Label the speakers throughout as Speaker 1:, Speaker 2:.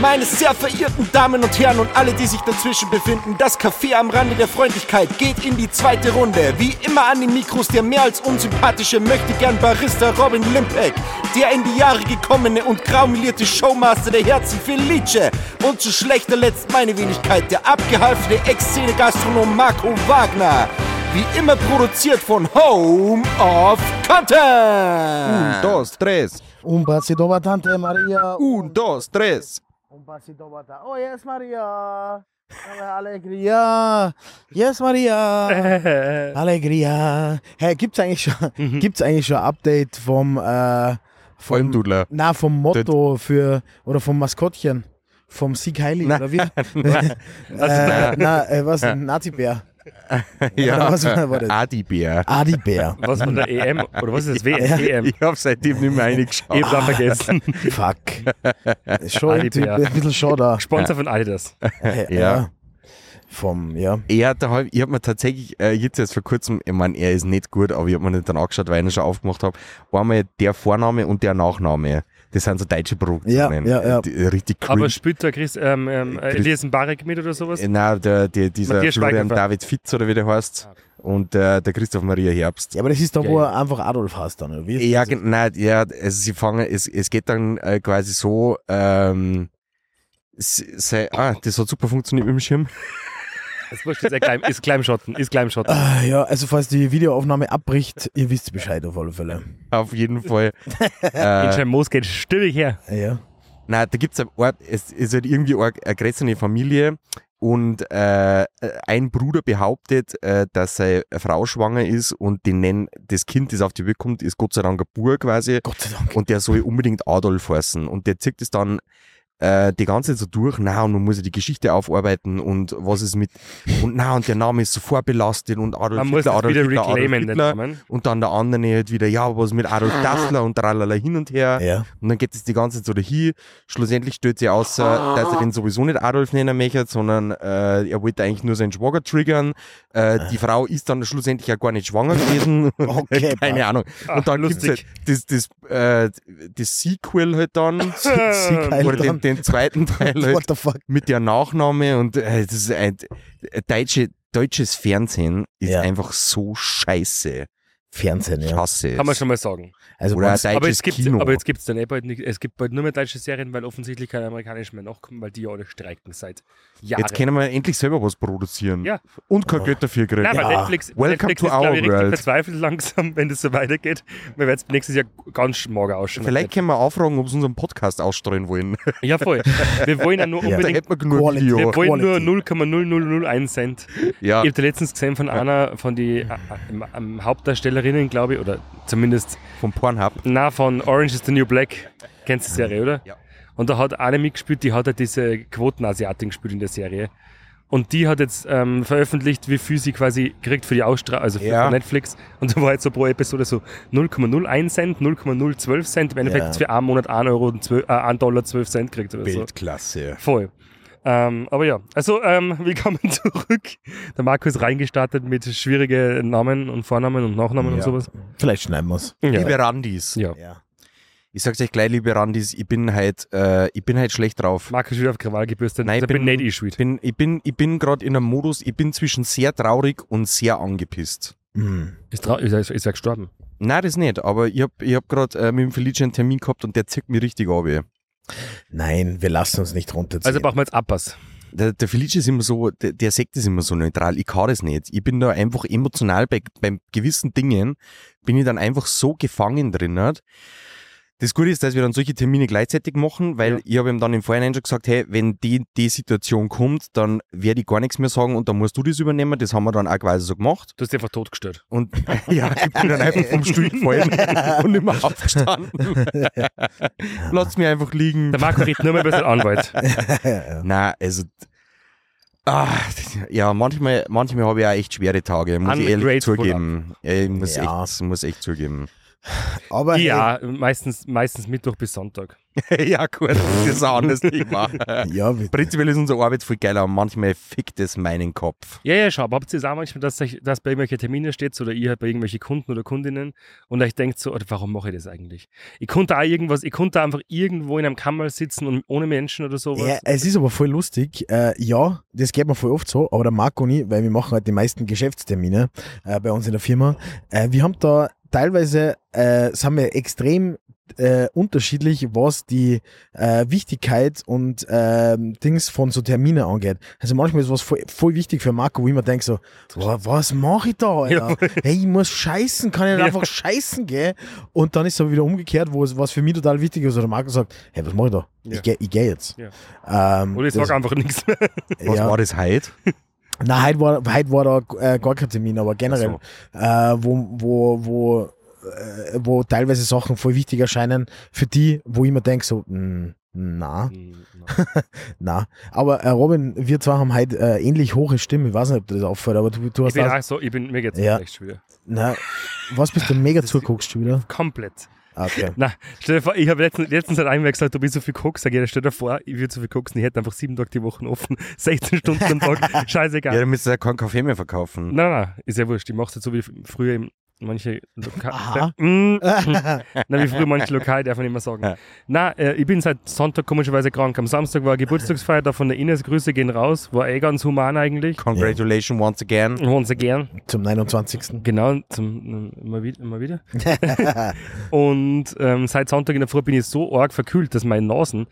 Speaker 1: Meine sehr verehrten Damen und Herren und alle, die sich dazwischen befinden, das Café am Rande der Freundlichkeit geht in die zweite Runde. Wie immer an den Mikros der mehr als unsympathische möchte gern Barista Robin Limpeck, der in die Jahre gekommene und graumelierte Showmaster der Herzen Felice und zu schlechter Letzt meine Wenigkeit, der abgehalfene Ex-Szene-Gastronom Marco Wagner. Wie immer produziert von Home of Content.
Speaker 2: Ah.
Speaker 3: Un, dos, tres.
Speaker 2: Un pasito para Tante Maria.
Speaker 4: Uh.
Speaker 3: Un, dos, tres.
Speaker 2: Un pasito para ta- Oh, yes, Maria. Dame Alegria. Yes, Maria. Alegria. Hey, gibt's eigentlich schon,
Speaker 4: Mhm.
Speaker 2: gibt's eigentlich schon ein Update vom, äh,
Speaker 3: Vollem
Speaker 2: vom,
Speaker 3: Dudler.
Speaker 2: na, vom Motto für, oder vom Maskottchen? Vom Sieg Heili, oder wie? äh, na, äh, was? Nazi-Bär.
Speaker 3: Ja,
Speaker 2: Oder was war das?
Speaker 3: Adi-Bär.
Speaker 2: Adi-Bär.
Speaker 4: Was von der EM? Oder was ist das? WM? EM.
Speaker 3: Ich habe seitdem nicht mehr
Speaker 4: Ich
Speaker 3: reingeschaut.
Speaker 4: hab's auch vergessen.
Speaker 2: Fuck. Schon ein, typ,
Speaker 4: Adi-Bär.
Speaker 2: ein bisschen schon da.
Speaker 4: Sponsor von Adidas.
Speaker 2: Äh,
Speaker 3: Ja.
Speaker 2: Vom, ja.
Speaker 3: Er hat da halb, ich habe mir tatsächlich, äh, jetzt erst vor kurzem, ich meine, er ist nicht gut, aber ich habe mir nicht dann angeschaut, weil ich ihn schon aufgemacht habe. Einmal der Vorname und der Nachname. Das sind so deutsche Produktionen.
Speaker 2: Ja, ja, ja.
Speaker 3: Die, äh, richtig cringe.
Speaker 4: Aber spielt da Chris, ähm, ähm, äh,
Speaker 3: Chris-
Speaker 4: Elias Mbarek mit oder sowas?
Speaker 3: Äh, Nein, der, der, dieser
Speaker 4: Matthias
Speaker 3: Florian
Speaker 4: Schweighöfer.
Speaker 3: David Fitz oder wie der heißt. Und äh, der Christoph Maria Herbst.
Speaker 2: Ja, aber das ist da, wo
Speaker 4: Ja,
Speaker 2: er einfach Adolf heißt dann, oder wie?
Speaker 3: Ja, gen- nein, ja, also sie fangen, es, es geht dann äh, quasi so, ähm, se, se, ah, das hat super funktioniert mit dem Schirm.
Speaker 4: Das wurscht, ist, ja klein, ist Kleimschotten, ist Kleimschotten.
Speaker 2: Ah, ja, also falls die Videoaufnahme abbricht, ihr wisst Bescheid auf alle Fälle.
Speaker 3: Auf jeden Fall.
Speaker 4: In
Speaker 3: äh,
Speaker 4: Schein Moos geht still her.
Speaker 2: Ja.
Speaker 3: nein, da gibt's einen Ort, es ist halt irgendwie eine, eine größere Familie und äh, ein Bruder behauptet, äh, dass seine Frau schwanger ist und die nennen, das Kind, das auf die Welt kommt, ist Gott sei Dank ein Bur quasi.
Speaker 2: Gott sei Dank.
Speaker 3: Und der soll unbedingt Adolf heißen. Und der zieht es dann äh, die ganze Zeit so durch. Na, und man muss ja die Geschichte aufarbeiten und was ist mit. Und na, und der Name ist so vorbelastet und Adolf Hitler,
Speaker 4: Man muss das
Speaker 3: Adolf
Speaker 4: wieder
Speaker 3: Hitler, Adolf
Speaker 4: reclaimen, den
Speaker 3: Hitler.
Speaker 4: Namen.
Speaker 3: Und dann der andere halt wieder, ja, was mit Adolf Dassler und tralala hin und her.
Speaker 2: Ja.
Speaker 3: Und dann geht es die ganze Zeit so dahin. Schlussendlich stellt sie aus, äh, dass er
Speaker 4: Ah.
Speaker 3: den sowieso nicht Adolf nennen möchte, sondern äh, er wollte eigentlich nur seinen Schwager triggern. Äh, die
Speaker 4: Ah.
Speaker 3: Frau ist dann schlussendlich ja gar nicht schwanger gewesen.
Speaker 2: Okay,
Speaker 3: Keine Ahnung.
Speaker 4: Ah,
Speaker 3: Und dann gibt's
Speaker 4: lustig.
Speaker 3: halt das, das, äh, das Sequel halt dann.
Speaker 2: Sieg
Speaker 3: Oder
Speaker 2: Heil
Speaker 3: den,
Speaker 2: dann.
Speaker 3: den zweiten Teil
Speaker 2: What
Speaker 3: halt
Speaker 2: the fuck?
Speaker 3: mit der Nachname. Und äh, das ist ein, äh, deutsche, deutsches Fernsehen ist
Speaker 2: Ja.
Speaker 3: einfach so scheiße.
Speaker 2: Fernsehen,
Speaker 3: Ich
Speaker 2: ja.
Speaker 3: hasse es.
Speaker 4: Kann man schon mal sagen.
Speaker 2: Also
Speaker 3: Oder ein
Speaker 2: wenn's-
Speaker 3: deutsches
Speaker 4: Aber es, gibt,
Speaker 3: Kino.
Speaker 4: aber es gibt's dann eh bald nicht. Es gibt bald nur mehr deutsche Serien, weil offensichtlich keine amerikanischen mehr nachkommen, weil die ja alle streiken seit Jahren.
Speaker 3: Jetzt können wir endlich selber was produzieren.
Speaker 4: Ja.
Speaker 3: Und kein Geld dafür kriegen.
Speaker 4: Nein, aber
Speaker 2: Ja.
Speaker 4: Netflix,
Speaker 3: Welcome
Speaker 4: Netflix
Speaker 3: to
Speaker 4: ist, glaube
Speaker 3: our
Speaker 4: ich, richtig
Speaker 3: world.
Speaker 4: verzweifelt langsam, wenn das so weitergeht. Wir werden nächstes Jahr ganz schmager ausschauen.
Speaker 3: Vielleicht können wir auffragen, ob sie unseren Podcast ausstreuen wollen.
Speaker 4: Ja, voll. Wir wollen ja nur
Speaker 2: Ja.
Speaker 3: da
Speaker 4: unbedingt.
Speaker 3: hätten wir genug
Speaker 2: Quality.
Speaker 3: Video.
Speaker 4: Wir wollen nur
Speaker 2: Quality.
Speaker 4: 0,0001 Cent.
Speaker 3: Ja.
Speaker 4: Ich habe letztens gesehen von einer von die äh, ähm, ähm, Hauptdarstellerinnen, glaube ich, oder zumindest
Speaker 3: Vom Pornhub.
Speaker 4: na von Orange is the New Black. Kennst du die Serie, oder?
Speaker 3: Ja.
Speaker 4: Und da hat eine mitgespielt, die hat halt diese Quotenasiatin gespielt in der Serie. Und die hat jetzt ähm, veröffentlicht, wie viel sie quasi kriegt für die Ausstrahlung, also für,
Speaker 3: Ja.
Speaker 4: für Netflix. Und da war jetzt so pro Episode so 0,01 Cent, 0,012 Cent. Im Endeffekt
Speaker 2: Ja.
Speaker 4: hat's für einen Monat 1 Euro und 12, äh, 1 Dollar 12 Cent kriegt oder so.
Speaker 3: Bildklasse.
Speaker 4: Voll. Ähm, aber ja, also ähm, willkommen zurück. Der Marco ist reingestartet mit schwierigen Namen und Vornamen und Nachnamen und
Speaker 2: Ja.
Speaker 4: sowas.
Speaker 2: Vielleicht schneiden wir's.
Speaker 3: Liebe Randis.
Speaker 4: ja.
Speaker 2: Ja.
Speaker 3: Ich sag's euch gleich, liebe Randis, ich bin halt, äh, ich bin halt schlecht drauf.
Speaker 4: Marco ist wieder auf Krawall gebürstet.
Speaker 3: Nein, ich
Speaker 4: ich bin
Speaker 3: bin-
Speaker 4: nicht ich schuld.
Speaker 3: Ich bin, ich bin, ich bin gerade in einem Modus, ich bin zwischen sehr traurig und sehr angepisst.
Speaker 2: Mhm.
Speaker 4: Ist, trau- ist, er- ist er gestorben?
Speaker 3: Nein, das nicht, aber ich hab, ich hab gerade äh, mit dem Felice einen Termin gehabt und der zieht mich richtig ab. ey.
Speaker 2: Nein, wir lassen uns nicht runterziehen.
Speaker 4: Also brauchen wir jetzt Abpass.
Speaker 3: Der, der Felice ist immer so, der, der sagt das immer so neutral. Ich kann das nicht. Ich bin da einfach emotional bei, bei gewissen Dingen, bin ich dann einfach so gefangen drin. Nicht? Das Gute ist, dass wir dann solche Termine gleichzeitig machen, weil
Speaker 4: Ja.
Speaker 3: ich habe ihm dann im Vorhinein schon gesagt, hey, wenn die, die Situation kommt, dann werde ich gar nichts mehr sagen und dann musst du das übernehmen. Das haben wir dann auch quasi so gemacht.
Speaker 4: Du hast dich einfach totgestellt.
Speaker 3: Und ja, ich bin dann einfach vom Stuhl gefallen und nicht mehr aufgestanden. Lass mich einfach liegen.
Speaker 4: Der Marco redet nur mehr über seinen Anwalt.
Speaker 3: Na, also. Ah, ja, manchmal, manchmal habe ich auch echt schwere Tage, muss ich ehrlich
Speaker 4: Ungrateful
Speaker 3: zugeben. Ja, ich muss,
Speaker 2: Ja.
Speaker 3: echt, muss echt zugeben.
Speaker 2: Aber
Speaker 4: ja, meistens, meistens Mittwoch bis Sonntag.
Speaker 3: ja, gut, das ist ein anderes Thema.
Speaker 2: hey, ja, bitte.
Speaker 3: Prinzipiell ist unsere Arbeit viel geiler und manchmal fickt es meinen Kopf.
Speaker 4: Ja, ja, schau, aber habt ihr es auch manchmal, dass, euch, dass bei irgendwelchen Terminen steht oder ihr halt bei irgendwelchen Kunden oder Kundinnen und euch denkt so, oder warum mache ich das eigentlich? Ich konnte auch irgendwas, ich konnte einfach irgendwo in einem Kammer sitzen und ohne Menschen oder sowas.
Speaker 2: Ja, es ist aber voll lustig. Äh, ja, das geht mir voll oft so, aber der Marco und ich, weil wir machen halt die meisten Geschäftstermine äh, bei uns in der Firma, äh, wir haben da teilweise äh, sind wir extrem äh, unterschiedlich, was die äh, Wichtigkeit und ähm, Dings von so Termine angeht. Also manchmal ist was voll, voll wichtig für Marco, wo ich mir denke so, boah, was mache ich da, Alter? Hey, ich muss scheißen, kann ich nicht einfach scheißen, gell? Und dann ist es aber wieder umgekehrt, wo es was für mich total wichtig ist. Oder Marco sagt, hey, was mache ich da?
Speaker 4: Ja.
Speaker 2: Ich gehe ich geh jetzt. Ähm,
Speaker 4: Oder ich
Speaker 2: das- Hm,
Speaker 4: sage einfach nichts mehr.
Speaker 3: Was
Speaker 2: ja.
Speaker 3: war das heute?
Speaker 2: Nein, heute war, heute war da äh, gar kein Termin, aber generell, äh, wo, wo, wo, äh, wo teilweise Sachen voll wichtig erscheinen für die, wo ich mir denke, so, mm, na, na. Aber äh, Robin, wir zwei haben heute äh, ähnlich hohe Stimme, ich weiß nicht, ob dir das auffällt, aber du, du
Speaker 4: Ich
Speaker 2: hast
Speaker 4: bin
Speaker 2: auch,
Speaker 4: auch so, ich bin mir jetzt
Speaker 2: Ja.
Speaker 4: schlecht schon wieder.
Speaker 2: na, was bist du mega zuguckst du wieder?
Speaker 4: Komplett.
Speaker 2: Ah, Okay.
Speaker 4: Nein, stell dir vor, ich habe letztens, letztens halt einmal gesagt, du bist so viel Koks. Sag ich, stell dir vor, ich würde so viel koksen, ich hätte einfach sieben Tage die Woche offen, 16 Stunden am Tag, scheißegal.
Speaker 3: Ja, dann müsst ihr ja keinen Kaffee mehr verkaufen.
Speaker 4: Nein, nein, ist ja wurscht. Ich mache es jetzt so wie früher im- manche Lokale.
Speaker 2: Aha.
Speaker 4: Na, wie früher manche Lokale, darf man nicht mehr sagen.
Speaker 3: Ja.
Speaker 4: Nein, äh, ich bin seit Sonntag komischerweise krank. Am Samstag war Geburtstagsfeier da von der Ines. Grüße gehen raus. War eh ganz human eigentlich.
Speaker 3: Congratulations once again.
Speaker 4: Holen sie gern.
Speaker 2: Zum 29.
Speaker 4: Genau, zum, immer, wieder, immer wieder. und ähm, seit Sonntag in der Früh bin ich so arg verkühlt, dass meine Nasen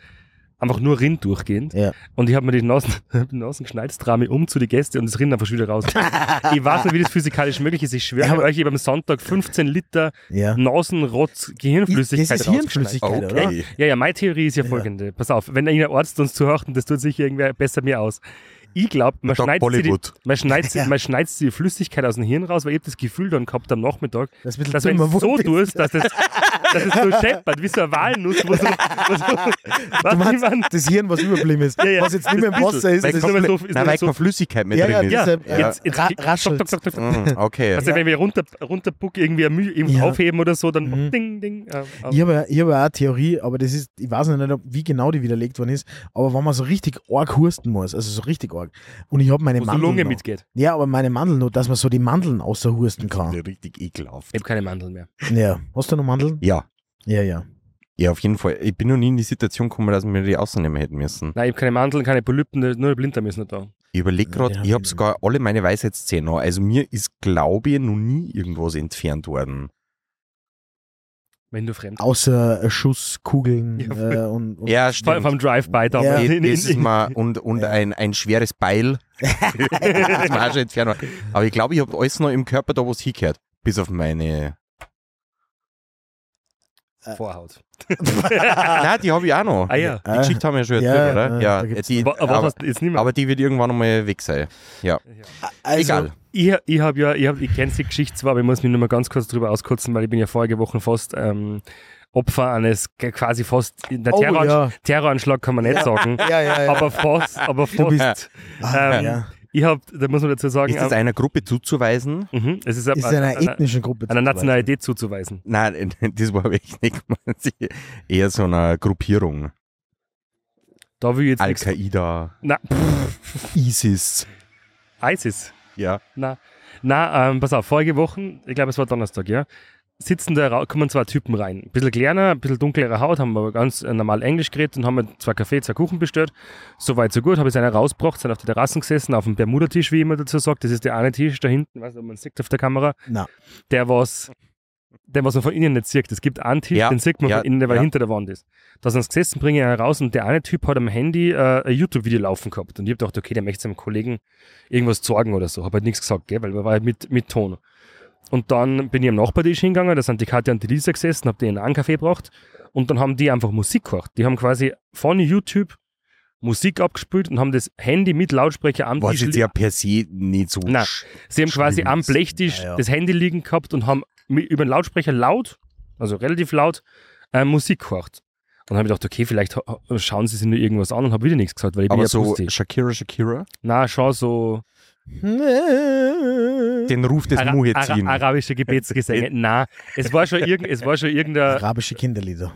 Speaker 4: einfach nur rinnt durchgehend.
Speaker 2: Ja.
Speaker 4: Und ich habe mir die Nasen, die Nasen geschneit, trage mich um zu den Gästen und es rinnt einfach schon wieder raus. ich weiß nicht, wie das physikalisch möglich ist. Ich schwöre
Speaker 2: Ja, aber-
Speaker 4: euch, ich habe am Sonntag 15 Liter
Speaker 2: Ja.
Speaker 4: Nasenrotz
Speaker 2: Das
Speaker 4: Gehirnflüssigkeit
Speaker 2: ist Hirnflüssigkeit, oder?
Speaker 3: Okay.
Speaker 4: ja, ja, meine Theorie ist ja folgende. Pass auf, wenn irgendein Arzt uns zuhört, und das tut sich irgendwer besser mir aus. Ich glaube, man,
Speaker 3: Doc
Speaker 4: schneidet sie die-
Speaker 3: Bollywood.
Speaker 4: man, schneidet sie-
Speaker 2: Ja.
Speaker 4: man schneidet sie die Flüssigkeit aus dem Hirn raus, weil ich hab das Gefühl dann gehabt am Nachmittag,
Speaker 2: Das ist ein bisschen
Speaker 4: dass wenn
Speaker 2: dümmer
Speaker 4: du so
Speaker 2: wurde.
Speaker 4: tust, dass es, dass es so scheppert, wie so eine Walnuss, wo so, wo so
Speaker 2: Du
Speaker 4: was
Speaker 2: meinst,
Speaker 4: niemand.
Speaker 2: das Hirn, was überblieben ist,
Speaker 4: ja.
Speaker 2: was jetzt nicht mehr im
Speaker 4: Das
Speaker 2: Wasser ist.
Speaker 3: Weil
Speaker 4: ist
Speaker 3: komplett-
Speaker 4: nur mehr so- ist
Speaker 3: Nein,
Speaker 4: nur
Speaker 3: weil
Speaker 4: so-
Speaker 3: keine Flüssigkeit mehr
Speaker 2: Ja, ja,
Speaker 3: drin
Speaker 4: Ja,
Speaker 2: deshalb, ja.
Speaker 4: jetzt, jetzt
Speaker 2: äh, Ra-
Speaker 4: dock,
Speaker 2: raschelt's.
Speaker 4: dock, dock, dock.
Speaker 3: ist. Mm, Okay.
Speaker 4: Also wenn wir runter, runter Puck irgendwie am Mühe- irgendwie
Speaker 2: Ja.
Speaker 4: aufheben oder so, dann
Speaker 2: Mhm.
Speaker 4: ding, ding. äh, auf.
Speaker 2: Ich habe ja- ich habe ja auch eine Theorie, aber das ist, ich weiß nicht, ob- wie genau die widerlegt worden ist, aber wenn man so richtig arg husten muss, also so richtig arg, und ich habe meine
Speaker 4: wo so Lunge
Speaker 2: Mandeln. noch-
Speaker 4: mitgeht.
Speaker 2: Ja, aber meine Mandeln noch, dass man so die Mandeln außer husten kann.
Speaker 3: richtig ekelhaft.
Speaker 4: Ich habe keine Mandeln mehr.
Speaker 2: Ja. Hast du noch Mandeln?
Speaker 3: Ja.
Speaker 2: Ja, ja.
Speaker 3: Ja, auf jeden Fall. Ich bin noch nie in die Situation gekommen, dass wir die ausnehmen hätten müssen.
Speaker 4: Nein, ich habe keine Mandeln, keine Polypen, nur der Blinddarm ist nicht da.
Speaker 3: Ich überlege gerade,
Speaker 2: Ja,
Speaker 3: ich habe
Speaker 2: genau.
Speaker 3: sogar alle meine Weisheitszähne. noch. Also mir ist, glaube ich, noch nie irgendwas entfernt worden.
Speaker 4: Wenn du fremd
Speaker 2: Außer äh, Schusskugeln
Speaker 4: Ja,
Speaker 2: äh, und, und
Speaker 3: Ja, Äh,
Speaker 4: Vor- Vom Drive-By da.
Speaker 2: Ja.
Speaker 4: aber
Speaker 3: Das
Speaker 4: in- in-
Speaker 3: ist
Speaker 4: in-
Speaker 3: mal, und und
Speaker 2: Ja.
Speaker 3: ein, ein schweres Beil. das ist mir auch schon entfernt worden. Aber ich glaube, ich habe alles noch im Körper da, wo es hingehört. Bis auf meine.
Speaker 4: Vorhaut.
Speaker 3: Nein, die habe ich auch noch.
Speaker 4: Ah ja.
Speaker 3: Die geschickt haben wir schon
Speaker 2: Ja,
Speaker 3: erzählt, oder?
Speaker 2: ja,
Speaker 3: Ja,
Speaker 2: da gibt's-
Speaker 3: die,
Speaker 4: Aber, aber,
Speaker 3: aber,
Speaker 4: was, jetzt nicht mehr.
Speaker 3: aber die wird irgendwann einmal weg sein.
Speaker 4: Ja.
Speaker 2: also,
Speaker 3: Egal.
Speaker 4: ich ich habe ja, ich, hab, ich kenne die Geschichte zwar, aber ich muss mich nur mal ganz kurz drüber auskotzen, weil ich bin ja vorige Woche fast ähm, Opfer eines ge- quasi fast, der
Speaker 2: Oh,
Speaker 4: Terroransch
Speaker 2: ja.
Speaker 4: Terroranschlag kann man nicht sagen,
Speaker 2: Ja, ja, ja. Ah,
Speaker 4: aber fast, aber fast.
Speaker 3: bist-
Speaker 4: ähm,
Speaker 2: ja.
Speaker 4: Ich habe, da muss man dazu sagen,
Speaker 3: Ist das
Speaker 4: ähm,
Speaker 3: einer Gruppe zuzuweisen?
Speaker 4: mhm, es ist,
Speaker 2: Ist einer
Speaker 4: einer,
Speaker 2: ethnischen Gruppe.
Speaker 4: einer
Speaker 2: zuzuweisen.
Speaker 4: Nationalität zuzuweisen.
Speaker 3: Nein, das war wirklich nicht gemeint. Eher so eine Gruppierung.
Speaker 4: Da will ich jetzt nichts.
Speaker 3: Al-Qaida,
Speaker 4: Na, pff,
Speaker 3: ISIS.
Speaker 4: ISIS.
Speaker 3: Ja.
Speaker 4: Na, na ähm, pass auf, vorige Woche, ich glaube, es war Donnerstag, ja, sitzen da, ra- kommen zwei Typen rein. Ein bisschen kleiner, ein bisschen dunklere Haut, haben aber ganz äh, normal Englisch geredet und haben mir zwei Kaffee, zwei Kuchen bestellt. Soweit, so gut, habe ich einen rausgebracht, sind auf der Terrasse gesessen, auf dem Bermuda-Tisch, wie ich immer dazu sagt. Das ist der eine Tisch da hinten, weiß nicht, ob man sieht auf der Kamera.
Speaker 2: Na.
Speaker 4: Der was, der was man von innen nicht sieht. Es gibt einen Tisch,
Speaker 3: Ja,
Speaker 4: den sieht man
Speaker 3: ja,
Speaker 4: von innen, der
Speaker 3: ja.
Speaker 4: hinter der Wand ist. Da sind sie gesessen, bringe ich einen raus und der eine Typ hat am Handy äh, ein YouTube-Video laufen gehabt. Und ich habe gedacht, okay, der möchte seinem Kollegen irgendwas sorgen oder so. Habe halt nichts gesagt, gell, weil wir waren halt mit, mit Ton. Und dann bin ich am Nachbartisch hingegangen, da sind die Katja und die Lisa gesessen, habe denen einen Kaffee gebracht und dann haben die einfach Musik gehört. Die haben quasi von YouTube Musik abgespielt und haben das Handy mit Lautsprecher am
Speaker 3: Was
Speaker 4: Tisch
Speaker 3: jetzt
Speaker 4: li-
Speaker 3: ja per se nicht so.
Speaker 4: Nein.
Speaker 3: sch-
Speaker 4: Sie haben quasi
Speaker 3: schlimm
Speaker 4: am
Speaker 3: ist.
Speaker 4: Blechtisch
Speaker 2: Ja, ja.
Speaker 4: das Handy liegen gehabt und haben mi- über den Lautsprecher laut, also relativ laut, äh, Musik gehört. Und habe ich gedacht, okay, vielleicht ha- schauen sie sich nur irgendwas an und habe wieder nichts gesagt, weil ich bin
Speaker 3: Aber
Speaker 4: ja
Speaker 3: so
Speaker 4: positiv.
Speaker 3: Shakira, Shakira,
Speaker 4: Na, schau, so
Speaker 3: den Ruf des
Speaker 4: Ara-
Speaker 3: Muezzin.
Speaker 4: Ara arabische Gebetsgesänge. Na, es war schon, irgend, es war schon
Speaker 3: äh,
Speaker 4: irgendein,
Speaker 2: Arabische Kinderlieder.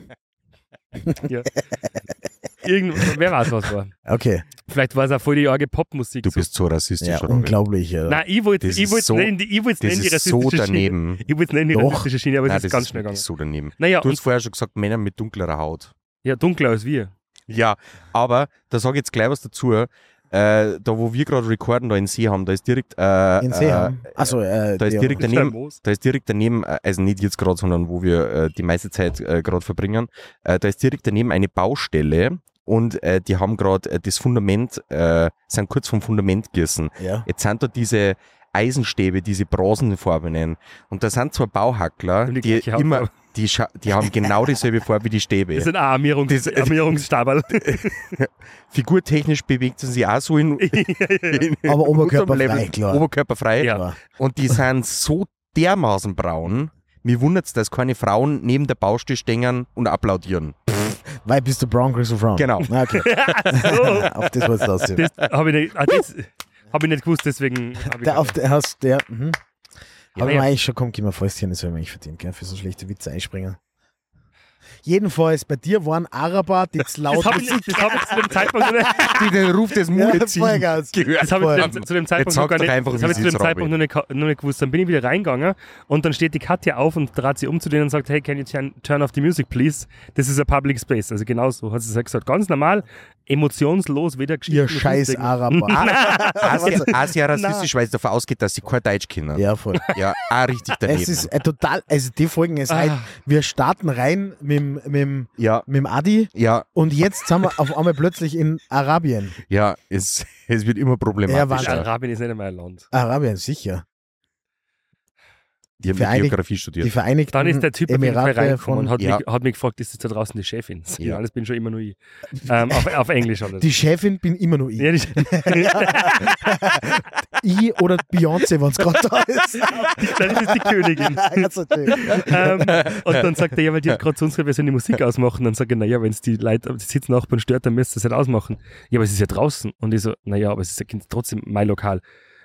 Speaker 4: irgend, wer weiß, was war.
Speaker 2: Okay.
Speaker 4: Vielleicht war es auch voll die arge Popmusik.
Speaker 3: Du
Speaker 4: so.
Speaker 3: bist so rassistisch,
Speaker 2: Ja,
Speaker 3: Robin.
Speaker 2: unglaublich. Ja.
Speaker 4: Nein, ich wollte
Speaker 3: Das
Speaker 4: ich
Speaker 3: ist
Speaker 4: wollte
Speaker 3: so-
Speaker 4: nein, die- ich wollte
Speaker 3: Das
Speaker 4: nicht die
Speaker 3: ist so
Speaker 4: rassistische Schiene.
Speaker 3: daneben.
Speaker 4: Ich wollte nicht in die
Speaker 2: Doch.
Speaker 4: rassistische Schiene, aber
Speaker 3: Nein,
Speaker 4: es ist ganz schnell
Speaker 3: wirklich so
Speaker 4: gegangen.
Speaker 3: daneben.
Speaker 4: Naja,
Speaker 3: Du hast
Speaker 4: und,
Speaker 3: vorher schon gesagt, Männer mit dunklerer Haut.
Speaker 4: ja, dunkler als wir.
Speaker 3: Ja, aber da sage ich jetzt gleich was dazu. Äh, da, wo wir gerade recorden, da in See haben, da ist direkt. Äh,
Speaker 2: In See
Speaker 3: äh,
Speaker 2: haben. Achso, äh,
Speaker 3: da ist
Speaker 2: ja.
Speaker 3: direkt
Speaker 4: Mit
Speaker 3: daneben,
Speaker 4: Moos.
Speaker 3: da ist direkt daneben, äh, also nicht jetzt gerade, sondern wo wir äh, die meiste Zeit äh, gerade verbringen, äh, da ist direkt daneben eine Baustelle und äh, die haben gerade äh, das Fundament, äh, sind kurz vom Fundament gerissen.
Speaker 2: Ja.
Speaker 3: Jetzt sind da diese Eisenstäbe, diese bronzenfarbenen und da sind zwar Bauhackler,
Speaker 4: Haben
Speaker 3: die,
Speaker 4: die gleiche Hautfarbe.
Speaker 3: immer, die, scha- die haben genau dieselbe Farbe wie die Stäbe.
Speaker 4: Das sind auch Armierungs
Speaker 3: Das-
Speaker 4: Armierungsstabel.
Speaker 3: Figurtechnisch bewegt sie sich auch so in, in
Speaker 2: Aber
Speaker 3: unserem
Speaker 2: oberkörperfrei,
Speaker 3: Level.
Speaker 2: klar.
Speaker 3: Oberkörperfrei.
Speaker 4: Ja.
Speaker 2: Aber
Speaker 3: Und die sind so dermaßen braun. Mir wundert es, dass keine Frauen neben der Baustelle stehen und applaudieren.
Speaker 2: Weil bist du brown, kriegst du brown.
Speaker 3: Genau.
Speaker 2: Na, okay.
Speaker 4: so,
Speaker 2: Auf das wolltest du aussehen.
Speaker 4: das habe ich, nicht- ah, das hab ich nicht gewusst, deswegen habe ich
Speaker 2: Der, auf der, hast, der, mhm.
Speaker 4: Ja,
Speaker 2: Aber
Speaker 4: ja.
Speaker 2: ja. eigentlich schon kommt immer Fäustchen, das haben wir eigentlich verdient, gell, für so schlechte Witze einspringen. Jedenfalls, bei dir waren Araber, die zu laut
Speaker 4: das habe ich, das hab ich zu dem Zeitpunkt noch nicht,
Speaker 3: Die den Ruf des
Speaker 2: voll
Speaker 3: Muezzins
Speaker 2: geil.
Speaker 3: gehört
Speaker 4: das habe ich zu dem-
Speaker 3: haben.
Speaker 4: zu dem Zeitpunkt
Speaker 3: Jetzt
Speaker 4: noch
Speaker 3: sag
Speaker 4: gar
Speaker 3: doch
Speaker 4: nicht,
Speaker 3: einfach,
Speaker 4: das
Speaker 3: wie
Speaker 4: habe ich zu
Speaker 3: es
Speaker 4: dem
Speaker 3: ist,
Speaker 4: Zeitpunkt
Speaker 3: Robin.
Speaker 4: noch nicht, noch nicht gewusst. Dann bin ich wieder reingegangen und dann steht die Katja auf und trat sie um zu denen und sagt, hey, can you turn, turn off the music, please? This is a public space. Also genau so hat sie es gesagt. Ganz normal, emotionslos, weder Geschichten
Speaker 2: Ihr
Speaker 4: noch
Speaker 2: scheiß
Speaker 4: sonst irgendwas.
Speaker 2: Araber. Ah,
Speaker 3: Asia, Asia rassistisch, weil es davon ausgeht, dass sie kein Deutsch kennen.
Speaker 2: Ja, voll.
Speaker 3: ja auch richtig daneben.
Speaker 2: Es ist äh, total, also die Folgen ist halt,
Speaker 4: Ah.
Speaker 2: wir starten rein mit, dem- mit, dem-
Speaker 3: ja,
Speaker 2: mit dem Adi
Speaker 3: ja,
Speaker 2: und jetzt sind wir auf einmal plötzlich in Arabien.
Speaker 3: ja, es, es wird immer
Speaker 2: Ja,
Speaker 3: problematisch.
Speaker 2: Wahnsinn.
Speaker 4: Arabien ist nicht einmal ein Land.
Speaker 2: Arabien, sicher.
Speaker 3: die haben
Speaker 2: Vereinigt-
Speaker 3: Geografie
Speaker 2: Die
Speaker 3: studiert.
Speaker 2: Vereinigten
Speaker 4: Dann ist der Typ auf jeden Fall
Speaker 2: Emirate
Speaker 4: reingekommen und
Speaker 2: von,
Speaker 4: hat,
Speaker 3: Mhm. Ja.
Speaker 4: mich, hat mich gefragt, ist das da draußen die Chefin? Sag ich,
Speaker 3: Ja.
Speaker 4: Ja, das bin schon immer nur ich. Ähm, auf, auf Englisch alles.
Speaker 2: die Chefin bin immer nur ich.
Speaker 4: ja, die,
Speaker 2: Ich oder Beyoncé, wenn es gerade da ist.
Speaker 4: das ist die Königin.
Speaker 2: Ganz natürlich.
Speaker 4: ähm, und dann sagt er, ja, weil die hat gerade zu uns gesagt, wir sollen die Musik ausmachen. Dann sage ich, naja, wenn es die Leute, die Sitznachbarn stört, dann müsst ihr es halt ausmachen. Ja, aber es ist ja draußen. Und ich so, naja, aber es ist ja Kind, trotzdem mein Lokal.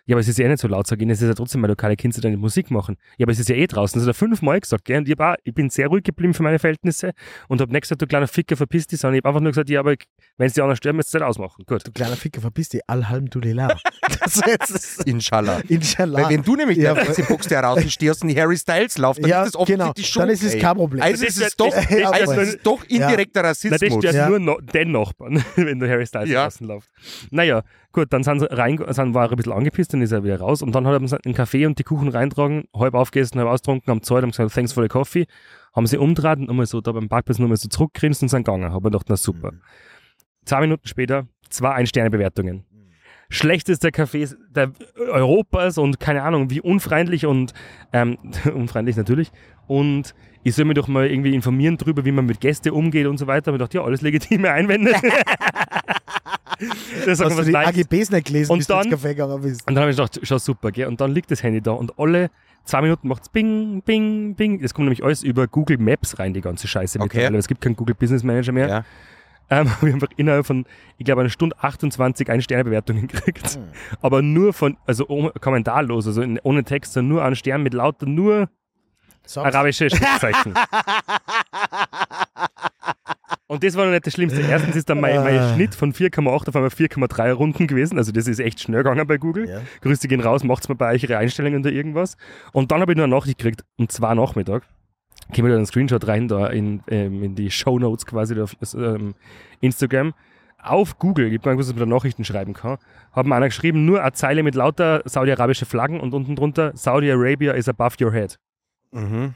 Speaker 4: Ja, aber es ist ja eh nicht so laut, sag ich, es ist ja trotzdem mein Lokal, ihr könnt ja dann nicht Musik machen. Ja, aber es ist ja eh draußen. Das hat er fünfmal gesagt, gell? Und ich, hab auch, ich bin sehr ruhig geblieben für meine Verhältnisse und habe nicht gesagt, du kleiner Ficker, verpiss dich, sondern ich habe einfach nur gesagt, ja, aber wenn es die anderen stören, müsst ihr es halt ausmachen. Gut.
Speaker 2: Kleiner Ficker, verpiss dich. Alhamdulillah. Das ist
Speaker 3: Inshallah.
Speaker 2: Inshallah.
Speaker 3: Weil wenn du nämlich
Speaker 2: Ja,
Speaker 3: der
Speaker 2: voll.
Speaker 3: ganze Box, der rausstehst und die Harry Styles läuft, dann
Speaker 2: Ja,
Speaker 3: ist das offensichtlich
Speaker 2: genau.
Speaker 3: schon.
Speaker 2: Dann ist es
Speaker 3: ey.
Speaker 2: kein Problem.
Speaker 3: Also
Speaker 4: Das
Speaker 3: es
Speaker 4: ist
Speaker 3: ist
Speaker 4: ja-
Speaker 3: doch,
Speaker 4: das-
Speaker 2: das-
Speaker 3: also es ist doch indirekter
Speaker 4: Na, das
Speaker 3: Rassismus.
Speaker 4: stört
Speaker 2: Ja.
Speaker 4: nur no, den Nachbarn, wenn du Harry Styles
Speaker 3: Ja.
Speaker 4: draußen läuft. Naja, gut, dann sind sie rein, sind, war er ein bisschen angepisst, dann ist er wieder raus und dann hat er uns einen Kaffee und die Kuchen reintragen, halb aufgegessen, halb austrunken, haben gezahlt, haben gesagt, thanks for the coffee, haben sie umgedreht und nochmal so da beim Parkplatz nochmal so zurückgrinst und sind gegangen. Hab mir gedacht, na super.
Speaker 3: Mhm.
Speaker 4: Zwei Minuten später, zwei Ein-Sterne-Bewertungen. Schlechtester Kaffee der Europas und keine Ahnung, wie unfreundlich und ähm, unfreundlich natürlich. Und ich soll mich doch mal irgendwie informieren darüber, wie man mit Gästen umgeht und so weiter. Und ich dachte, ja, alles legitime Einwände. das
Speaker 2: Hast du die AGBs nicht gelesen,
Speaker 4: Und
Speaker 2: bis du ins
Speaker 4: dann-
Speaker 2: Café gegangen bist?
Speaker 4: und dann habe ich gedacht, schau super, gell? Und dann liegt das Handy da und alle zwei Minuten macht es Bing, Bing, Bing. Das kommt nämlich alles über Google Maps rein, die ganze Scheiße
Speaker 3: Okay.
Speaker 4: mittlerweile. Es gibt keinen Google Business Manager mehr.
Speaker 3: Ja.
Speaker 4: Ähm, wir haben einfach innerhalb von, ich glaube, einer Stunde 28 Ein-Sterne-Bewertungen gekriegt. Aber nur von, also ohne- kommentarlos, also in, ohne Text, sondern nur einen Stern mit lauter, nur
Speaker 2: Sag's.
Speaker 4: arabische Schriftzeichen. Und das war noch nicht das Schlimmste. Erstens ist dann mein, mein Schnitt von 4,8 auf einmal 4,3 Runden gewesen. Also das ist echt schnell gegangen bei Google.
Speaker 2: Ja.
Speaker 4: Grüße gehen raus, macht's mal bei euch ihre Einstellungen oder irgendwas. Und dann habe ich nur eine Nachricht gekriegt, und zwar Nachmittag. Ich mir da einen Screenshot rein, da in, ähm, in die Show Notes quasi da auf ähm, Instagram. Auf Google, gibt man gewusst, dass man da Nachrichten schreiben kann, hat mir einer geschrieben, nur eine Zeile mit lauter saudi-arabische Flaggen und unten drunter, Saudi Arabia is above your head.
Speaker 3: Mhm.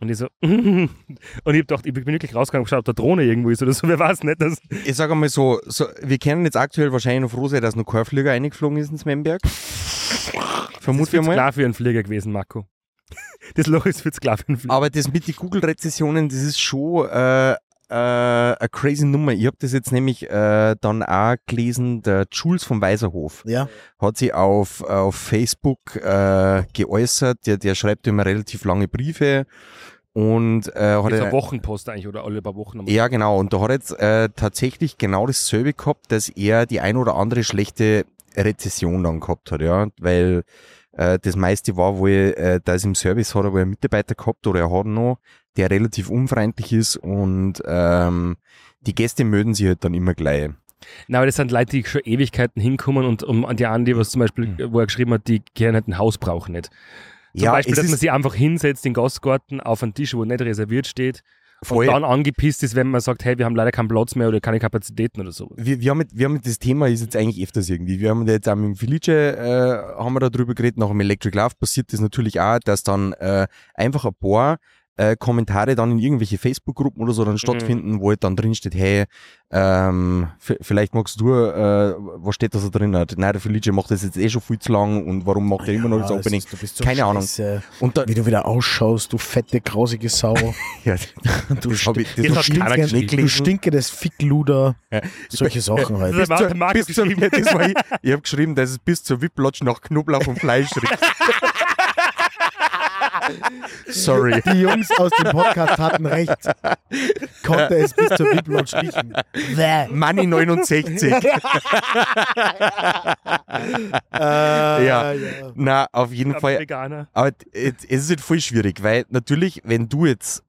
Speaker 4: Und ich so, und ich hab gedacht, ich bin wirklich rausgegangen und geschaut, ob da Drohne irgendwo ist oder so, wer weiß nicht. Das,
Speaker 3: Ich sage mal so, so, wir können jetzt aktuell wahrscheinlich noch froh sein, dass noch kein Flieger eingeflogen ist ins Memberg.
Speaker 4: das ist
Speaker 3: Vermuten
Speaker 4: viel
Speaker 3: wir
Speaker 4: zu
Speaker 3: mal.
Speaker 4: klar für einen Flieger gewesen, Marco. Das Loch ist viel zu klar für einen Flieger.
Speaker 3: Aber das mit den Google-Rezessionen, das ist schon äh, äh, eine crazy Nummer. Ich habe das jetzt nämlich äh, dann auch gelesen, der Jules vom Weiserhof
Speaker 2: Ja.
Speaker 3: hat sich auf, auf Facebook äh, geäußert, der, der schreibt immer relativ lange Briefe Und äh, hat
Speaker 4: Mit
Speaker 3: er,
Speaker 4: der Wochenpost eigentlich oder alle paar Wochen.
Speaker 3: ja, genau. Und da hat er jetzt äh, tatsächlich genau dasselbe gehabt, dass er die ein oder andere schlechte Rezession dann gehabt hat, ja. Weil äh, das meiste war wohl, äh, dass im Service hat er wohl einen Mitarbeiter gehabt oder er hat noch, der relativ unfreundlich ist und ähm, die Gäste mögen sich halt dann immer gleich.
Speaker 4: Na, aber das sind Leute, die schon Ewigkeiten hinkommen und um an die anderen, die was zum Beispiel,
Speaker 3: Mhm.
Speaker 4: wo er geschrieben hat, die gerne halt ein Haus brauchen nicht. Zum Beispiel,
Speaker 3: es
Speaker 4: dass man
Speaker 3: ist-
Speaker 4: sich einfach hinsetzt in den Gastgarten auf einen Tisch, wo nicht reserviert steht
Speaker 3: Voll.
Speaker 4: und dann angepisst ist, wenn man sagt, hey, wir haben leider keinen Platz mehr oder keine Kapazitäten oder sowas.
Speaker 3: wir, wir, haben, mit- wir haben mit das Thema ist jetzt eigentlich öfters irgendwie. Wir haben da jetzt auch mit dem Felice, äh, haben wir da drüber geredet, nach dem Electric Love passiert das natürlich auch, dass dann äh, einfach ein paar äh, Kommentare dann in irgendwelche Facebook-Gruppen oder so dann stattfinden, wo halt dann drin steht, hey, ähm, v- vielleicht magst du, äh, was steht da so drin? Nein, der Felice macht das jetzt eh schon viel zu lang und warum macht er immer noch das
Speaker 2: Ah,
Speaker 3: Opening?
Speaker 2: ist- du bist so
Speaker 3: Keine Ahnung.
Speaker 2: scheiße.
Speaker 3: Und da,
Speaker 2: Wie du wieder ausschaust, du fette, grausige Sau.
Speaker 3: ja, du das hab ich, das
Speaker 4: Jetzt
Speaker 3: hab
Speaker 4: hat
Speaker 3: ich
Speaker 4: keiner
Speaker 3: nicht
Speaker 4: geschrieben.
Speaker 3: gelesen.
Speaker 2: du stinkendes Fickluder. Solche Sachen halt.
Speaker 4: Das war der Marc
Speaker 3: bis zur,
Speaker 4: geschrieben.
Speaker 3: das war ich ich habe geschrieben, dass es bis zur Whiplodge nach Knoblauch und Fleisch riecht. Sorry.
Speaker 2: Die Jungs aus dem Podcast hatten recht. Konnte es bis zur Bibel schlichen. Bäh.
Speaker 3: Money 69.
Speaker 2: Äh,
Speaker 3: Ja. Na, auf jeden Fall.
Speaker 4: Veganer.
Speaker 3: Aber es es ist halt voll schwierig, weil natürlich, wenn du jetzt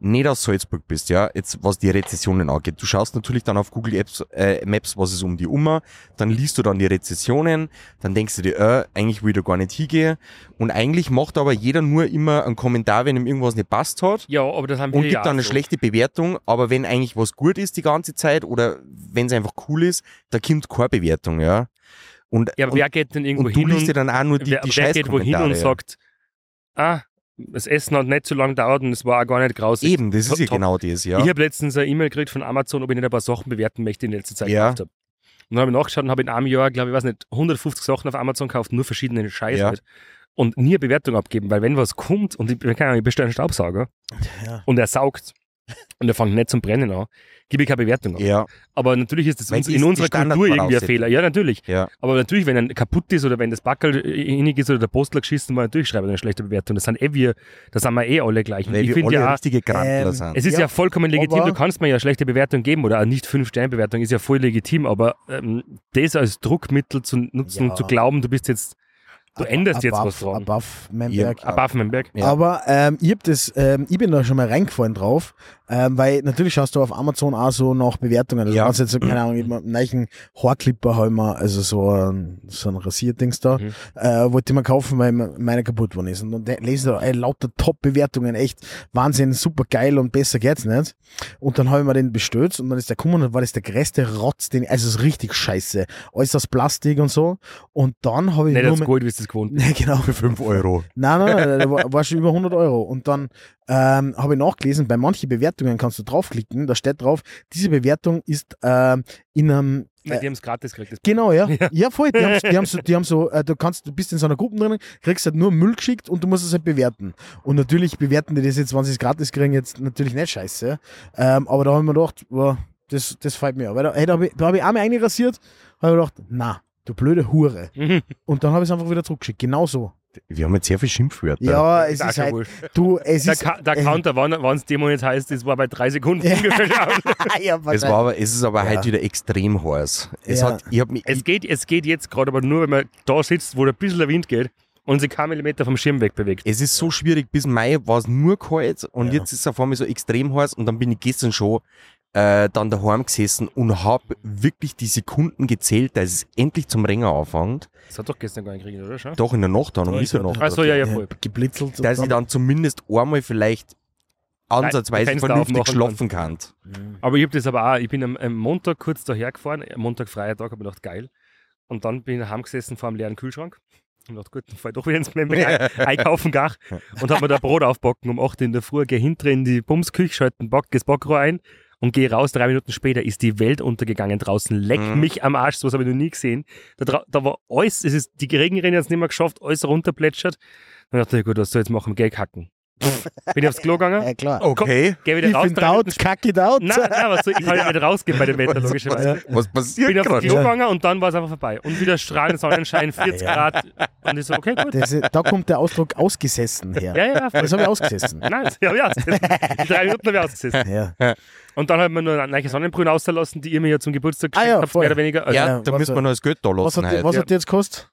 Speaker 3: nicht aus Salzburg bist, ja, jetzt was die Rezessionen angeht. Du schaust natürlich dann auf Google Apps, äh, Maps, was ist um die Umma, dann liest du dann die Rezessionen, dann denkst du dir, äh, eigentlich will ich da gar nicht hingehen. Und eigentlich macht aber jeder nur immer einen Kommentar, wenn ihm irgendwas nicht passt hat.
Speaker 4: Ja, aber das haben wir
Speaker 3: und
Speaker 4: ja
Speaker 3: gibt dann eine
Speaker 4: so.
Speaker 3: schlechte Bewertung, aber wenn eigentlich was gut ist die ganze Zeit oder wenn es einfach cool ist, da kommt keine Bewertung, ja. Und,
Speaker 4: Ja, aber
Speaker 3: und,
Speaker 4: wer geht denn irgendwo
Speaker 3: und du
Speaker 4: hin
Speaker 3: liest
Speaker 4: und
Speaker 3: ja dann auch nur die,
Speaker 4: wer,
Speaker 3: die
Speaker 4: wer geht wohin
Speaker 3: Scheißkommentare,
Speaker 4: und
Speaker 3: ja.
Speaker 4: sagt, ah, das Essen hat nicht so lange gedauert und es war auch gar nicht grausig.
Speaker 3: Eben, das ist ja
Speaker 4: Top.
Speaker 3: genau das, ja.
Speaker 4: Ich habe letztens eine E-Mail gekriegt von Amazon, ob ich nicht ein paar Sachen bewerten möchte, die ich in letzter Zeit
Speaker 3: Ja.
Speaker 4: gekauft habe. Und dann habe ich nachgeschaut und habe in einem Jahr, glaube ich, weiß nicht, 150 Sachen auf Amazon gekauft, nur verschiedene Scheiße.
Speaker 3: Ja.
Speaker 4: Halt. Und nie eine Bewertung abgeben, weil wenn was kommt und ich, keine Ahnung, ich bestelle einen Staubsauger
Speaker 2: Ja.
Speaker 4: und er saugt und er fängt nicht zum Brennen an, gebe ich keine Bewertung ab.
Speaker 3: ja,
Speaker 4: Aber natürlich ist das
Speaker 3: Weil
Speaker 4: uns,
Speaker 3: die
Speaker 4: in
Speaker 3: ist die
Speaker 4: unserer Kultur irgendwie ein
Speaker 3: Standardvoraussetzung.
Speaker 4: Fehler. Ja, natürlich.
Speaker 3: ja.
Speaker 4: Aber natürlich, wenn ein kaputt ist oder wenn das Backel innig ist oder der Postler geschissen war, natürlich schreibt er eine schlechte Bewertung. Das sind eh wir, das sind wir eh alle gleich. Und
Speaker 3: Weil
Speaker 4: ich
Speaker 3: wir
Speaker 4: finde
Speaker 3: alle
Speaker 4: ja, auch,
Speaker 3: richtige Grantler
Speaker 2: ähm,
Speaker 3: sind.
Speaker 4: es ist ja,
Speaker 2: Ja,
Speaker 4: vollkommen legitim,
Speaker 2: aber-
Speaker 4: du kannst mir ja schlechte Bewertung geben oder auch nicht fünf sterne bewertung ist ja voll legitim, aber ähm, das als Druckmittel zu nutzen
Speaker 2: Ja.
Speaker 4: und zu glauben, du bist jetzt, du änderst jetzt was
Speaker 2: Above-
Speaker 4: dran.
Speaker 2: Above Memberg.
Speaker 3: Ja.
Speaker 4: Above mein Berg.
Speaker 3: Ja.
Speaker 2: Aber ähm, ich, hab das, ähm, ich bin da schon mal reingefallen drauf, ähm, weil natürlich schaust du auf Amazon auch so nach Bewertungen. Also
Speaker 3: Ja.
Speaker 2: Du kannst jetzt, so, keine Ahnung, mit einem neuen Haarclipper halt mal, also so ein, so ein Rasierdings da,
Speaker 4: Mhm.
Speaker 2: äh, wollte ich mir kaufen, weil me- meine kaputt geworden ist. Und dann de- lese ich da ey, lauter Top-Bewertungen, echt Wahnsinn, super geil und besser geht's nicht. Und dann habe ich mir den bestellt und dann ist der gekommen und dann war das der größte Rotz, den, also es ist richtig scheiße. Alles aus Plastik und so. Und dann habe ich
Speaker 4: Nicht
Speaker 2: nur
Speaker 4: als
Speaker 2: mit-
Speaker 4: Gold, wie es das gewohnt
Speaker 2: Nee, genau.
Speaker 3: Für 5 Euro.
Speaker 2: Nein, nein, nein, da war, war schon über 100 Euro. Und dann ähm, habe ich nachgelesen, bei manchen Bewertungen kannst du draufklicken, da steht drauf, diese Bewertung ist ähm, in einem...
Speaker 4: Nein, Die
Speaker 2: Äh,
Speaker 4: haben es gratis gekriegt. Das
Speaker 2: genau, ja. Ja, voll. Die haben, die haben so, die haben so äh, du, kannst, du bist in so einer Gruppe drin, kriegst halt nur Müll geschickt und du musst es halt bewerten. Und natürlich bewerten die das jetzt, wenn sie es gratis kriegen, jetzt natürlich nicht scheiße. Ähm, aber da habe ich mir gedacht, boah, das, das fällt mir. an. Weil da, hey, da habe ich, da hab ich einmal eingerasiert, habe ich mir gedacht, na, du blöde Hure. Und dann habe ich es einfach wieder zurückgeschickt. Genau so.
Speaker 3: Wir haben jetzt sehr viel Schimpfwörter.
Speaker 2: Ja, es
Speaker 4: auch
Speaker 2: ist
Speaker 4: schon
Speaker 2: halt,
Speaker 4: wurscht.
Speaker 2: Du, es
Speaker 4: Der,
Speaker 2: ist.
Speaker 4: Ka der
Speaker 2: äh,
Speaker 4: Counter, wann es demonetisiert ist, war bei drei Sekunden ungefähr.
Speaker 2: Ah, ja,
Speaker 3: Es, war aber, es ist aber halt wieder extrem heiß. Es
Speaker 2: Ja.
Speaker 3: hat, ich hab mich,
Speaker 4: Es geht, es geht jetzt gerade, aber nur, wenn man da sitzt, wo ein bisschen der Wind geht und sich kein Millimeter vom Schirm wegbewegt.
Speaker 3: Es ist so schwierig, bis Mai war es nur kalt und
Speaker 2: Ja.
Speaker 3: jetzt ist es auf einmal so extrem heiß und dann bin ich gestern schon äh, dann daheim gesessen und habe wirklich die Sekunden gezählt, dass es endlich zum Renger anfängt.
Speaker 4: Das hat doch gestern gar nicht gekriegt, oder? Schon?
Speaker 3: Doch in der Nacht dann, um
Speaker 2: Ja, ich
Speaker 3: Mitternacht.
Speaker 4: Achso, ja, ja,
Speaker 2: äh,
Speaker 4: voll.
Speaker 2: geblitzelt.
Speaker 3: Dass ich
Speaker 2: und dann-
Speaker 3: dann zumindest einmal vielleicht ansatzweise
Speaker 4: Fenster
Speaker 3: vernünftig
Speaker 4: aufmachen
Speaker 3: schlafen kann.
Speaker 4: Aber ich habe das aber auch, ich bin am, am Montag kurz daher gefahren, am Montag freier Tag, habe ich gedacht, geil. Und dann bin ich heimgesessen vor einem leeren Kühlschrank. Ich gedacht, gut, dann fahr ich doch wieder ins Member einkaufen gach und habe mir da Brot aufbacken um 8 Uhr in der Früh, gehe hinter in die Bumsküche, schalte ein Back, das Backrohr ein und gehe raus. Drei Minuten später ist die Welt untergegangen draußen. Leck
Speaker 3: Mhm.
Speaker 4: mich am Arsch, sowas habe ich noch nie gesehen. Da, dra- da war alles, es ist, die Regenrinne hat es nicht mehr geschafft, alles runterplätschert. Dann dachte ich, gut, was soll ich jetzt machen? Geld hacken. Bin ich aufs Klo gegangen?
Speaker 2: Ja, klar.
Speaker 3: Okay.
Speaker 4: Geh wieder
Speaker 2: Ich
Speaker 4: raus.
Speaker 2: bin
Speaker 4: drei
Speaker 2: out,
Speaker 4: Minuten sp-
Speaker 2: kack it out.
Speaker 4: Nein, nein, was soll ich kann ja nicht rausgehen bei dem Wetter, logischerweise.
Speaker 3: Was
Speaker 4: Bin
Speaker 3: passiert
Speaker 2: genau,
Speaker 4: aufs
Speaker 3: gerade?
Speaker 4: Klo gegangen und dann war es einfach vorbei. Und wieder strahlend Sonnenschein, 40 Grad. Und ich so, okay, gut.
Speaker 2: Das, da kommt der Ausdruck ausgesessen her.
Speaker 4: Ja, ja, voll.
Speaker 2: Das habe ich ausgesessen.
Speaker 4: Nein, das hab ich ausgesessen. Die drei Minuten habe ich ausgesessen.
Speaker 2: Ja.
Speaker 4: Und dann haben wir nur eine neue Sonnenbrühe ausgelassen, die ihr mir ja zum Geburtstag
Speaker 2: Ah ja,
Speaker 4: geschenkt habt,
Speaker 2: voll.
Speaker 4: mehr oder weniger. Also,
Speaker 3: Ja,
Speaker 2: Ja,
Speaker 3: da
Speaker 2: was-
Speaker 3: müssen wir noch das Geld da
Speaker 2: Was
Speaker 3: lassen
Speaker 2: hat, die-
Speaker 3: heute.
Speaker 2: was hat die jetzt gekostet?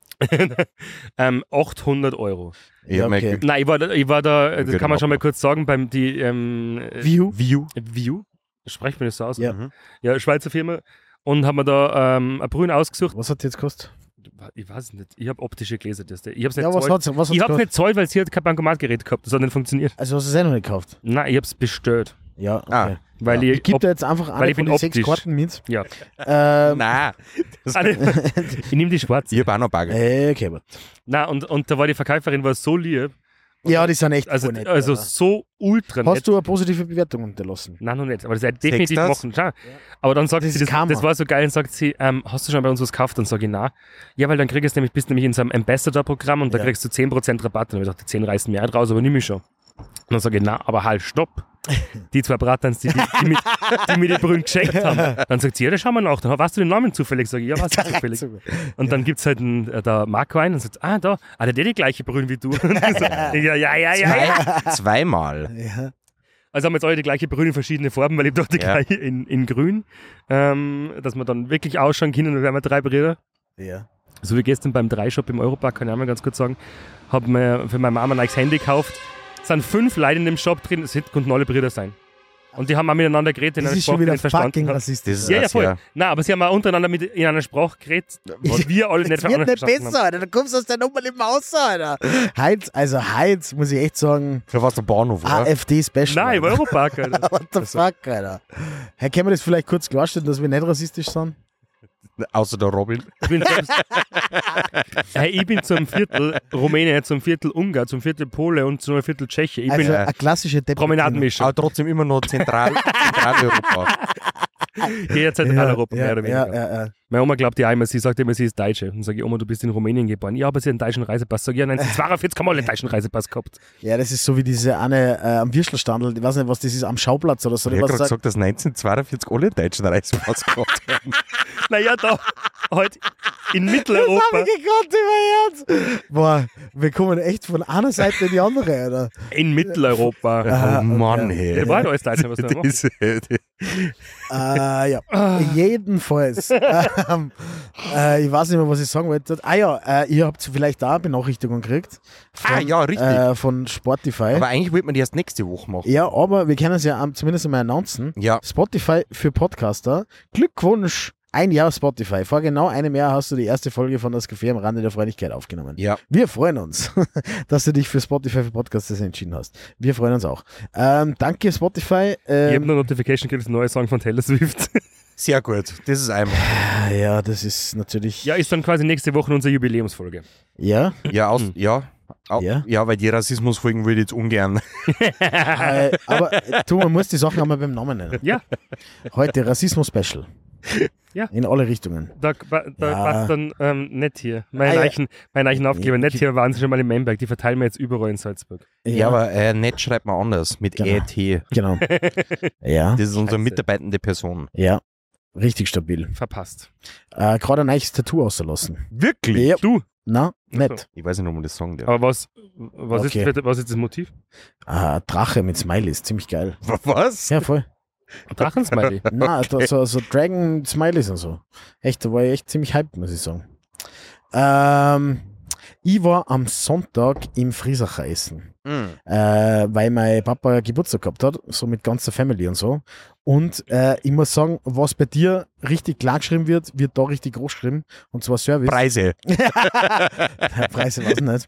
Speaker 4: ähm, 800 Euro.
Speaker 3: Ja, mein
Speaker 2: Okay.
Speaker 3: Glück.
Speaker 4: Nein, ich war, da- ich war da, äh, das
Speaker 3: Guten
Speaker 4: kann
Speaker 2: Genau.
Speaker 4: man schon mal
Speaker 3: Abend.
Speaker 4: kurz sagen, beim die ähm,
Speaker 2: View.
Speaker 3: View.
Speaker 4: View, sprecht mir das so aus?
Speaker 2: Ja.
Speaker 3: Mhm.
Speaker 4: ja Schweizer Firma. Und haben wir da ähm, eine Brühe ausgesucht.
Speaker 2: Was hat die jetzt gekostet?
Speaker 4: Ich weiß nicht, ich habe optische Gläser. Das, ich habe es nicht
Speaker 2: Ja, was
Speaker 4: gezahlt.
Speaker 2: hat's, was hat's
Speaker 4: Ich habe
Speaker 2: gekostet?
Speaker 4: nicht gezahlt, weil sie hat halt kein Bankomatgerät gehabt. Das hat nicht funktioniert.
Speaker 2: Also hast du es eh noch nicht gekauft?
Speaker 4: Nein, ich habe es bestellt.
Speaker 2: Ja, okay.
Speaker 3: Ah.
Speaker 4: Weil
Speaker 2: Ich
Speaker 4: ich.
Speaker 2: gebe
Speaker 4: ob-
Speaker 2: da jetzt einfach
Speaker 4: weil
Speaker 2: eine
Speaker 4: ich
Speaker 2: von
Speaker 4: bin
Speaker 2: den sechs
Speaker 4: optisch.
Speaker 2: Karten mit.
Speaker 4: ja. Also,
Speaker 2: Ähm,
Speaker 3: Nein. Das
Speaker 4: ich nehme die schwarze.
Speaker 3: ich habe auch noch Bagel.
Speaker 2: äh, okay, aber.
Speaker 4: Nein, und, und da war die Verkäuferin war so lieb.
Speaker 2: Ja, die sind echt
Speaker 4: Also,
Speaker 2: voll nett,
Speaker 4: also
Speaker 2: Alter.
Speaker 4: so ultra nett.
Speaker 2: Hast du eine positive Bewertung unterlassen?
Speaker 4: Nein, noch nicht. Aber das werde ich definitiv
Speaker 3: das?
Speaker 4: machen. Schau. Aber dann sagt
Speaker 2: Das
Speaker 4: sie,
Speaker 2: ist
Speaker 4: das,
Speaker 2: Karma.
Speaker 4: das war so geil, und sagt sie, ähm, hast du schon bei uns was gekauft? Dann sage ich, nein. Ja, weil dann kriegst du nämlich, bist nämlich in so einem Ambassador-Programm und da
Speaker 2: Ja.
Speaker 4: kriegst du 10% Rabatt. Und ich dachte, die 10 reißen mir halt raus, aber nimm ich schon. Und dann sage ich, na, aber halt, stopp. Die zwei Bratans, die, die, die, mit, die mir die Brühen geschenkt haben. Dann sagt sie, ja, das schauen wir nach. Dann weißt du den Namen zufällig? Sag ich, ja, weißt du zufällig. Und dann gibt es halt einen, äh, da Markwein und sagt, ah, da, ah, der hat eh die gleiche Brühen wie du. Und ich so, ja, ja, ja, ja, ja.
Speaker 3: Zwei, zweimal.
Speaker 2: Ja.
Speaker 4: Also haben wir jetzt alle die gleiche Brühe in verschiedene Farben, weil ich doch die
Speaker 3: Ja.
Speaker 4: gleiche in, in grün, ähm, dass wir dann wirklich ausschauen können und dann werden wir drei Brüder.
Speaker 2: ja.
Speaker 4: So wie gestern beim Drei-Shop im Europark, kann ich auch mal ganz kurz sagen, habe mir für meine Mama ein neues Handy gekauft. Es sind fünf Leute in dem Shop drin, es konnten alle Brüder sein. Und die haben auch miteinander geredet in
Speaker 2: Das
Speaker 4: einer
Speaker 2: ist schon
Speaker 4: Sprache, die ich
Speaker 2: wieder
Speaker 4: nicht verstanden
Speaker 2: fucking
Speaker 4: habe.
Speaker 2: rassistisch.
Speaker 3: Das ist
Speaker 4: Ja, ja,
Speaker 3: das,
Speaker 4: voll.
Speaker 3: ja.
Speaker 4: Nein, aber sie haben auch untereinander mit, in einer Sprache geredet, was wir alle nicht
Speaker 2: Es wird nicht
Speaker 4: verstanden haben.
Speaker 2: besser, Alter. Du kommst aus deinem Oberleben aus, Alter. Heinz, also Heinz, muss ich echt sagen,
Speaker 3: Da warst du am Bahnhof, oder?
Speaker 2: AfD-Special.
Speaker 4: Nein, Also- im Europark, Alter.
Speaker 2: What the fuck, Alter. Herr, können wir das vielleicht kurz klarstellen, dass wir nicht rassistisch sind?
Speaker 3: Außer der Robin.
Speaker 4: Ich bin, selbst, hey, ich bin zum Viertel Rumäne, zum Viertel Ungar, zum Viertel Pole und zum Viertel Tscheche. Ich bin
Speaker 2: Also genau.
Speaker 3: äh,
Speaker 2: eine klassische Depp.
Speaker 4: Promenadenmischung.
Speaker 3: Aber trotzdem immer noch Zentral Zentraleuropa.
Speaker 4: Jederzeit halt in Europa, mehr oder weniger.
Speaker 2: Ja, ja, ja.
Speaker 4: Meine Oma glaubt ja einmal, sie sagt immer, sie ist Deutsche. Und sage ich, Oma, du bist in Rumänien geboren. Ja, aber sie hat einen deutschen Reisepass. Sag ich, ja, nein, sie hat 42 haben alle einen deutschen Reisepass gehabt.
Speaker 2: ja, das ist so wie diese eine äh, am Würstelstandl, ich weiß nicht, was das ist, am Schauplatz oder so.
Speaker 3: Ich habe
Speaker 2: was
Speaker 3: gerade
Speaker 2: sagt,
Speaker 3: gesagt, dass 1942 alle Deutschen Reisepass gehabt haben.
Speaker 4: Naja, da, halt in
Speaker 2: das
Speaker 4: Mitteleuropa,
Speaker 2: hab ich gekonnt über Herz. Boah, wir kommen echt von einer Seite in die andere, Alter.
Speaker 4: in Mitteleuropa.
Speaker 2: Aha,
Speaker 3: oh Mann,
Speaker 4: Der
Speaker 3: hey.
Speaker 4: war halt alles Deutsche, was da
Speaker 3: Das, äh,
Speaker 2: Äh, ja, jedenfalls. ähm, äh, ich weiß nicht mehr, was ich sagen wollte. Ah ja, äh, ihr habt vielleicht da Benachrichtigungen gekriegt. Von,
Speaker 3: Ah, ja, richtig.
Speaker 2: Äh, von Spotify.
Speaker 3: aber eigentlich wollte man die erst nächste Woche machen.
Speaker 2: ja, aber wir können es ja am- zumindest einmal announcen.
Speaker 3: Ja.
Speaker 2: Spotify für Podcaster. Glückwunsch! Ein Jahr Spotify. Vor genau einem Jahr hast du die erste Folge von Das Gefähr am Rande der Freundlichkeit aufgenommen.
Speaker 3: Ja.
Speaker 2: Wir freuen uns, dass du dich für Spotify für Podcasts entschieden hast. Wir freuen uns auch. Ähm, danke, Spotify.
Speaker 4: Ich
Speaker 2: Ähm,
Speaker 4: habe eine Notification gekriegt, ein neuer Song von Taylor Swift.
Speaker 3: Sehr gut. Das ist einmal.
Speaker 2: ah ja, das ist natürlich.
Speaker 4: Ja, ist dann quasi nächste Woche unsere Jubiläumsfolge.
Speaker 2: ja?
Speaker 3: Ja, aus, ja. Au-
Speaker 2: Ja?
Speaker 3: Hm. ja, weil die Rassismusfolgen würde ich jetzt ungern.
Speaker 2: Äh, aber äh, du, man muss die Sachen einmal beim Namen nennen.
Speaker 4: Ja,
Speaker 2: Heute Rassismus-Special.
Speaker 4: Ja.
Speaker 2: In alle Richtungen.
Speaker 4: da, da
Speaker 2: Ja.
Speaker 4: passt dann ähm, nicht hier. Mein
Speaker 2: Ah, ja.
Speaker 4: Leichen, mein Leichenaufkleber, nicht hier waren sie schon mal in Memberg. Die verteilen wir jetzt überall in Salzburg.
Speaker 3: Ja, aber äh, nett schreibt man anders. Mit E
Speaker 2: Genau.
Speaker 3: ET.
Speaker 2: Genau. ja,
Speaker 3: Das ist unsere
Speaker 4: Scheiße.
Speaker 3: mitarbeitende Person.
Speaker 2: ja. Richtig stabil.
Speaker 4: Verpasst.
Speaker 2: Äh, Gerade ein neues Tattoo ausgelassen.
Speaker 3: Wirklich?
Speaker 2: Ja.
Speaker 4: Du,
Speaker 2: Na, nett.
Speaker 3: Ich weiß nicht, ob man das sagen darf.
Speaker 4: aber was, was,
Speaker 2: Okay.
Speaker 4: ist, für- was ist das Motiv?
Speaker 2: Ah, Drache mit Smileys, ziemlich geil.
Speaker 3: Was?
Speaker 2: Ja, voll.
Speaker 4: Drachensmiley.
Speaker 2: Na, da, so, so Dragon Smileys und so. Echt, da war ich echt ziemlich hyped, muss ich sagen. Ähm, ich war am Sonntag im Friesacher essen.
Speaker 3: Mhm.
Speaker 2: äh, weil mein Papa Geburtstag gehabt hat, so mit ganzer Family und so. Und äh, ich muss sagen, was bei dir richtig klar geschrieben wird, wird da richtig groß geschrieben. Und zwar Service.
Speaker 3: Preise.
Speaker 2: Preise weiß ich nicht.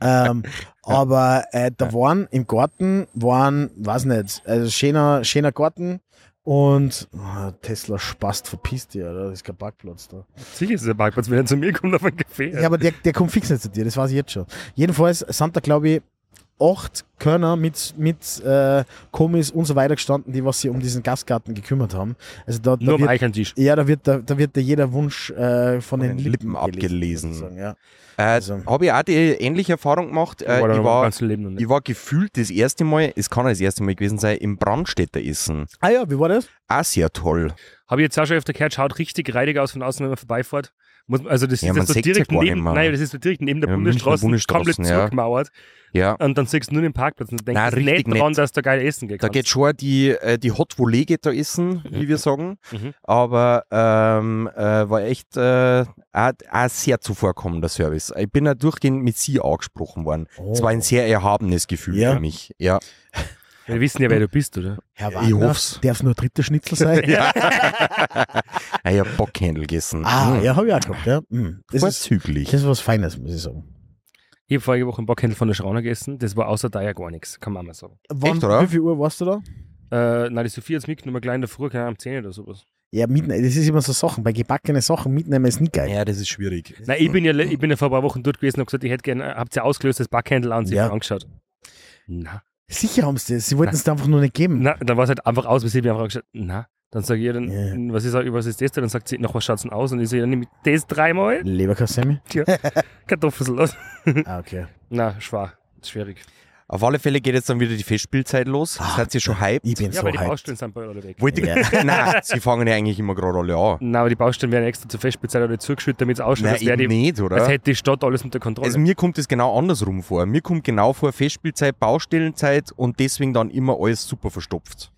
Speaker 2: ähm, aber äh, da waren im Garten, waren, weiß nicht, also schöner, schöner Garten. Und oh, Tesla spast, verpisst dich, oder? Da ist kein Parkplatz da.
Speaker 4: Sicher ist der Parkplatz, wenn er zu mir kommt auf ein Café.
Speaker 2: Ja, aber der, der kommt fix nicht zu dir, das weiß ich jetzt schon. Jedenfalls, Santa, glaube ich, acht Körner mit, mit äh, Komis und so weiter gestanden, die was sich um diesen Gastgarten gekümmert haben. Also da, da
Speaker 4: Nur am
Speaker 2: wird,
Speaker 4: Eichentisch.
Speaker 2: ja, da wird, da, da wird dir jeder Wunsch äh, von den,
Speaker 3: den
Speaker 2: Lippen,
Speaker 3: Lippen abgelesen.
Speaker 2: sozusagen, ja.
Speaker 3: Äh,
Speaker 2: Also-
Speaker 3: Habe ich auch die ähnliche Erfahrung gemacht. Äh,
Speaker 4: war da
Speaker 3: ich,
Speaker 4: mein
Speaker 3: war,
Speaker 4: ganzes Leben noch nicht.
Speaker 3: ich war gefühlt das erste Mal, es kann auch das erste Mal gewesen sein, im Brandstätter Essen.
Speaker 2: Ah ja, wie war das?
Speaker 3: Auch sehr toll.
Speaker 4: Habe ich jetzt auch schon öfter gehört, schaut richtig reidig aus von außen, wenn man vorbeifährt. Muss, also das
Speaker 3: Ja,
Speaker 4: ist
Speaker 3: man
Speaker 4: jetzt so
Speaker 3: sieht's ja
Speaker 4: direkt
Speaker 3: gar nicht
Speaker 4: neben,
Speaker 3: mehr.
Speaker 4: nein, das ist so direkt neben der
Speaker 3: Ja, Münchner
Speaker 4: Bundesstraße,
Speaker 3: Bundesstraßen,
Speaker 4: komplett
Speaker 3: ja.
Speaker 4: zurückgemauert
Speaker 3: Ja.
Speaker 4: und dann siehst du nur den Parkplatz und denkst
Speaker 3: Nein,
Speaker 4: du nicht
Speaker 3: richtig
Speaker 4: dran,
Speaker 3: nett.
Speaker 4: dass da geil essen geht.
Speaker 3: Da geht schon die, äh, die Hot Volege da essen, wie wir sagen.
Speaker 4: Mhm.
Speaker 3: Aber ähm, äh, war echt äh, auch, auch sehr zuvorkommender Service. Ich bin ja durchgehend mit sie angesprochen worden. Es war ein sehr erhabenes Gefühl
Speaker 2: Ja.
Speaker 3: für mich. Ja.
Speaker 4: Wir wissen
Speaker 3: Mhm.
Speaker 4: ja, wer du bist, oder?
Speaker 2: Herr
Speaker 3: ich
Speaker 2: Wagner,
Speaker 3: hoff's.
Speaker 2: darf nur dritter Schnitzel sein?
Speaker 3: Ah, Ich hab Bockhändel gegessen.
Speaker 2: Ah,
Speaker 3: Mhm.
Speaker 2: ja, habe ich auch gehabt, ja. Mhm. Das, ist,
Speaker 3: Vorzüglich.
Speaker 2: das ist was Feines, muss ich sagen.
Speaker 4: Ich habe vorige Woche einen Bockhändel von der Schrauner gegessen, das war außer da ja gar nichts, kann man mal sagen.
Speaker 2: Wann,
Speaker 3: oder?
Speaker 2: Wie viel Uhr warst du da?
Speaker 4: Äh, nein, die Sophie hat's mitgenommen, gleich in der Früh, keine Ahnung, um 10 oder sowas.
Speaker 2: Ja, mitnehmen, das ist immer so Sachen. Bei gebackenen Sachen mitnehmen ist nicht geil.
Speaker 3: Ja, das ist schwierig.
Speaker 4: Nein, ich bin ja, le- ich bin ja vor ein paar Wochen dort gewesen und hab gesagt, ich hätte äh, gerne, habt ihr ausgelöstes Backhändel an und sie
Speaker 2: Ja.
Speaker 4: haben angeschaut. Na,
Speaker 2: Sicher haben sie das. Sie wollten es dir einfach nur nicht
Speaker 3: Hm.
Speaker 2: geben.
Speaker 4: na dann war es halt einfach aus, bis sie mir einfach angeschaut, na, dann sage ich ihr dann,
Speaker 2: Ja.
Speaker 4: was, ist, was ist das denn? Dann sagt sie, nach was schaut's denn aus? Und ich sage, dann nehme ich das dreimal,
Speaker 2: Leberkassemi?
Speaker 4: Kartoffelsalat.
Speaker 3: Hm?
Speaker 2: Ah, okay.
Speaker 4: na, schwer, schwierig.
Speaker 3: Auf alle Fälle geht jetzt dann wieder die Festspielzeit los. Das hat sie schon hyped.
Speaker 2: Ich bin
Speaker 4: Ja,
Speaker 2: so
Speaker 4: weil
Speaker 3: halt.
Speaker 4: die
Speaker 2: hyped.
Speaker 4: Baustellen sind bald alle weg.
Speaker 3: Wollte
Speaker 2: Ja.
Speaker 3: Nein, sie fangen ja eigentlich immer gerade alle an.
Speaker 4: Na, aber die Baustellen werden extra zur Festspielzeit alle zugeschüttet, damit es ausschaut,
Speaker 3: Nein,
Speaker 4: als, wär
Speaker 3: eben
Speaker 4: die,
Speaker 3: nicht, oder?
Speaker 4: als hätte die Stadt alles unter Kontrolle.
Speaker 3: Also mir kommt es genau andersrum vor. Mir kommt genau vor Festspielzeit, Baustellenzeit und deswegen dann immer alles super verstopft.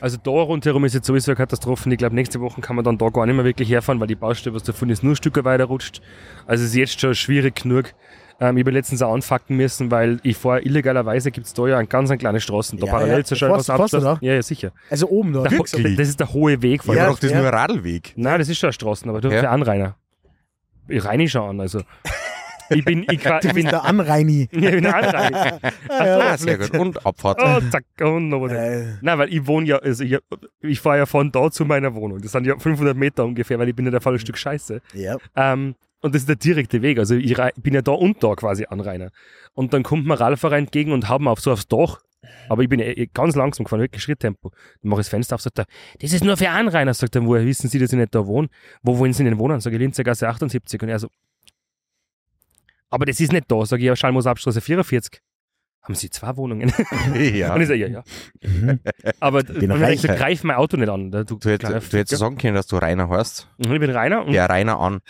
Speaker 4: Also da rundherum ist jetzt sowieso eine Katastrophe. Ich glaube, nächste Woche kann man dann da gar nicht mehr wirklich herfahren, weil die Baustelle, was davon ist, nur ein Stück weiter rutscht. Also es ist jetzt schon schwierig genug. Ähm, ich habe letztens auch anfacken müssen, weil ich fahre illegalerweise gibt es da ja einen ganz einen kleinen Straßen. Da
Speaker 2: Ja,
Speaker 4: parallel
Speaker 2: ja.
Speaker 4: zur Schall-
Speaker 2: Fährst-
Speaker 4: was
Speaker 2: fährst du
Speaker 4: abschlossen-
Speaker 2: da?
Speaker 4: Ja, ja, sicher.
Speaker 2: Also oben da.
Speaker 4: Der Ho-
Speaker 3: Wirklich?
Speaker 4: das ist der hohe Weg.
Speaker 3: Ich
Speaker 4: Vor
Speaker 3: ja,
Speaker 4: allem.
Speaker 3: doch, das
Speaker 2: ja.
Speaker 3: ist nur ein Radlweg.
Speaker 4: Nein, das ist schon eine Straße, aber du bist
Speaker 3: Ja.
Speaker 4: ja Anrainer. Ich reine schon an, also. Ich bin, ich, kann, ich bin,
Speaker 2: Der Anreini.
Speaker 4: ich bin Anrainer.
Speaker 3: Ah, sehr gut. Und Abfahrt.
Speaker 4: Oh, zack, und noch was.
Speaker 2: Äh,
Speaker 4: Nein, weil ich wohne ja, also ich, ich fahre ja von da zu meiner Wohnung. Das sind ja 500 Meter ungefähr, weil ich bin ja der volle Stück Scheiße.
Speaker 2: ja.
Speaker 4: Ähm, und das ist der direkte Weg. Also ich rei- bin ja da und da quasi Anrainer. Und dann kommt mir Ralfer entgegen und haut mir auf so aufs Dach. Aber ich bin eh- eh ganz langsam gefahren, wirklich Schritttempo. Dann mache ich das Fenster auf, sagt er, das ist nur für Anrainer. Sagt er, woher wissen Sie, dass ich nicht da wohne? Wo wollen Sie denn wohnen? Sag ich, Linzergasse 78. Und er so, aber das ist nicht da. Sag ich, ja, Schalmusabstraße 44. Haben Sie zwei Wohnungen?
Speaker 3: Ja.
Speaker 4: Und ich sage, ja, ja.
Speaker 2: Mhm.
Speaker 4: Aber
Speaker 2: bin
Speaker 4: wenn man
Speaker 2: reich.
Speaker 4: denkt, so, greif mein Auto nicht an. da, Du,
Speaker 3: Du, hätt,
Speaker 4: kleiner
Speaker 3: du hättest
Speaker 4: Ficker.
Speaker 3: sagen können, dass du Rainer heißt.
Speaker 4: Mhm, Ich bin Rainer und
Speaker 3: Ja, Rainer an.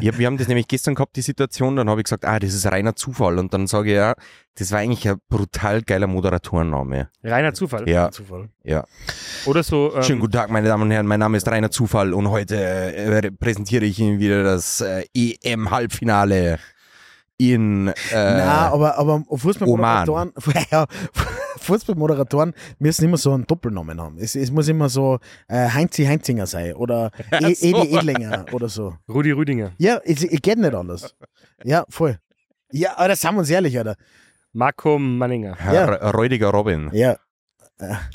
Speaker 3: Ich hab, wir haben das nämlich gestern gehabt, die Situation. Dann habe ich gesagt, ah, das ist reiner Zufall. Und dann sage ich, ja, das war eigentlich ein brutal geiler Moderatorenname.
Speaker 4: Rainer Zufall.
Speaker 3: Ja,
Speaker 2: Zufall.
Speaker 3: ja.
Speaker 4: Oder so. Ähm,
Speaker 3: Schönen guten Tag, meine Damen und Herren. Mein Name ist Rainer Zufall und heute äh, präsentiere ich Ihnen wieder das äh, EM-Halbfinale in. Äh,
Speaker 2: Na, aber, aber Fußballmoderatoren, ja, Fußballmoderatoren müssen immer so einen Doppelnamen haben. Es, es muss immer so äh, Heinzi Heinzinger sein oder e
Speaker 3: so.
Speaker 2: Edi Edlinger oder so.
Speaker 4: Rudi Rüdinger.
Speaker 2: Ja, es, es geht nicht anders. Ja, voll. Ja, aber das sind wir uns ehrlich, Alter.
Speaker 4: Marco Manninger.
Speaker 3: Herr Räudiger Robin.
Speaker 2: Ja.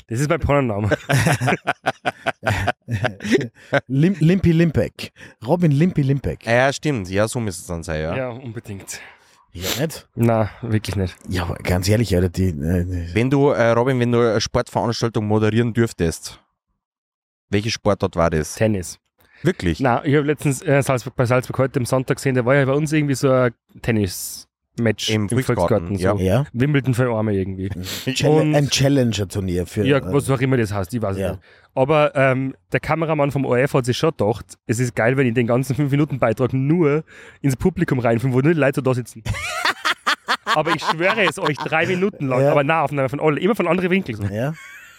Speaker 4: Das ist mein Pornoname.
Speaker 2: Lim Limpi Limpek. Robin Limpi Limpek.
Speaker 3: Ah, ja, stimmt. Ja, so müsste es dann sein, ja.
Speaker 4: ja, unbedingt.
Speaker 2: Ja, nicht?
Speaker 4: Na, wirklich nicht.
Speaker 2: Ja, aber ganz ehrlich, Alter, die. Äh,
Speaker 3: Wenn du, äh, Robin, wenn du eine Sportveranstaltung moderieren dürftest, welche Sportart war das?
Speaker 4: Tennis.
Speaker 3: Wirklich?
Speaker 4: Na, ich habe letztens äh, Salzburg, bei Salzburg heute am Sonntag gesehen, da war ja bei uns irgendwie so ein Tennis-Match
Speaker 3: Im Volksgarten,
Speaker 4: so.
Speaker 2: ja.
Speaker 4: Wimbledon für Arme irgendwie.
Speaker 2: Chall
Speaker 4: Und-
Speaker 2: ein Challenger-Turnier für.
Speaker 4: Ja,
Speaker 2: äh,
Speaker 4: was auch immer das heißt, ich weiß es
Speaker 2: Ja.
Speaker 4: nicht. Aber ähm, der Kameramann vom ORF hat sich schon gedacht, es ist geil, wenn ich den ganzen 5-Minuten-Beitrag nur ins Publikum reinfilme, wo nur die Leute so da sitzen. aber ich schwöre es euch, drei Minuten lang,
Speaker 2: Ja.
Speaker 4: aber Nahaufnahme von alle, immer von anderen Winkeln. so.
Speaker 2: äh, Ja.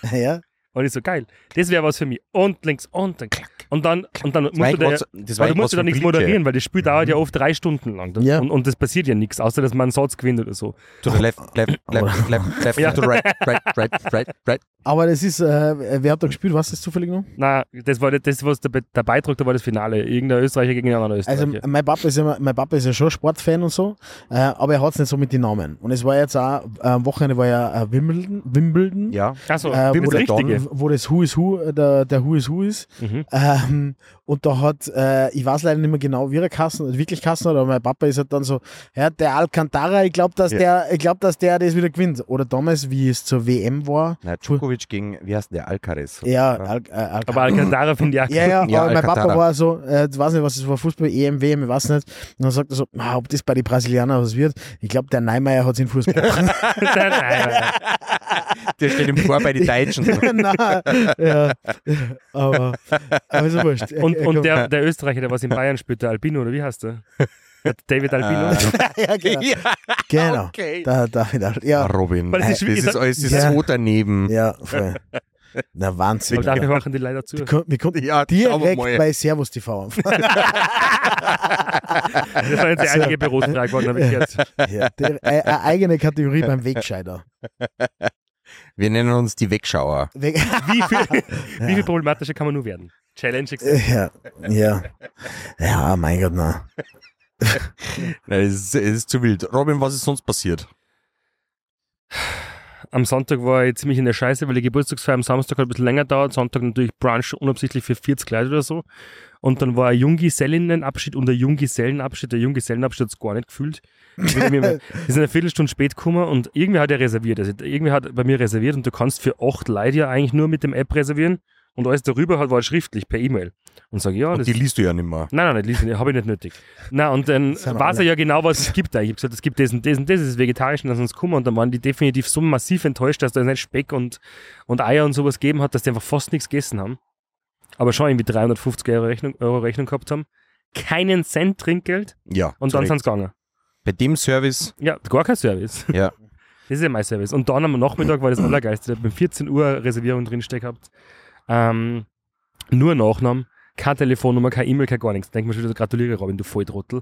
Speaker 2: Ja.
Speaker 4: Und ich so, geil, das wäre was für mich. Und links und dann klack. Und dann, und dann musst du da,
Speaker 3: Mein Gott, das war
Speaker 4: weil du
Speaker 3: ich
Speaker 4: musst ja
Speaker 3: was
Speaker 4: dann nichts
Speaker 3: für Blicke.
Speaker 4: moderieren, weil das Spiel dauert ja oft drei Stunden lang.
Speaker 2: Mhm. Ja.
Speaker 4: Und, und das passiert ja nichts, außer dass man einen Satz gewinnt oder so.
Speaker 3: To the left, left, left, left, left,
Speaker 4: Ja.
Speaker 3: to the right, right, right, right, right.
Speaker 2: Aber das ist, äh, wer hat da gespielt? Was ist zufällig noch?
Speaker 4: Na, das war das, was der, Be- der Beitrag, da war das Finale. Irgendein Österreicher gegen einen anderen
Speaker 2: Also
Speaker 4: Österreicher.
Speaker 2: mein Papa ist ja, mein Papa ist ja schon Sportfan und so, äh, aber er hat es nicht so mit den Namen. Und es war jetzt auch, äh, am Woconnende war ja äh, Wimbledon, Wimbledon
Speaker 3: Ja.
Speaker 4: Achso,
Speaker 2: äh,
Speaker 4: äh,
Speaker 2: wo,
Speaker 4: das
Speaker 2: der,
Speaker 4: Richtige.
Speaker 2: wo das Who is Who äh, der, der Who is Who ist.
Speaker 4: Mhm.
Speaker 2: Ähm, Und da hat, äh, ich weiß leider nicht mehr genau, wie er Kassen, wirklich Kassen hat, aber mein Papa ist halt dann so, ja, der Alcantara, ich glaube, dass,
Speaker 3: Ja.
Speaker 2: der, ich glaub, dass der das wieder gewinnt. Oder damals, wie es zur WM war.
Speaker 3: Na, Djokovic gegen, wie heißt der, Alcaraz?
Speaker 2: Ja, Al äh, Alcantara.
Speaker 4: Aber Alcantara finde ich auch
Speaker 2: Ja, ja,
Speaker 3: Ja,
Speaker 2: aber mein Papa
Speaker 3: Alcantara.
Speaker 2: war so, äh, ich weiß nicht, was es war, Fußball, EM, WM, ich weiß nicht. Und dann sagt er so, "Ma, ob das bei den Brasilianern was wird. Ich glaube, der Neymeier hat es in Fußball.
Speaker 4: Nein, nein, nein.
Speaker 3: Der steht im Vor bei den Deutschen.
Speaker 2: Nein, ja, aber, aber ist ja wurscht. Er-
Speaker 4: Und,
Speaker 2: er
Speaker 4: und
Speaker 2: kommt-
Speaker 4: der, der Österreicher, der was in Bayern spielt, der Albino, oder wie heißt der? Der David Albino?
Speaker 2: ja, genau.
Speaker 3: Ja,
Speaker 2: genau.
Speaker 3: okay.
Speaker 2: Da, da, da, ja,
Speaker 3: Ah, Robin,
Speaker 4: Weil das
Speaker 3: das
Speaker 4: ist wirklich-
Speaker 3: ist alles das
Speaker 2: Ja.
Speaker 3: ist so daneben.
Speaker 2: ja, voll. Na, Wahnsinn.
Speaker 4: Aber dafür machen die leider zu.
Speaker 2: Wir konnten- wir konnten
Speaker 3: Ja,
Speaker 2: direkt bei Servus TV anfangen.
Speaker 4: Das waren jetzt einige Büros frei geworden, habe ich gehört.
Speaker 2: ja, der, äh, eine eigene Kategorie beim Wegscheider.
Speaker 3: Wir nennen uns die Wegschauer.
Speaker 2: Weg,
Speaker 4: Wie viel, wie viel problematischer kann man nur werden? Challenge accepted.
Speaker 2: ja, ja. Ja, mein Gott, na.
Speaker 3: Nein, es ist, es ist zu wild. Robin, was ist sonst passiert?
Speaker 4: Am Sonntag war ich ziemlich in der Scheiße, weil die Geburtstagsfeier am Samstag halt ein bisschen länger dauert. Sonntag natürlich Brunch unabsichtlich für 40 Leute oder so. Und dann war ein Junggesellinnenabschied und ein Junggesellenabschied. Der Junggesellenabschied hat es gar nicht gefühlt. Ich bin mir- Wir sind eine Viertelstunde spät gekommen und irgendwie hat er reserviert. Also irgendwie hat bei mir reserviert und du kannst für acht Leute ja eigentlich nur mit dem App reservieren. Und alles darüber hat war schriftlich per E-Mail. Und sage ja,
Speaker 3: Und
Speaker 4: das
Speaker 3: die liest du ja nicht mehr.
Speaker 4: Nein, nein, nicht lesen, habe ich nicht nötig. Na und dann
Speaker 2: Das haben wir
Speaker 4: weiß er
Speaker 2: alle.
Speaker 4: ja genau, was es gibt. da. Ich habe gesagt, es gibt das und das und das, es ist vegetarisch und lass uns kommen. Und dann waren die definitiv so massiv enttäuscht, dass da nicht Speck und, und Eier und sowas gegeben hat, dass die einfach fast nichts gegessen haben. Aber schon irgendwie 350 Euro Rechnung, Euro Rechnung gehabt haben. Keinen Cent Trinkgeld
Speaker 3: Ja.
Speaker 4: und dann
Speaker 3: zurecht.
Speaker 4: sind sie gegangen.
Speaker 3: Bei dem Service,
Speaker 4: Ja, gar kein Service.
Speaker 3: ja.
Speaker 4: Das ist ja mein Service. Und dann am Nachmittag war das Allergeilste. Ich habe 14 Uhr Reservierung drinstehen gehabt. Ähm, nur Nachnamen, keine Telefonnummer, keine E-Mail, kein gar nichts. Denke mir schon wieder, gratuliere Robin, du Volltrottel.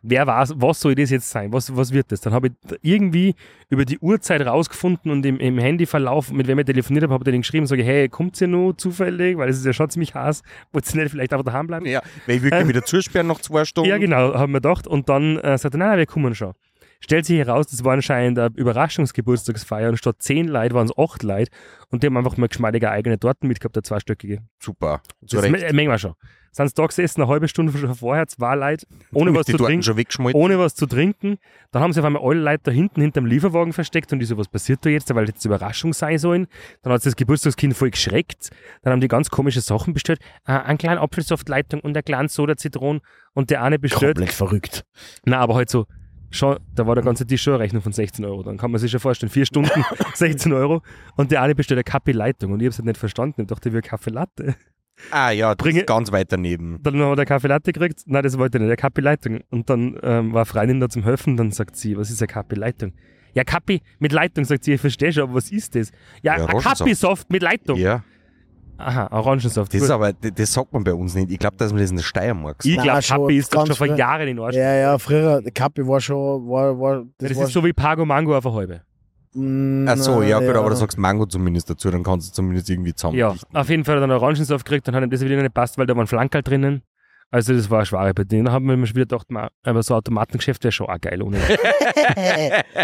Speaker 4: Wer weiß, was soll das jetzt sein? Was, was wird das? Dann habe ich irgendwie über die Uhrzeit rausgefunden und im, im Handyverlauf, mit wem ich telefoniert habe, habe ich denen geschrieben, sage, hey, kommt ihr nur zufällig? Weil es ist ja schon ziemlich heiß. Wollt ihr nicht vielleicht einfach daheim bleiben?
Speaker 3: ja. Weil ich wirklich wieder zusperren noch zwei Stunden.
Speaker 4: Ja, genau, haben wir gedacht. Und dann äh, sagt er, nein, nein, wir kommen schon. Stellt sich heraus, das war anscheinend eine Überraschungsgeburtstagsfeier und statt zehn Leute waren es acht Leute und die haben einfach mal geschmeidige eigene Torten mitgehabt, eine zweistöckige.
Speaker 3: Super.
Speaker 4: Das
Speaker 3: Zurecht.
Speaker 4: me- Mengen wir schon. Sind sie da gesessen, eine halbe Stunde schon vorher, zwei Leute, ohne was
Speaker 3: die
Speaker 4: zu
Speaker 3: Torten
Speaker 4: trinken.
Speaker 3: schon weggeschmolzen.
Speaker 4: Ohne was zu trinken. Dann haben sie auf einmal alle Leute da hinten hinterm Lieferwagen versteckt und ich so, was passiert da jetzt, weil jetzt Überraschung sein sollen. Dann hat sich das Geburtstagskind voll geschreckt. Dann haben die ganz komische Sachen bestellt. Äh, einen kleinen Apfelsaftleitung und einen kleinen Soda-Zitron und der eine bestellt.
Speaker 2: Komplett verrückt.
Speaker 4: Na, aber halt so, schon, da war der ganze Tisch schon eine Rechnung von 16 Euro. Dann kann man sich schon vorstellen, vier Stunden 16 Euro und der eine bestellt eine Kaffeeleitung und ich hab's halt nicht verstanden. Ich dachte, wir Kaffee Latte.
Speaker 3: Ah ja, das
Speaker 4: Bringe-
Speaker 3: ist ganz weit daneben.
Speaker 4: Dann hat er Kaffee Latte gekriegt. Nein, das wollte er nicht, eine Kaffeeleitung. Und dann ähm, war eine Freundin da zum Helfen, dann sagt sie, was ist eine Kaffeeleitung? Ja, Kaffee mit Leitung, sagt sie, ich verstehe schon, aber was ist das?
Speaker 3: Ja,
Speaker 4: Ja, ein
Speaker 3: Orangensaft.
Speaker 4: Kaffeesaft mit Leitung.
Speaker 3: Ja,
Speaker 4: Aha, Orangensaft.
Speaker 3: das ist
Speaker 4: Gut.
Speaker 3: aber, das das sagt man bei uns nicht. Ich glaube, dass man das in der Steiermark
Speaker 4: Ich
Speaker 3: sagt.
Speaker 2: Na,
Speaker 4: glaube,
Speaker 2: schon
Speaker 4: Kaffee ist doch
Speaker 2: ganz
Speaker 4: schon vor
Speaker 2: früh.
Speaker 4: Jahren in Arsch.
Speaker 2: Ja, ja, früher, der Kappe war schon, war, war,
Speaker 4: das
Speaker 2: war
Speaker 4: ist so wie Pago Mango auf der Halbe.
Speaker 2: Mm,
Speaker 3: Ach so, ja, gut,
Speaker 2: ja.
Speaker 3: aber du sagst Mango zumindest dazu, dann kannst du zumindest irgendwie zusammen.
Speaker 4: Ja, auf jeden Fall hat er einen Orangensaft gekriegt, dann hat ihm das wieder nicht gepasst, weil da waren Flankerl drinnen. Also das war eine schwere Partie. Dann haben wir mir schon wieder gedacht, ma, aber so ein Automatengeschäft wäre schon auch geil ohne.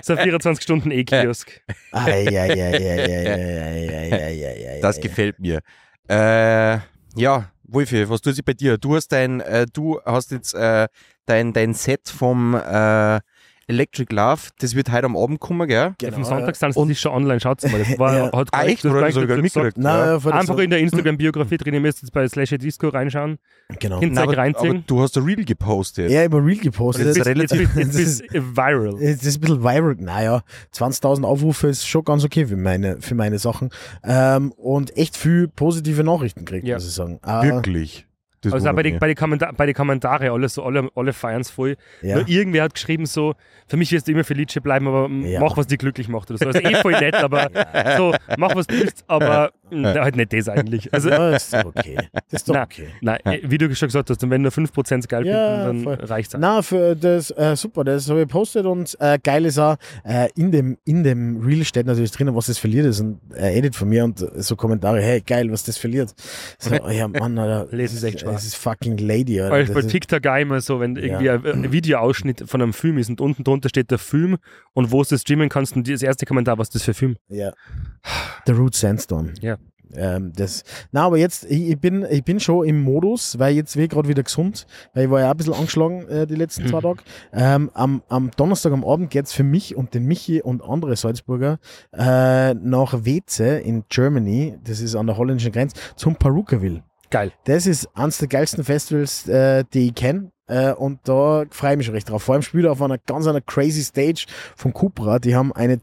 Speaker 4: so ein 24 Stunden E-Kiosk.
Speaker 2: Ei, ei, ei, ei, ei, ei, ei, ei, ei, ei,
Speaker 3: Das
Speaker 2: ei.
Speaker 3: gefällt mir. Äh, ja, Wolfi, was tut sich bei dir? Du hast dein, äh, du hast jetzt äh, dein, dein Set vom äh, Electric Love, das wird heute am Abend kommen, gell?
Speaker 4: Am
Speaker 2: Genau,
Speaker 4: Sonntag sind sie schon online, schaut mal. Das war,
Speaker 2: Ja.
Speaker 4: hat
Speaker 3: Ah,
Speaker 4: gar
Speaker 3: echt?
Speaker 4: nichts- das
Speaker 3: Oder
Speaker 4: war
Speaker 3: hast du
Speaker 4: nichts
Speaker 3: gar nicht
Speaker 4: dazu gesagt.
Speaker 3: mitgekriegt?
Speaker 2: Na, ja. voll das
Speaker 4: Einfach in der Instagram-Biografie drin, ihr müsst jetzt bei Slash Disco reinschauen.
Speaker 2: genau.
Speaker 4: Kind-
Speaker 3: Nein, aber,
Speaker 4: reinziehen.
Speaker 3: aber du hast ein Reel gepostet.
Speaker 2: Ja, über Real
Speaker 4: Und jetzt
Speaker 2: gepostet.
Speaker 4: bist, jetzt bist, jetzt
Speaker 2: das ist-
Speaker 4: bist viral.
Speaker 2: Es ist ein bisschen viral. Naja, 20.000 Aufrufe ist schon ganz okay für meine, für meine Sachen. Ähm, und echt viel positive Nachrichten kriegt,
Speaker 4: Ja.
Speaker 2: muss ich sagen. Ah,
Speaker 3: Wirklich. Das
Speaker 4: Also auch bei
Speaker 3: wundert
Speaker 4: den
Speaker 3: mich.
Speaker 4: bei die Kommentar bei die Kommentare, alle, so, alle, alle feiern es voll.
Speaker 2: ja.
Speaker 4: Nur irgendwer hat geschrieben so, für mich wirst du immer Felice bleiben, aber m-
Speaker 2: Ja.
Speaker 4: mach, was dich glücklich macht oder so. Also eh voll nett, aber so, mach, was du willst, aber m, halt nicht das eigentlich. Also,
Speaker 2: ja, ist doch okay. Das ist doch
Speaker 4: Na.
Speaker 2: okay.
Speaker 4: nein, eh, wie du schon gesagt hast, und wenn nur 5% geil
Speaker 2: Ja,
Speaker 4: finden,
Speaker 2: voll.
Speaker 4: dann reicht's auch.
Speaker 2: Na, für das äh, super, das habe ich gepostet und äh, geil ist auch, äh, in, dem, in dem Reel steht natürlich drinnen, was das verliert ist und äh, Edit von mir und äh, so Kommentare, hey geil, was das verliert. So, oh ja Mann, Alter,
Speaker 4: Lesen
Speaker 2: das
Speaker 4: ist echt Spaß.
Speaker 2: Das ist fucking Lady, Alter.
Speaker 4: Weil bei
Speaker 2: Das ist,
Speaker 4: TikTok auch immer so, wenn irgendwie ein ein Videoausschnitt von einem Film ist und unten drunter steht der Film und wo du streamen kannst und das erste Kommentar, was ist das für ein Film?
Speaker 2: ja. The Root Sandstorm.
Speaker 4: Ja.
Speaker 2: Ähm, das, na, aber jetzt, ich, ich, bin, ich bin schon im Modus, weil jetzt wird gerade wieder gesund, weil ich war ja auch ein bisschen angeschlagen äh, die letzten zwei Tage. Ähm, am, am Donnerstag am Abend geht's für mich und den Michi und andere Salzburger äh, nach Weze in Germany, das ist an der holländischen Grenze, zum Perukaville.
Speaker 4: Geil.
Speaker 2: Das ist eines der geilsten Festivals, äh, die ich kenne. Äh, und da freue ich mich schon recht drauf. Vor allem spielt er auf einer ganz einer crazy Stage von Cupra. Die haben eine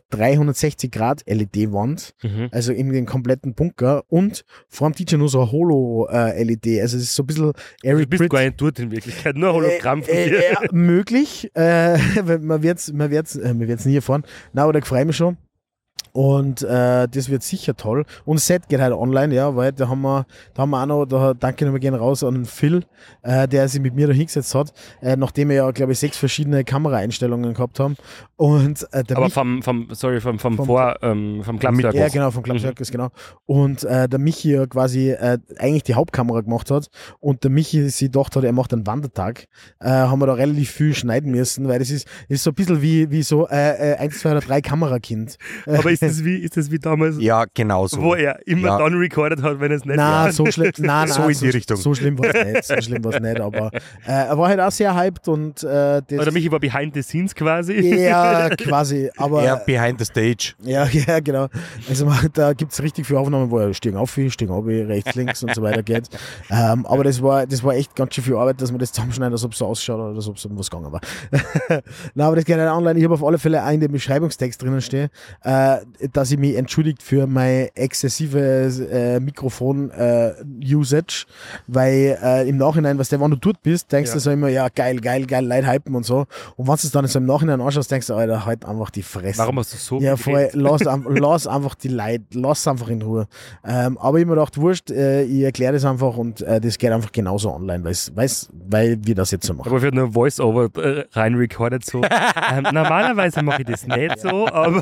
Speaker 2: E 360-Grad-LED-Wand,
Speaker 4: Mhm.
Speaker 2: also in den kompletten Bunker. Und vor dem DJ nur so eine Holo-LED. also es ist so ein bisschen
Speaker 4: Du
Speaker 2: Eric
Speaker 4: Also bist
Speaker 2: Britt.
Speaker 4: gar nicht dort in Wirklichkeit, nur ein Hologramm von
Speaker 2: Äh,
Speaker 4: dir.
Speaker 2: äh, ja, möglich. Äh, weil man wird es man wird's, äh, man wird's nie erfahren. Na, aber da freue ich mich schon. Und äh, das wird sicher toll. Und das Set geht halt online, ja, weil da haben wir, da haben wir auch noch, da danke nochmal gehen raus an den Phil, äh, der sich mit mir da hingesetzt hat, äh, nachdem wir ja, glaube ich, sechs verschiedene Kameraeinstellungen gehabt haben. Und äh, der
Speaker 4: Aber
Speaker 2: Michi-
Speaker 4: vom, vom, sorry, vom, vom,
Speaker 2: Vom-
Speaker 4: Vor, ähm, vom Clubstar.
Speaker 2: ja, genau, vom Club
Speaker 4: Mhm.
Speaker 2: Circus, genau. Und äh, der Michi ja quasi äh, eigentlich die Hauptkamera gemacht hat und der Michi sich gedacht hat, er macht einen Wandertag, äh, haben wir da relativ viel schneiden müssen, weil das ist, ist so ein bisschen wie, wie so äh, äh, eins, zwei oder drei Kamerakind.
Speaker 4: Aber ist das wie, ist das wie damals,
Speaker 3: Ja, genau so.
Speaker 4: wo er immer
Speaker 3: Ja.
Speaker 4: dann recorded hat, wenn es nicht
Speaker 2: Na,
Speaker 4: war?
Speaker 2: so schlimm, na, na,
Speaker 3: So in die Richtung.
Speaker 2: So schlimm war es nicht, so schlimm war es nicht, aber äh, er war halt auch sehr hyped und äh, das
Speaker 4: Oder Michi war behind the scenes quasi.
Speaker 2: ja, quasi, aber
Speaker 3: Er behind the stage.
Speaker 2: Ja, ja, genau. Also man- da gibt's richtig viele Aufnahmen, wo er stehen auf, stehen ab, rechts, links und so weiter geht. Ähm, aber das war, das war echt ganz schön viel Arbeit, dass man das zusammenschneiden, als ob es so ausschaut oder als ob es um was gegangen war. Na, aber das geht halt online. Ich habe auf alle Fälle auch in dem Beschreibungstext drinnen stehe, äh, dass ich mich entschuldigt für mein exzessives äh, Mikrofon-Usage, weil äh, im Nachhinein, was der, wenn du dort bist, denkst
Speaker 4: Ja.
Speaker 2: du so immer, ja, geil, geil, geil, Leute hypen und so. Und wenn du es dann so im Nachhinein anschaust, denkst du, Alter, halt einfach die Fresse.
Speaker 4: Warum hast du so
Speaker 2: Ja,
Speaker 4: viel
Speaker 2: voll.
Speaker 4: geredet?
Speaker 2: Lass, am- lass einfach die Leute, lass einfach in Ruhe. Ähm, aber ich hab mir gedacht, wurscht, äh, ich erkläre das einfach und äh, das geht einfach genauso online, weil's, weil's, weil wir das jetzt so machen.
Speaker 4: Aber ich habe nur ein Voice-Over äh, rein recorded so. ähm, normalerweise mache ich das nicht so, aber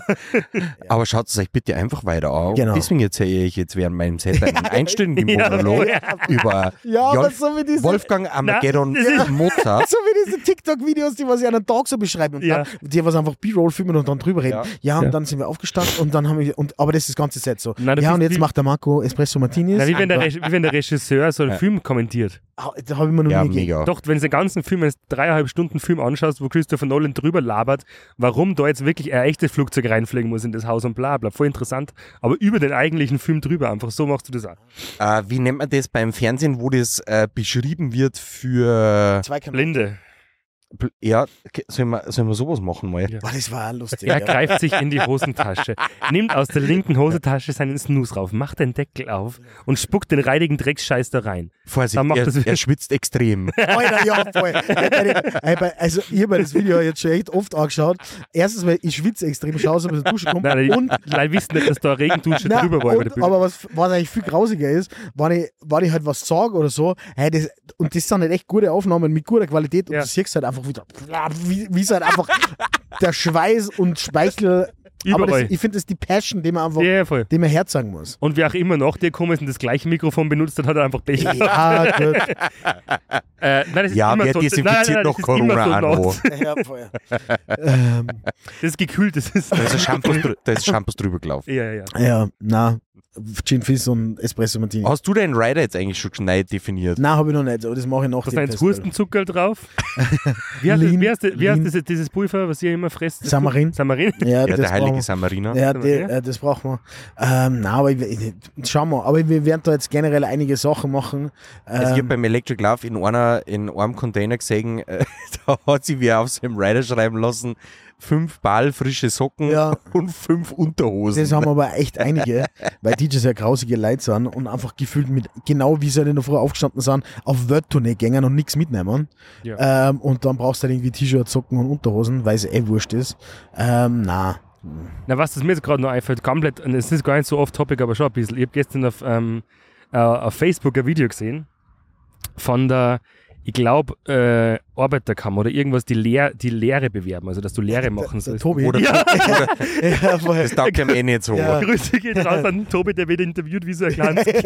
Speaker 3: Aber schaut es euch bitte einfach weiter an.
Speaker 2: Genau.
Speaker 3: Deswegen erzähle ich jetzt während meinem Set einen einstündigen Monolog über
Speaker 2: Ja, aber
Speaker 3: Jolf,
Speaker 2: so wie diese-
Speaker 3: Wolfgang Armageddon
Speaker 4: das ist-
Speaker 3: Mozart.
Speaker 2: So wie diese TikTok-Videos, die was ich einen Tag so beschreiben und
Speaker 4: Ja.
Speaker 2: dann, die was einfach B-Roll filmen und dann drüber reden. Ja, und
Speaker 4: Ja.
Speaker 2: dann sind wir aufgestanden und dann haben wir, und, aber das ist das ganze Set so.
Speaker 4: Nein, du
Speaker 2: ja,
Speaker 4: bist
Speaker 2: und jetzt
Speaker 4: wie-
Speaker 2: macht der Marco Espresso Martinis.
Speaker 4: Na, wie, wenn der, Reg- wie wenn der Regisseur so einen Film kommentiert.
Speaker 2: Ah, da habe ich mir noch
Speaker 3: Ja,
Speaker 2: nie gegeben.
Speaker 3: mega.
Speaker 4: Doch, wenn du den ganzen Film, einen dreieinhalb Stunden Film anschaust, wo Christopher Nolan drüber labert, warum da jetzt wirklich ein echtes Flugzeug reinfliegen muss in das Haus und bla bla. Voll interessant. Aber über den eigentlichen Film drüber einfach. So machst du das auch.
Speaker 3: Äh, wie nennt man das beim Fernsehen, wo das äh, beschrieben wird für...
Speaker 2: Zwei Kameras.
Speaker 4: Blinde.
Speaker 3: Ja, okay, sollen wir, sollen wir sowas machen mal?
Speaker 2: Boah, das war auch lustig.
Speaker 4: Er
Speaker 2: ja.
Speaker 4: greift sich in die Hosentasche, nimmt aus der linken Hosentasche seinen Snooze rauf, macht den Deckel auf und spuckt den reidigen Drecksscheiß da rein.
Speaker 3: Vorsicht,
Speaker 4: Dann macht
Speaker 3: er,
Speaker 4: das-
Speaker 3: er schwitzt extrem.
Speaker 2: Alter, ja, voll. Ey, bei- Also, ich habe mir das Video jetzt schon echt oft angeschaut. Erstens, weil ich schwitze extrem, schaue aus, ob ich aus der Dusche komme.
Speaker 4: Nein,
Speaker 2: und,
Speaker 4: nein, die Leute wissen nicht, dass da eine Regendusche
Speaker 2: nein,
Speaker 4: drüber war. über der
Speaker 2: und,
Speaker 4: Bühne.
Speaker 2: aber was, was eigentlich viel grausiger ist, wenn ich, wenn ich halt was sage oder so, hey, das, und das sind halt echt gute Aufnahmen mit guter Qualität und
Speaker 4: Ja.
Speaker 2: du siehst halt einfach wieder, wie wie es halt einfach der Schweiß und Speichel. Aber das,
Speaker 4: Überall.
Speaker 2: ich finde, das ist die Passion, die man einfach,
Speaker 4: Ja, ja, voll.
Speaker 2: die man herzeigen muss.
Speaker 4: Und wer auch immer noch dir gekommen ist und das gleiche Mikrofon benutzt hat, hat er einfach Pech. gehabt.
Speaker 2: Ja, gut.
Speaker 4: Äh, nein, das ist
Speaker 3: Ja,
Speaker 4: immer
Speaker 3: wer
Speaker 4: so,
Speaker 3: desinfiziert
Speaker 4: nein, nein,
Speaker 3: noch
Speaker 4: das ist immer
Speaker 3: Corona
Speaker 4: so
Speaker 3: an?
Speaker 4: nass.
Speaker 2: Ja, voll. ähm,
Speaker 4: Das ist gekühlt, das ist.
Speaker 3: Da ist ein Shampoo, drü- da ist Shampoos drüber gelaufen.
Speaker 4: Ja, ja, ja.
Speaker 2: ja, na, Gin Fizz und Espresso Martini.
Speaker 3: Hast du deinen Rider jetzt eigentlich schon geschneit definiert?
Speaker 2: Nein, habe ich noch nicht, aber das mache ich noch.
Speaker 4: Da ist
Speaker 2: dem
Speaker 4: ein
Speaker 2: Festival.
Speaker 4: Hustenzucker drauf. Wie heißt, das,
Speaker 2: Lean-
Speaker 4: wie heißt, das, wie heißt
Speaker 2: Lean-
Speaker 4: das, dieses Pulver, was ihr immer fresst?
Speaker 2: Samarin.
Speaker 4: Samarin?
Speaker 2: Ja,
Speaker 3: Ja,
Speaker 2: das
Speaker 3: der heilige
Speaker 2: brauchen
Speaker 3: Samariner.
Speaker 2: wir. Ja,
Speaker 4: Samarin,
Speaker 2: die,
Speaker 4: ja.
Speaker 2: äh, das brauchen wir. Ähm, nein, aber ich, ich, schauen wir. Aber wir werden da jetzt generell einige Sachen machen.
Speaker 3: Also ich habe
Speaker 2: Ähm,
Speaker 3: beim Electric Love in, einer, in einem Container gesehen, äh, da hat sie wer auf seinem Rider schreiben lassen, fünf Ball frische Socken
Speaker 2: Ja.
Speaker 3: und fünf Unterhosen.
Speaker 2: das haben aber echt einige, weil DJs ja grausige Leute sind und einfach gefühlt mit, genau wie sie in der Früh aufgestanden sind, auf Word-Tournee gängen und nichts mitnehmen.
Speaker 4: Ja.
Speaker 2: Ähm, und dann brauchst du halt irgendwie T-Shirts, Socken und Unterhosen, weil es eh wurscht ist. Ähm, na.
Speaker 4: Na, was das mir jetzt gerade noch einfällt, komplett, und es ist gar nicht so off-topic, aber schon ein bisschen. Ich habe gestern auf, ähm, äh, auf Facebook ein Video gesehen von der, ich glaube, äh, Arbeiterkammer oder irgendwas die, Lehr die Lehre bewerben, also dass du Lehre machen
Speaker 2: Der
Speaker 4: sollst.
Speaker 2: Tobi.
Speaker 3: Oder, oder
Speaker 2: ja, voll.
Speaker 3: das taugt ihm eh nicht so.
Speaker 2: Ja.
Speaker 3: Ja,
Speaker 4: Grüße geht raus an den Tobi, der wird interviewt wie so ein kleines Kind.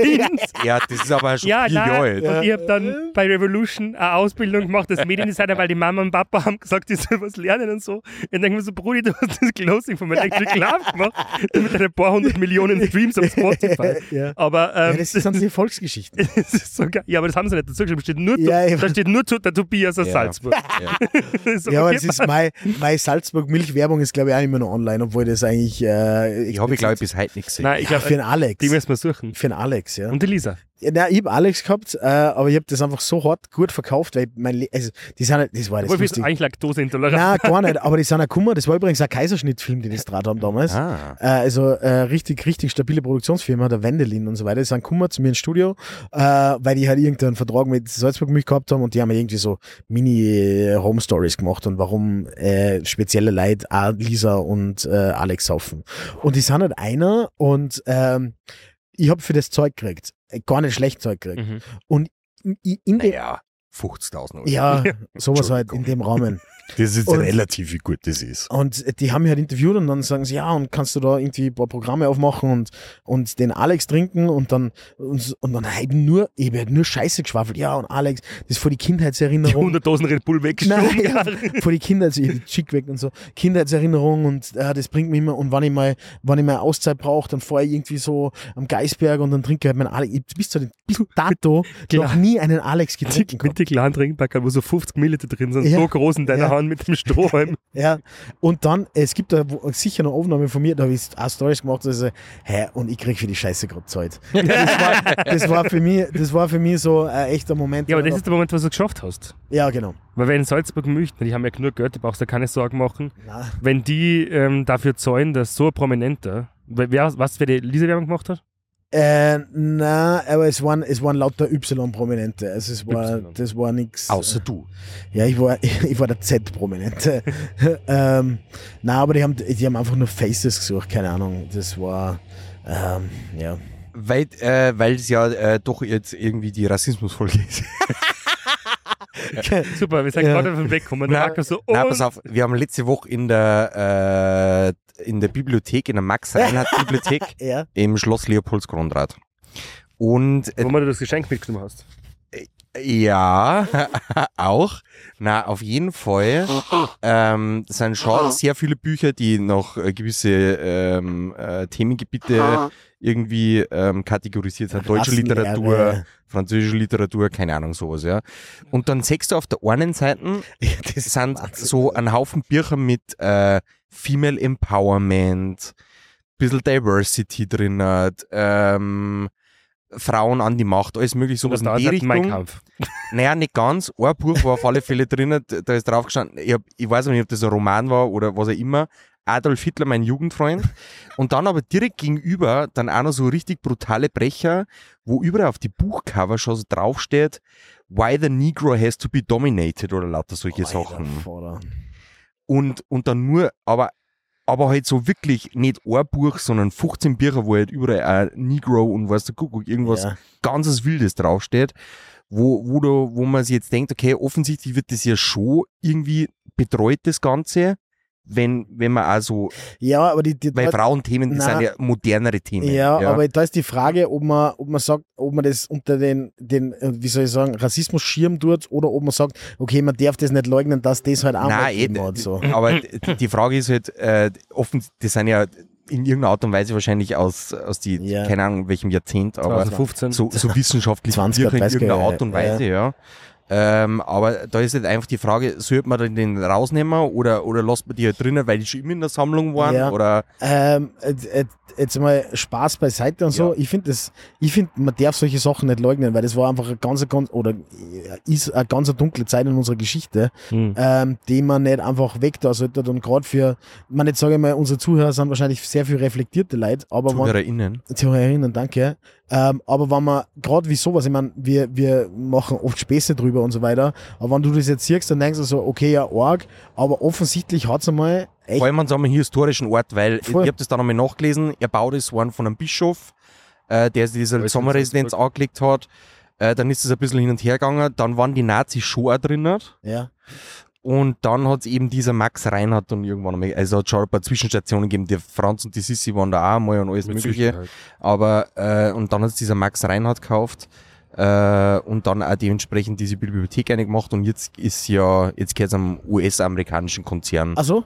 Speaker 3: das ist aber schon
Speaker 4: Ja,
Speaker 3: viel
Speaker 4: nein.
Speaker 3: Geld.
Speaker 4: Und ich habe dann bei Revolution eine Ausbildung gemacht als Mediendesigner, weil die Mama und Papa haben gesagt, ich soll was lernen und so. Und dann denke ich mir so, Brudi, du hast das Closing von Electric Love gemacht mit ein paar hundert Millionen Streams auf Spotify.
Speaker 2: Ja.
Speaker 4: Aber ähm,
Speaker 2: Ja, das ist sonst die Volksgeschichte.
Speaker 4: das ist so geil. Ja, aber das haben sie nicht dazu geschrieben. Steht nur,
Speaker 2: Ja, ich-
Speaker 4: da steht nur zu, der Tobias aus
Speaker 3: Ja.
Speaker 4: Salzburg.
Speaker 3: Ja.
Speaker 4: Das ist so,
Speaker 2: Ja, aber
Speaker 4: okay,
Speaker 2: das ist meine mein Salzburg-Milchwerbung ist, glaube ich, auch immer noch online, obwohl das eigentlich. Äh,
Speaker 3: Ich habe, ich glaube ich, bis heute nicht gesehen.
Speaker 4: Nein, ich
Speaker 2: ja,
Speaker 4: glaube,
Speaker 2: für den Alex.
Speaker 4: die müssen wir suchen.
Speaker 2: Für den Alex, ja.
Speaker 4: Und die Lisa.
Speaker 2: ja nein, ich habe Alex gehabt, äh, aber ich habe das einfach so hart gut verkauft, weil ich mein. Le also, die sind halt, das war das
Speaker 4: Wolf ist
Speaker 2: lustig.
Speaker 4: eigentlich laktoseintolerant.
Speaker 2: Nein, gar nicht, aber die sind auch gekommen. Das war übrigens ein Kaiserschnittfilm, den ich draht haben damals.
Speaker 3: Ah,
Speaker 2: Äh, also äh, richtig, richtig stabile Produktionsfirma, der Wendelin und so weiter, die sind gekommen zu mir ins Studio, äh, weil die halt irgendeinen Vertrag mit Salzburg mich gehabt haben und die haben irgendwie so Mini-Home-Stories gemacht und warum äh, spezielle Leute, auch Lisa und äh, Alex saufen. Und die sind halt einer und ähm, ich habe für das Zeug gekriegt. Äh, Gar nicht schlecht Zeug gekriegt.
Speaker 4: Mhm.
Speaker 2: In, in dem,
Speaker 3: naja, 50.000 Euro.
Speaker 2: ja, sowas halt in
Speaker 3: Entschuldigung.
Speaker 2: dem Rahmen.
Speaker 3: Das ist
Speaker 2: Und-
Speaker 3: relativ, wie gut das ist.
Speaker 2: Und die haben mich halt interviewt und dann sagen sie, ja, und kannst du da irgendwie ein paar Programme aufmachen und, und den Alex trinken und dann, und, und dann halt nur, eben halt nur Scheiße geschwafelt. Ja, und Alex, das ist vor die Kindheitserinnerung.
Speaker 4: 100 Dosen Red Bull weggeschoben.
Speaker 2: Nein, vor die Kindheitserinnerung, schick weg und so. Kindheitserinnerung und äh, das bringt mich immer, und wenn ich mal, wenn ich mal Auszeit brauche, dann fahre ich irgendwie so am Geisberg und dann trinke ich halt meinen Alex. Ich hab bis zu den, bis dato noch
Speaker 4: klar.
Speaker 2: nie einen Alex getrunken. gehabt.
Speaker 4: Mit dicken Handtrinkpackern, wo so 50 Milliliter drin sind,
Speaker 2: Ja.
Speaker 4: so groß in deiner
Speaker 2: Ja.
Speaker 4: Hand mit dem Strohhalm.
Speaker 2: Ja, und dann, es gibt da wo- sicher eine Aufnahme von mir, da habe ich auch Stories gemacht, also, hä, und ich krieg für die Scheiße gerade Zeit. Das war, das, war für mich, das war für mich so äh, ein echter Moment.
Speaker 4: Ja, aber das
Speaker 2: wo-
Speaker 4: ist der Moment, was du geschafft hast.
Speaker 2: ja genau.
Speaker 4: Weil wenn Salzburg München, die haben ja genug Geld, die brauchst du dir keine Sorgen machen.
Speaker 2: Na,
Speaker 4: Wenn die ähm, dafür zahlen, dass so ein Prominenter, wer- wer, was für die Lisa Werbung gemacht hat?
Speaker 2: äh, na, aber es waren, es waren lauter Y-Prominente. Also es war,
Speaker 4: Y.
Speaker 2: das war nix.
Speaker 3: Außer du.
Speaker 2: Ja, ich war, ich war der Z-Prominente. ähm, na, aber die haben, die haben einfach nur Faces gesucht, keine Ahnung. Das war, ähm, ja.
Speaker 3: Weil äh, weil es ja äh, doch jetzt irgendwie die Rassismusfolge ist.
Speaker 4: Super, wir sind
Speaker 2: Ja.
Speaker 4: gerade auf dem Weg gekommen. Der
Speaker 3: Nein.
Speaker 4: Markus so, oh,
Speaker 3: Nein,
Speaker 4: und-
Speaker 3: pass auf, wir haben letzte Woche in der, äh, in der Bibliothek, in der Max-Reinhardt-Bibliothek
Speaker 2: Ja,
Speaker 3: im Schloss Leopoldsgrundrat. Und äh,
Speaker 4: wo du das Geschenk mitgenommen hast.
Speaker 3: ja, auch. Na, auf jeden Fall ähm, sind schon sehr viele Bücher, die noch äh, gewisse ähm, äh, Themengebiete irgendwie ähm, kategorisiert sind. Deutsche
Speaker 2: Rassenlehre.
Speaker 3: Literatur, französische Literatur, keine Ahnung, sowas, ja. Und dann siehst du auf der einen Seite,
Speaker 2: das
Speaker 3: sind so ein Haufen Bücher mit äh, Female Empowerment, bisschen Diversity drin, hat, ähm, Frauen an die Macht, alles mögliche,
Speaker 4: Und
Speaker 3: sowas in
Speaker 4: da
Speaker 3: die
Speaker 4: ist halt mein
Speaker 3: Richtung.
Speaker 4: Kampf.
Speaker 3: Naja, nicht ganz. Ein Buch war auf alle Fälle drin, da ist drauf gestanden, ich, hab, ich weiß nicht, ob das ein Roman war oder was auch immer, Adolf Hitler, mein Jugendfreund. Und dann aber direkt gegenüber dann auch noch so richtig brutale Brecher, wo überall auf die Buchcover schon so draufsteht, Why the Negro has to be dominated oder lauter solche Sachen
Speaker 2: Vater.
Speaker 3: und, und dann nur, aber, aber halt so wirklich nicht ein Buch, sondern 15 Bücher, wo halt überall ein Negro und weißt du, Kuckuck, irgendwas
Speaker 2: Ja.
Speaker 3: ganzes Wildes draufsteht, wo, wo, du, wo man sich jetzt denkt, okay, offensichtlich wird das ja schon irgendwie betreut, das Ganze, wenn, wenn man also,
Speaker 2: Ja, aber die, die
Speaker 3: weil Frauenthemen, das
Speaker 2: na.
Speaker 3: sind ja modernere Themen.
Speaker 2: ja, aber da ist die Frage, ob man, ob man sagt, ob man das unter den, den, äh, wie soll ich sagen, Rassismus-Schirm tut oder ob man sagt, okay, man darf das nicht leugnen, dass das halt auch mal
Speaker 3: Nein, eh,
Speaker 2: gegeben hat, so.
Speaker 3: aber d- die Frage ist halt, äh, offen, das sind ja in irgendeiner Art und Weise wahrscheinlich aus, aus die,
Speaker 2: Ja.
Speaker 3: keine Ahnung, welchem Jahrzehnt, aber
Speaker 4: 2015.
Speaker 3: so, so wissenschaftlich
Speaker 2: 20er,
Speaker 3: Bücher in
Speaker 2: 30er,
Speaker 3: irgendeiner Art und
Speaker 2: ja.
Speaker 3: Weise, ja. Ähm, aber da ist halt einfach die Frage, sollte man den rausnehmen oder, oder lässt man die halt drinnen, weil die schon immer in der Sammlung waren?
Speaker 2: Ja.
Speaker 3: Oder
Speaker 2: Ähm, äh, äh, jetzt mal Spaß beiseite und so. Ich finde das, ich finde, man darf solche Sachen nicht leugnen, weil das war einfach eine ganz, ganz, oder äh, ist eine ganz dunkle Zeit in unserer Geschichte.
Speaker 4: Hm.
Speaker 2: ähm, die man nicht einfach weg da sollte. Und gerade für, man jetzt sage ich mal, unsere Zuhörer sind wahrscheinlich sehr viel reflektierte Leute, aber wenn,
Speaker 3: ZuhörerInnen?
Speaker 2: Zuhörerinnen, danke. Ähm, aber wenn man gerade wie sowas, ich meine, wir, wir machen oft Späße drüber und so weiter, aber wenn du das jetzt siehst, dann denkst du so, okay, ja, arg, aber offensichtlich hat's einmal echt.
Speaker 3: Vor allem an so einem historischen Ort, weil
Speaker 2: Voll.
Speaker 3: ich habe das dann einmal nachgelesen, er baut das waren von einem Bischof, äh, der sich diese
Speaker 4: Alles in
Speaker 3: Sommerresidenz angelegt hat. Äh, dann ist es ein bisschen hin und her gegangen. Dann waren die Nazis schon auch drinnen.
Speaker 2: Ja.
Speaker 3: Und dann hat es eben dieser Max Reinhardt dann irgendwann einmal, also hat schon ein paar Zwischenstationen gegeben. Der Franz und die Sissi waren da auch mal und alles
Speaker 4: Mit
Speaker 3: Mögliche.
Speaker 4: Sicherheit.
Speaker 3: Aber, äh, und dann hat es dieser Max Reinhardt gekauft. Äh, und dann auch dementsprechend diese Bibliothek eingemacht und jetzt ist ja, jetzt gehört es einem US-amerikanischen Konzern.
Speaker 2: Ach so?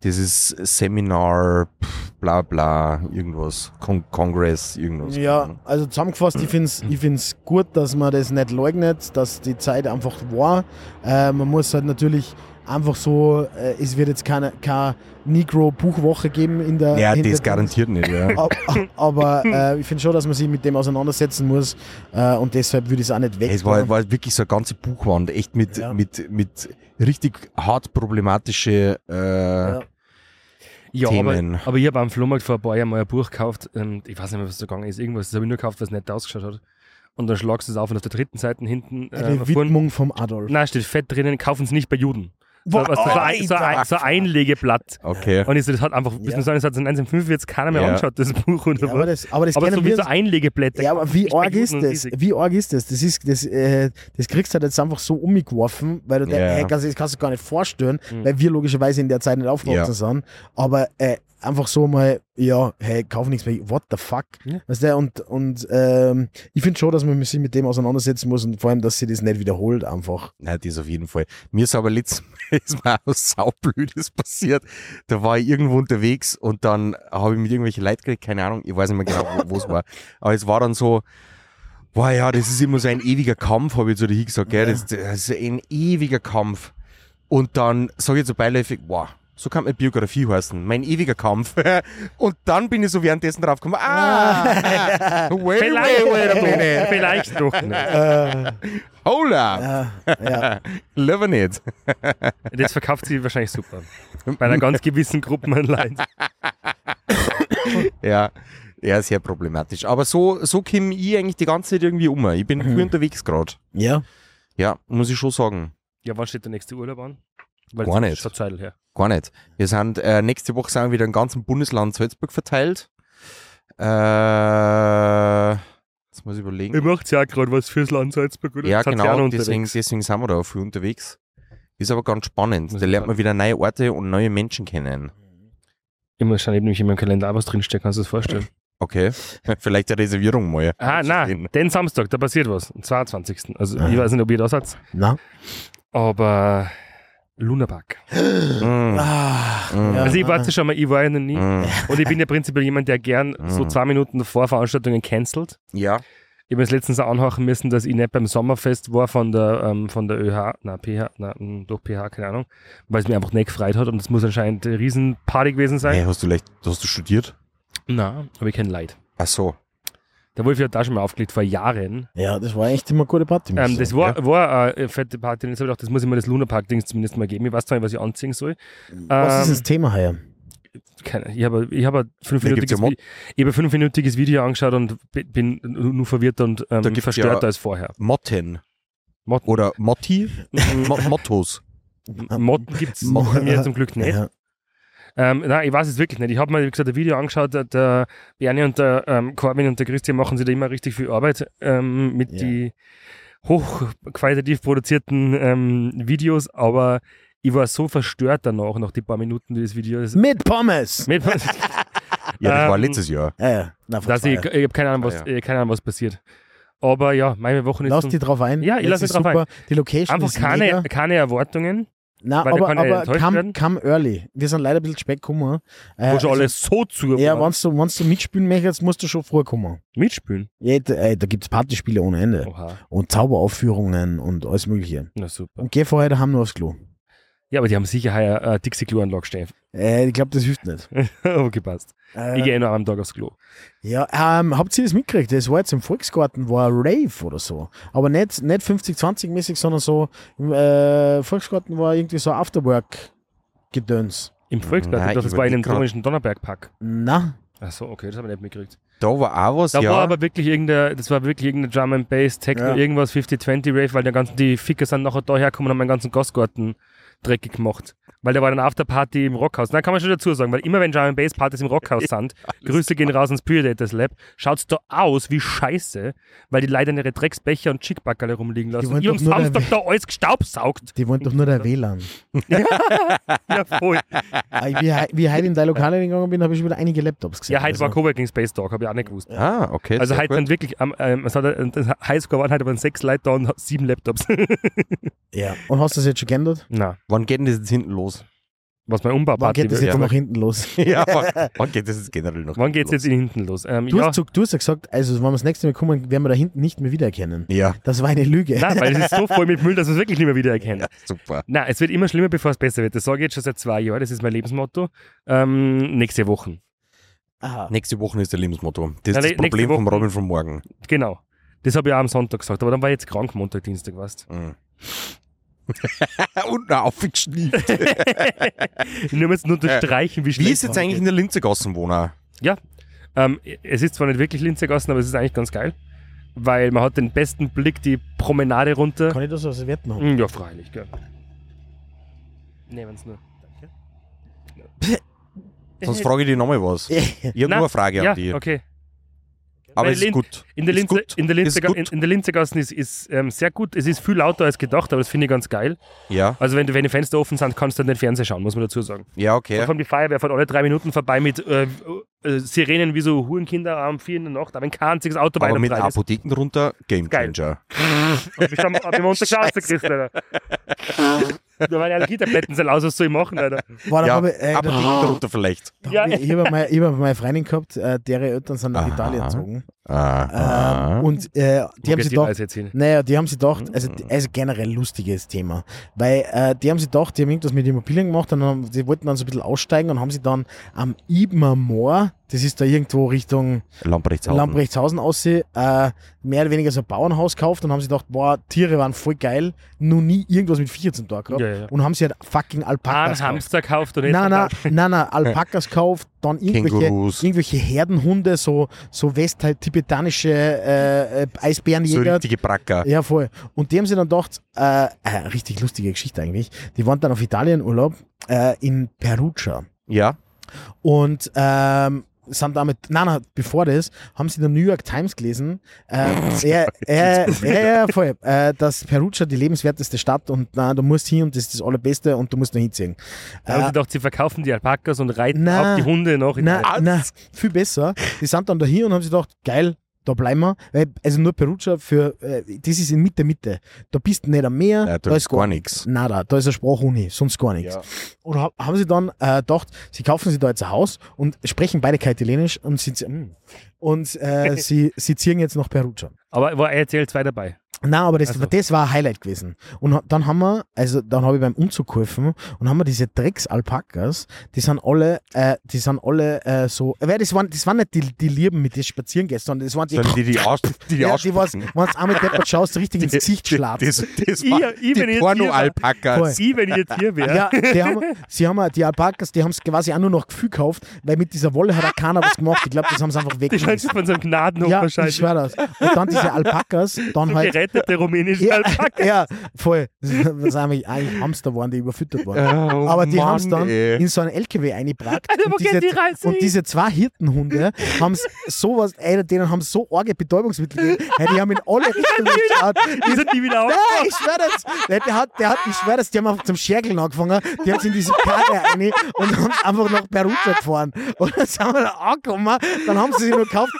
Speaker 3: Das ist Seminar, pff, bla bla, irgendwas, Kon Kongress, irgendwas.
Speaker 2: Ja, also zusammengefasst, ich finde es ich find's gut, dass man das nicht leugnet, dass die Zeit einfach war. Äh, man muss halt natürlich einfach so, äh, es wird jetzt keine, keine Negro-Buchwoche geben in der.
Speaker 3: Ja,
Speaker 2: Äh, hinter
Speaker 3: das
Speaker 2: dem-
Speaker 3: garantiert nicht, ja.
Speaker 2: Ab- Aber äh, ich finde schon, dass man sich mit dem auseinandersetzen muss äh, und deshalb würde ich es auch nicht weg.
Speaker 3: Es war, war wirklich so eine ganze Buchwand, echt mit,
Speaker 2: Ja.
Speaker 3: mit, mit richtig hart problematische äh,
Speaker 4: Ja,
Speaker 3: Themen.
Speaker 4: aber, aber ich habe am Flohmarkt vor ein paar Jahren mal ein Buch gekauft. ähm, Ich weiß nicht mehr, was da gegangen ist. Irgendwas, das habe ich nur gekauft, was nett ausgeschaut hat. Und dann schlagst du es auf und auf der dritten Seite hinten. Äh,
Speaker 2: eine
Speaker 4: vorn-
Speaker 2: Widmung vom Adolf.
Speaker 4: Nein, steht fett drinnen, kaufen es nicht bei Juden. So,
Speaker 2: Boah,
Speaker 4: was, so, ein, so,
Speaker 2: Alter.
Speaker 4: ein, so ein Einlegeblatt.
Speaker 3: Okay.
Speaker 4: Und ich so, das hat einfach, bis
Speaker 2: Ja.
Speaker 4: ja. sagen, das hat so in 1905 jetzt keiner mehr
Speaker 3: Ja.
Speaker 4: anschaut, das Buch oder
Speaker 2: Ja, aber
Speaker 4: was.
Speaker 2: das, aber das
Speaker 4: Aber
Speaker 2: kennen
Speaker 4: so wie
Speaker 2: wir
Speaker 4: so Einlegeblätter.
Speaker 2: Ja, aber wie
Speaker 4: Ich bin
Speaker 2: arg ist
Speaker 4: Juden und
Speaker 2: das?
Speaker 4: riesig.
Speaker 2: Wie arg ist das? Das, ist, das, äh, das kriegst du halt jetzt einfach so umgeworfen, weil du
Speaker 3: Ja.
Speaker 2: denkst, hey, kannst, das kannst du gar nicht vorstellen,
Speaker 4: Mhm.
Speaker 2: weil wir logischerweise in der Zeit nicht aufgewachsen
Speaker 3: Ja.
Speaker 2: sind. Aber äh, einfach so mal, ja, hey, kauf nichts mehr, what the fuck?
Speaker 4: Ja.
Speaker 2: Weißt du, und, und ähm, ich finde schon, dass man sich mit dem auseinandersetzen muss und vor allem, dass sie das nicht wiederholt einfach.
Speaker 3: Nein, das auf jeden Fall. Mir ist aber letztes Mal ist mir auch was Saublödes passiert. Da war ich irgendwo unterwegs und dann habe ich mit irgendwelchen Leuten geredet, keine Ahnung, ich weiß nicht mehr genau, wo- wo es war. Aber es war dann so, boah ja, das ist immer so ein ewiger Kampf, habe ich zu dir gesagt, gell? Das, das ist ein ewiger Kampf. Und dann sage ich so beiläufig, wow, so kann meine Biografie heißen, mein ewiger Kampf. Und dann bin ich so währenddessen draufgekommen, ah, wait, wait,
Speaker 4: Vielleicht,
Speaker 3: wait a minute,
Speaker 4: vielleicht doch nicht.
Speaker 3: hold up,
Speaker 2: Ja, ja.
Speaker 3: love it.
Speaker 4: Das verkauft sie wahrscheinlich super. Bei einer ganz gewissen Gruppe online.
Speaker 3: Ja, ja, sehr problematisch. Aber so, so komme ich eigentlich die ganze Zeit irgendwie um. Ich
Speaker 4: Mhm.
Speaker 3: bin viel unterwegs gerade.
Speaker 2: ja.
Speaker 3: Ja, muss ich schon sagen.
Speaker 4: Ja, wann steht der nächste Urlaub an? Weil
Speaker 3: Gar
Speaker 4: das
Speaker 3: nicht.
Speaker 4: ist Schon Zeitl her.
Speaker 3: Gar nicht. Wir sind, äh, nächste Woche sind wir wieder im ganzen Bundesland Salzburg verteilt. Äh, jetzt muss ich
Speaker 4: Ihr
Speaker 3: überlegen.
Speaker 4: macht ja auch gerade was fürs Land Salzburg, oder?
Speaker 3: ja,
Speaker 4: Seid ihr auch noch
Speaker 3: genau,
Speaker 4: unterwegs?
Speaker 3: deswegen, deswegen sind wir da auch viel unterwegs. Ist aber ganz spannend. Da lernt man wieder neue Orte und neue Menschen kennen.
Speaker 4: Ich muss schauen, ich hab nämlich in meinem Kalender auch was drinstehen, kannst du das vorstellen?
Speaker 3: Okay. Vielleicht eine Reservierung mal.
Speaker 4: Ah,
Speaker 3: Sehen.
Speaker 4: nein, den Samstag, da passiert was, am 22. Also
Speaker 3: Ah.
Speaker 4: ich weiß nicht, ob ihr da seid,
Speaker 2: Na?
Speaker 4: aber Lunapark.
Speaker 3: Mm,
Speaker 2: Ah,
Speaker 3: mm,
Speaker 2: Ja.
Speaker 4: Also ich warte schon mal, ich war ja noch nie
Speaker 3: mm.
Speaker 4: und ich bin ja prinzipiell jemand, der gern so
Speaker 3: Ah.
Speaker 4: zwei Minuten vor Veranstaltungen cancelt.
Speaker 3: Ja.
Speaker 4: Ich habe jetzt letztens auch anhören müssen, dass ich nicht beim Sommerfest war von der, ähm, von der ÖH, na PH, na mm, doch PH, keine Ahnung, weil es mir einfach nicht gefreut hat und es muss anscheinend eine Riesenparty gewesen sein.
Speaker 3: Hey, hast du leicht, hast du studiert?
Speaker 4: Nein, aber ich kenne Leid.
Speaker 3: Ach so.
Speaker 4: Der Wolf hat da schon mal aufgelegt vor Jahren.
Speaker 2: ja, das war echt immer eine gute Party. muss
Speaker 4: Ähm,
Speaker 2: ich
Speaker 4: das
Speaker 2: sagen,
Speaker 4: war, war äh, eine fette Party und jetzt habe ich gedacht, das muss ich mir das Lunapark-Dings zumindest mal geben. Ich weiß zwar nicht, was ich anziehen soll.
Speaker 2: ja. Was ist
Speaker 4: Ähm,
Speaker 2: das Thema hier?
Speaker 4: Keine, ich habe ich habe ein
Speaker 3: gibt's ja
Speaker 4: fünfminütiges
Speaker 3: Mod-
Speaker 4: Vi- ich habe ein fünfminütiges Video angeschaut und bi- bin nur verwirrt und ähm,
Speaker 3: Da gibt's
Speaker 4: verstörter
Speaker 3: ja-
Speaker 4: als vorher.
Speaker 3: Motten.
Speaker 4: Motten.
Speaker 3: Oder Motti? Mo Mottos. Ah,
Speaker 4: Motten gibt es bei mir zum Glück nicht.
Speaker 2: Ja.
Speaker 4: Ähm, nein, ich weiß es wirklich nicht. Ich habe mir, wie gesagt, ein Video angeschaut, der- der Bernie und der ähm, Corbin und der Christian machen sich da immer richtig viel Arbeit ähm, mit
Speaker 2: Ja.
Speaker 4: die hochqualitativ produzierten ähm, Videos, aber ich war so verstört danach, nach die paar Minuten dieses Videos.
Speaker 2: Mit Pommes!
Speaker 4: Mit,
Speaker 3: Ja, das war
Speaker 4: Ähm,
Speaker 3: letztes Jahr.
Speaker 2: Ja, ja. Na,
Speaker 4: dass ich, ich habe keine Ahnung, was,
Speaker 3: Ah,
Speaker 4: äh, keine Ahnung, was passiert. Aber ja, meine Woche ist
Speaker 2: Lass
Speaker 4: zum-
Speaker 2: dich drauf ein.
Speaker 4: Ja, ich
Speaker 2: Das
Speaker 4: lass mich
Speaker 2: ist
Speaker 4: drauf ein.
Speaker 2: Die Location
Speaker 4: einfach
Speaker 2: ist mega.
Speaker 4: keine, keine Erwartungen,
Speaker 2: Nein,
Speaker 4: weil da
Speaker 2: aber,
Speaker 4: kann ja
Speaker 2: aber
Speaker 4: enttäuscht
Speaker 2: come,
Speaker 4: werden.
Speaker 2: come early. Wir sind leider ein bisschen spät gekommen.
Speaker 4: wo
Speaker 2: Äh,
Speaker 4: schon alles so zu
Speaker 2: also, ja, wenn du, wenn du mitspielen möchtest, musst du schon früher kommen.
Speaker 4: mitspielen.
Speaker 2: Ja, da, ey, da gibt es Partyspiele ohne Ende.
Speaker 4: Oha,
Speaker 2: Und Zauberaufführungen und alles mögliche.
Speaker 4: na super.
Speaker 2: Und geh vorher daheim nur aufs Klo.
Speaker 4: Ja, aber die haben sicher heuer äh, Dixie Glue Unlock stehen.
Speaker 2: Äh, ich glaube, das hilft nicht.
Speaker 4: okay, passt. Ich
Speaker 2: Äh,
Speaker 4: gehe eh noch am Tag aufs Klo.
Speaker 2: ja, ähm, habt ihr das mitgekriegt? Das war jetzt im Volksgarten, war ein Rave oder so. Aber nicht, nicht 50-20 mäßig, sondern so, im äh, Volksgarten war irgendwie so Afterwork-Gedöns.
Speaker 4: Im Volksgarten,
Speaker 3: Nein,
Speaker 4: ich dachte,
Speaker 3: ich
Speaker 4: das war in einem
Speaker 3: überleg grad.
Speaker 4: komischen Donnerbergpark.
Speaker 2: Na,
Speaker 4: Achso, okay, das habe ich nicht mitgekriegt.
Speaker 3: Da war auch was,
Speaker 4: Da
Speaker 3: ja.
Speaker 4: war aber wirklich irgendein, das war wirklich irgendein Drum and Bass, Techno,
Speaker 2: Ja.
Speaker 4: irgendwas 50-20 Rave, weil die ganzen, die Ficker sind nachher da hergekommen und haben meinen ganzen Gastgarten dreckig gemacht. Weil der war dann Afterparty im Rockhaus. Da kann man schon dazu sagen, weil immer wenn Drum Bass Partys im Rockhaus sind, Grüße gehen raus ins Predators Lab, schaut's da aus wie Scheiße, weil die leider ihre Drecksbecher und Chickbackerle rumliegen lassen.
Speaker 2: wollen
Speaker 4: Ihr am
Speaker 2: doch nur
Speaker 4: Samstag
Speaker 2: eine-
Speaker 4: da alles gestaubsaugt.
Speaker 2: Die wollen doch nur der WLAN.
Speaker 4: Ja, voll.
Speaker 2: Ah, wie, he- wie ich heute in deine Lokale gegangen bin, habe ich schon wieder einige Laptops gesehen.
Speaker 4: Ja, heute
Speaker 2: Also,
Speaker 4: war Coworking Space Talk, habe ich auch nicht gewusst.
Speaker 3: Ah, okay.
Speaker 4: Also
Speaker 3: sehr
Speaker 4: heute
Speaker 3: gut.
Speaker 4: sind wirklich, am- ähm, es hat, das Highscore waren heute waren sechs Leute da und sieben Laptops.
Speaker 2: ja. Und hast du das jetzt schon geändert?
Speaker 4: Na,
Speaker 3: Wann geht denn das jetzt hinten los?
Speaker 4: was mein
Speaker 2: Wann
Speaker 4: Umbauparty
Speaker 2: geht das
Speaker 4: wird.
Speaker 2: jetzt
Speaker 3: ja.
Speaker 2: nach hinten los?
Speaker 3: ja, wann, wann geht das jetzt generell noch?
Speaker 4: Wann geht's
Speaker 3: los?
Speaker 4: jetzt in hinten los? Ähm,
Speaker 2: Du
Speaker 4: ja,
Speaker 2: hast, zu, du hast ja gesagt, also wenn wir das nächste Mal kommen, werden wir da hinten nicht mehr wiedererkennen.
Speaker 3: Ja,
Speaker 2: Das war eine Lüge.
Speaker 4: nein, weil es ist so voll mit Müll, dass wir es wirklich nicht mehr wiedererkennen.
Speaker 3: super.
Speaker 4: Nein, es wird immer schlimmer, bevor es besser wird. Das sage ich jetzt schon seit zwei Jahren, das ist mein Lebensmotto. Ähm, nächste Woche.
Speaker 2: Aha.
Speaker 3: Nächste Woche ist der Lebensmotto. Das ist
Speaker 4: Na,
Speaker 3: das
Speaker 4: nächste
Speaker 3: Problem vom
Speaker 4: Woche-
Speaker 3: Robin von morgen.
Speaker 4: Genau. Das habe ich auch am Sonntag gesagt, aber dann war ich jetzt krank Montag, Dienstag, weißt
Speaker 3: Mhm. Und na, aufgeschnieft.
Speaker 4: du. Nur um jetzt nur unterstreichen, wie schlecht
Speaker 3: Wie ist jetzt eigentlich in der Linzegassen wohner?
Speaker 4: Ähm, es ist zwar nicht wirklich Linzegassen, aber es ist eigentlich ganz geil, weil man hat den besten Blick, die Promenade runter.
Speaker 2: Kann ich das aus Wert machen?
Speaker 4: Mm, Ja, freilich, gell. Nehmen's nur.
Speaker 3: Sonst frage ich dich nochmal was. Ich habe nur
Speaker 4: Na,
Speaker 3: eine Frage
Speaker 4: ja,
Speaker 3: an dich.
Speaker 4: okay.
Speaker 3: Aber
Speaker 4: Weil
Speaker 3: es ist
Speaker 4: Lin-
Speaker 3: gut.
Speaker 4: In der,
Speaker 3: Ist
Speaker 4: Linze,
Speaker 3: gut.
Speaker 4: in der, Linze,
Speaker 3: Ist gut.
Speaker 4: in, in der Linzegassen ist, ist ähm, sehr gut. Es ist viel lauter als gedacht, aber das finde ich ganz geil.
Speaker 3: Ja,
Speaker 4: Also wenn, du- wenn die Fenster offen sind, kannst du dann den Fernseher schauen, muss man dazu sagen.
Speaker 3: ja,
Speaker 4: Ja.
Speaker 3: okay.
Speaker 4: Vor allem die Feuerwehr fährt alle drei Minuten vorbei mit äh, äh, Sirenen wie so Hurenkinder am 4 in der Nacht, aber ein kein einziges Auto
Speaker 3: Aber
Speaker 4: weiter
Speaker 3: mit
Speaker 4: frei ist.
Speaker 3: Apotheken drunter, Game
Speaker 4: Geil.
Speaker 3: Changer.
Speaker 4: Und ich habe mir unter Schnauze gekriegt, Alter. Da waren ja Allergietabletten so laut, was soll ich machen, Alter.
Speaker 2: War
Speaker 3: Ja,
Speaker 2: da hab ich, äh, da,
Speaker 3: Apotheken drunter vielleicht.
Speaker 4: Ja.
Speaker 2: ich, ich habe meine, ich hab meine Freundin gehabt, äh, deren Eltern sind nach
Speaker 3: Aha.
Speaker 2: Italien gezogen.
Speaker 3: Ah,
Speaker 2: Ähm, und äh, die
Speaker 4: Wo
Speaker 2: haben
Speaker 4: geht
Speaker 2: sich
Speaker 4: die
Speaker 2: gedacht,
Speaker 4: Reise jetzt hin? Mhm.
Speaker 2: Naja, die haben sich gedacht, also, also generell lustiges Thema, weil äh, die haben sich gedacht, die haben irgendwas mit Immobilien gemacht und haben, die wollten dann so ein bisschen aussteigen und haben sie dann am Ibmer Moor, das ist da irgendwo Richtung
Speaker 3: Lamprechtshausen.
Speaker 2: Lamprechtshausen aussehen, äh, mehr oder weniger so ein Bauernhaus gekauft und haben sich gedacht, boah, Tiere waren voll geil, noch nie irgendwas mit Viecher zum Tag gehabt
Speaker 4: Ja, ja.
Speaker 2: und haben sie halt fucking Alpakas
Speaker 4: Einen
Speaker 2: gekauft.
Speaker 4: Hamster gekauft und jetzt
Speaker 2: Nein, nein, nein, nein, Alpakas kauft, dann irgendwelche,
Speaker 3: Kängurus.
Speaker 2: irgendwelche Herdenhunde, so, so westtibetanische äh, äh,
Speaker 3: So
Speaker 2: Eisbärenjäger.
Speaker 3: richtige Bracker.
Speaker 2: Ja, voll. Und die haben sie dann gedacht, äh, äh, richtig lustige Geschichte eigentlich. Die waren dann auf Italienurlaub äh, in Perugia.
Speaker 3: Ja,
Speaker 2: Und ähm, sind damit, nein, nein, bevor das, haben sie in der New York Times gelesen, äh, ja, ja, ja, ja, voll, äh, dass Perugia die lebenswerteste Stadt und na, du musst hin und das ist das Allerbeste und du musst da hinziehen.
Speaker 4: Da haben
Speaker 2: Äh,
Speaker 4: sie gedacht, sie verkaufen die Alpakas und reiten
Speaker 2: Na.
Speaker 4: auf die Hunde noch. in
Speaker 2: na,
Speaker 4: die-
Speaker 2: na, viel besser. Die sind dann da hier und haben sich gedacht, geil, da bleiben wir. Weil, also nur Perugia für, äh, das ist in Mitte, Mitte. Da bist du nicht am Meer,
Speaker 3: ja
Speaker 2: da ist gar
Speaker 3: nichts.
Speaker 2: Nada, da ist eine Sprachuni, sonst gar nichts.
Speaker 3: Ja.
Speaker 2: Und ha- haben sie dann äh, gedacht, sie kaufen sich da jetzt ein Haus und sprechen beide kein Italienisch und sie, mm. und, äh, sie, sie ziehen jetzt nach Perugia.
Speaker 4: Aber war RTL 2 dabei?
Speaker 2: Nein, aber das,
Speaker 4: Also.
Speaker 2: das war ein Highlight gewesen. Und ha- dann haben wir, also dann habe ich beim Umzug geholfen und haben wir diese Drecks-Alpakas, die sind alle, äh, die sind alle äh, so, weil das waren, das waren nicht die, die Lieben, mit denen ich spazieren gestern, das waren die,
Speaker 3: Sondern die, die, aus, die, die
Speaker 2: ja, die was,
Speaker 3: ausspucken.
Speaker 2: wenn du einmal deppert schaust, richtig ins Gesicht schlagen.
Speaker 3: Das, das
Speaker 4: Ich-
Speaker 3: war
Speaker 4: ich bin jetzt
Speaker 3: die
Speaker 4: hier-
Speaker 3: Porno-Alpakas.
Speaker 4: Sie, wenn ich jetzt hier wäre.
Speaker 2: Ja, die haben, sie haben, auch- die Alpakas, die haben es quasi auch nur noch Gefühl gekauft, weil mit dieser Wolle hat auch keiner was gemacht. Ich glaube, das haben sie einfach
Speaker 4: Die scheint
Speaker 2: weggeschmissen.
Speaker 4: von so einem Gnadenhof
Speaker 2: Ja, ich
Speaker 4: wahrscheinlich.
Speaker 2: schwör das. Und dann diese Alpakas, dann halt.
Speaker 4: Gerettete rumänische
Speaker 2: Ja,
Speaker 4: Alpaka.
Speaker 2: ja, voll. Das sind eigentlich eigentlich Hamster waren, die überfüttert waren. Aber die haben es dann
Speaker 3: Ey.
Speaker 2: in so einen LKW eingebracht.
Speaker 4: Alter, Also, wo
Speaker 2: und, diese,
Speaker 4: geht die Reise
Speaker 2: und
Speaker 4: hin?
Speaker 2: diese zwei Hirtenhunde haben sowas, ey, denen haben so arge Betäubungsmittel gegeben. Hey, die haben in alle Richtungen geschaut.
Speaker 4: Die sind nie wieder auf.
Speaker 2: Nein, ich schwör das. Der, der hat, der hat, ich schwör das, die haben einfach zum Schergeln angefangen, die haben sich in diese Karre rein und haben einfach nach Perugia gefahren. Und dann sind wir da angekommen, dann haben sie sich nur gekauft,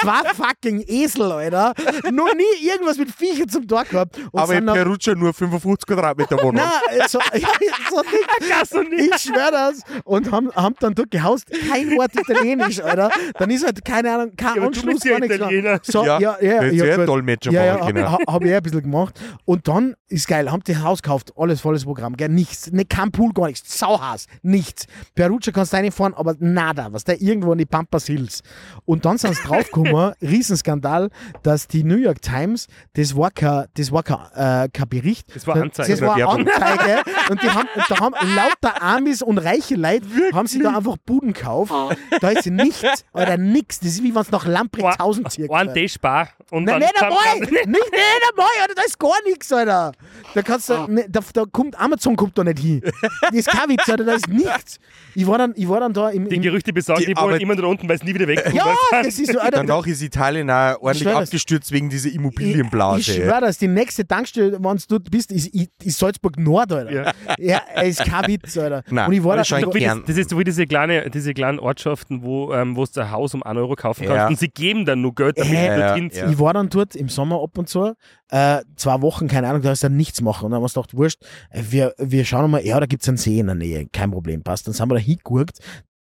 Speaker 2: zwei fucking Esel, Alter. Noch nie irgendwas mit Viecher zum Tor gehabt. Und
Speaker 3: Aber in
Speaker 2: sind dann,
Speaker 3: Perugia nur 55 Quadratmeter Wohnung.
Speaker 2: nein, so, ja, so nicht.
Speaker 4: Das und nicht.
Speaker 2: Ich schwör das. Und haben, haben dann dort gehaust, kein Wort Italienisch, Alter. Dann ist halt, keine Ahnung, kein
Speaker 4: Ja, aber du
Speaker 2: Anschluss,
Speaker 4: bist ja
Speaker 2: gar nichts. mehr.
Speaker 4: Italiener.
Speaker 2: So, ja, ja, ja.
Speaker 3: Das wäre
Speaker 2: gut.
Speaker 3: ein Dolmetscher
Speaker 2: Ja, ja,
Speaker 3: machen
Speaker 2: habe
Speaker 3: können.
Speaker 2: hab, hab ich auch ein bisschen gemacht. Und dann ist geil, haben die Haus gekauft, alles volles Programm, gell, nichts, ne, kein Pool, gar nichts, Sauhaus, nichts. Perugia kannst du reinfahren, aber nada, was da irgendwo in die Pampas Hills. Und dann sind sie draufgekommen Nummer, Riesenskandal, dass die New York Times, das war kein, das war kein, äh, kein Bericht.
Speaker 4: Das war
Speaker 2: sondern-
Speaker 4: Anzeige.
Speaker 2: Das war
Speaker 3: Werbung.
Speaker 2: Anzeige. und die haben, und da haben lauter Amis und reiche Leute haben sie da einfach Buden gekauft. Da ist nichts, oder nix. Das ist wie wenn es nach Lamprechtshausen zirkt.
Speaker 4: One Day Spar. Und
Speaker 2: Nein,
Speaker 4: dann
Speaker 2: nicht einmal! nicht, nicht einmal, Alter, da ist gar nichts, Alter! Da kannst
Speaker 4: Ah.
Speaker 2: du, ne, da, da kommt, Amazon kommt da nicht hin. Das ist kein Witz, Alter, da ist nichts. Ich war dann, ich war dann da im,
Speaker 4: Die
Speaker 2: im
Speaker 4: Gerüchte besagen,
Speaker 3: Die
Speaker 4: die, wollen
Speaker 3: Arbeit-
Speaker 4: immer da unten, weil es nie wieder weg
Speaker 2: Ja, das ist so, Alter,
Speaker 3: Danach ist Italien auch ordentlich
Speaker 2: schwör das.
Speaker 3: abgestürzt wegen dieser
Speaker 2: Ich, ich
Speaker 3: Immobilienblase.
Speaker 2: schwöre, dass die nächste Tankstelle, wenn du dort bist, ist, ist Salzburg Nord, Alter. Ja, ey, ist kein Witz, Alter.
Speaker 3: Nein,
Speaker 2: und ich war
Speaker 3: aber
Speaker 2: da
Speaker 3: das scheint
Speaker 2: ich war-
Speaker 3: gern.
Speaker 4: Also Das, das ist so wie diese, kleine, diese kleinen Ortschaften, wo ähm, wo du ein Haus um 1 Euro kaufen kannst
Speaker 3: Ja.
Speaker 4: und sie geben dann nur Geld, damit
Speaker 2: Äh,
Speaker 4: du
Speaker 3: ja,
Speaker 4: dorthin
Speaker 3: ja.
Speaker 4: ziehst.
Speaker 2: Ich war dann dort im Sommer ab und zu, äh, zwei Wochen, keine Ahnung, da hast du dann nichts machen. Und dann haben wir uns gedacht, wurscht, äh, wir, wir schauen mal, ja, da gibt es einen See in der Nähe, kein Problem, passt. Dann sind wir da hingeguckt,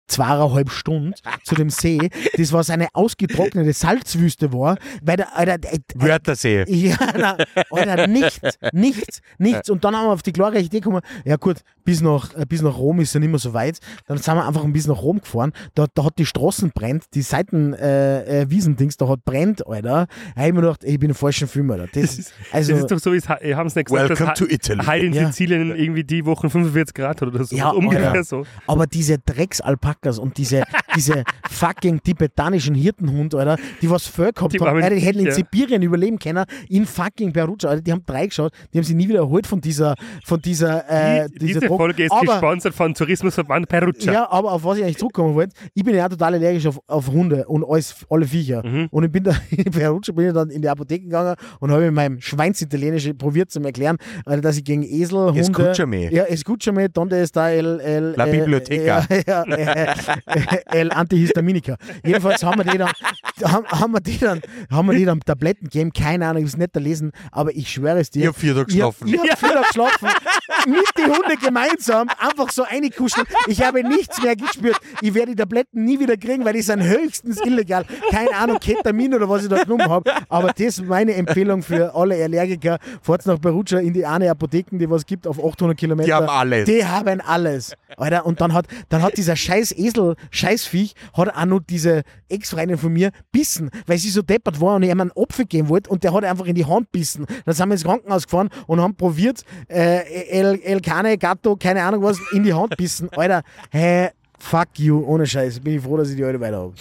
Speaker 2: zweieinhalb Stunden zu dem See, das was eine ausgetrocknete Salzwüste war, weil der, Alter, äh, äh,
Speaker 3: Wörthersee.
Speaker 2: ja, na, Alter, nichts, nichts, nichts. Und dann haben wir auf die glorreiche Idee gekommen, ja gut, bis nach, äh, bis nach Rom ist ja nicht mehr so weit. Dann sind wir einfach ein bisschen nach Rom gefahren. Da, da hat die Straßen brennt, die Seiten, äh, äh, Wiesendings, da hat brennt, Alter. Da hab ich mir gedacht, ey, ich bin im falschen Film, Alter. Das, also,
Speaker 4: Das ist doch so, wie haben es nicht gesagt,
Speaker 3: Welcome
Speaker 4: dass
Speaker 3: to
Speaker 4: He-
Speaker 3: Italy.
Speaker 4: Heil in
Speaker 2: Ja.
Speaker 4: Sizilien irgendwie die Wochen 45 Grad hat oder so.
Speaker 2: Ja,
Speaker 4: ungefähr
Speaker 2: Alter.
Speaker 4: so.
Speaker 2: aber diese Drecksalpakas und diese, diese fucking tibetanischen Hirtenhund, Alter, die was Fell gehabt
Speaker 4: Die
Speaker 2: haben,
Speaker 4: armen-
Speaker 2: Alter, die hätten in
Speaker 4: ja.
Speaker 2: Sibirien überleben können, in fucking Perugia, Alter, die haben drei geschaut, die haben sich nie wieder erholt von dieser, von dieser, äh,
Speaker 4: Die-
Speaker 2: dieser
Speaker 4: Diese
Speaker 2: Droge.
Speaker 4: Folge ist
Speaker 2: aber,
Speaker 4: gesponsert von Tourismusverband Perugia.
Speaker 2: Ja, aber auf was ich eigentlich zurückkommen wollte, ich bin ja auch total allergisch auf, auf Hunde und alles, alle Viecher.
Speaker 3: Mhm.
Speaker 2: Und ich bin da in Perugia bin ich dann in die Apotheke gegangen und habe mit meinem Schweinsitalienische probiert zu erklären, Alter, dass ich gegen Esel, Hunde.
Speaker 3: Escúchame.
Speaker 2: Ja, escúchame, donde está el. el
Speaker 3: La
Speaker 2: äh,
Speaker 3: biblioteca.
Speaker 2: äh, Ja, äh, äh, el Antihistaminika. Jedenfalls haben wir die dann, haben, haben wir die dann, haben wir die dann Tabletten gegeben, keine Ahnung, ich hab's nicht lesen, aber ich schwöre es dir.
Speaker 3: Ich hab vier Tage geschlafen.
Speaker 2: Ich, ich hab vier Tage geschlafen. Mit den Hunden gemeinsam einfach so eingekuschelt. Ich habe nichts mehr gespürt. Ich werde die Tabletten nie wieder kriegen, weil die sind höchstens illegal. Keine Ahnung, Ketamin oder was ich da genommen habe. Aber das ist meine Empfehlung für alle Allergiker. Fahrt nach Perugia in die eine Apotheken, die was gibt, auf 800 Kilometer.
Speaker 3: Die haben alles.
Speaker 2: Die haben alles. Alter, und dann hat, dann hat dieser scheiß Esel, Scheißviech, hat auch noch diese Ex-Freundin von mir bissen, weil sie so deppert war und ich ihm einen Apfel geben wollte und der hat einfach in die Hand bissen. Dann sind wir ins Krankenhaus gefahren und haben probiert, äh, El, El Cane, Gatto, keine Ahnung was, in die Hand bissen. Alter, hä, fuck you, ohne Scheiß. Bin ich froh, dass ich die alte weiter habe.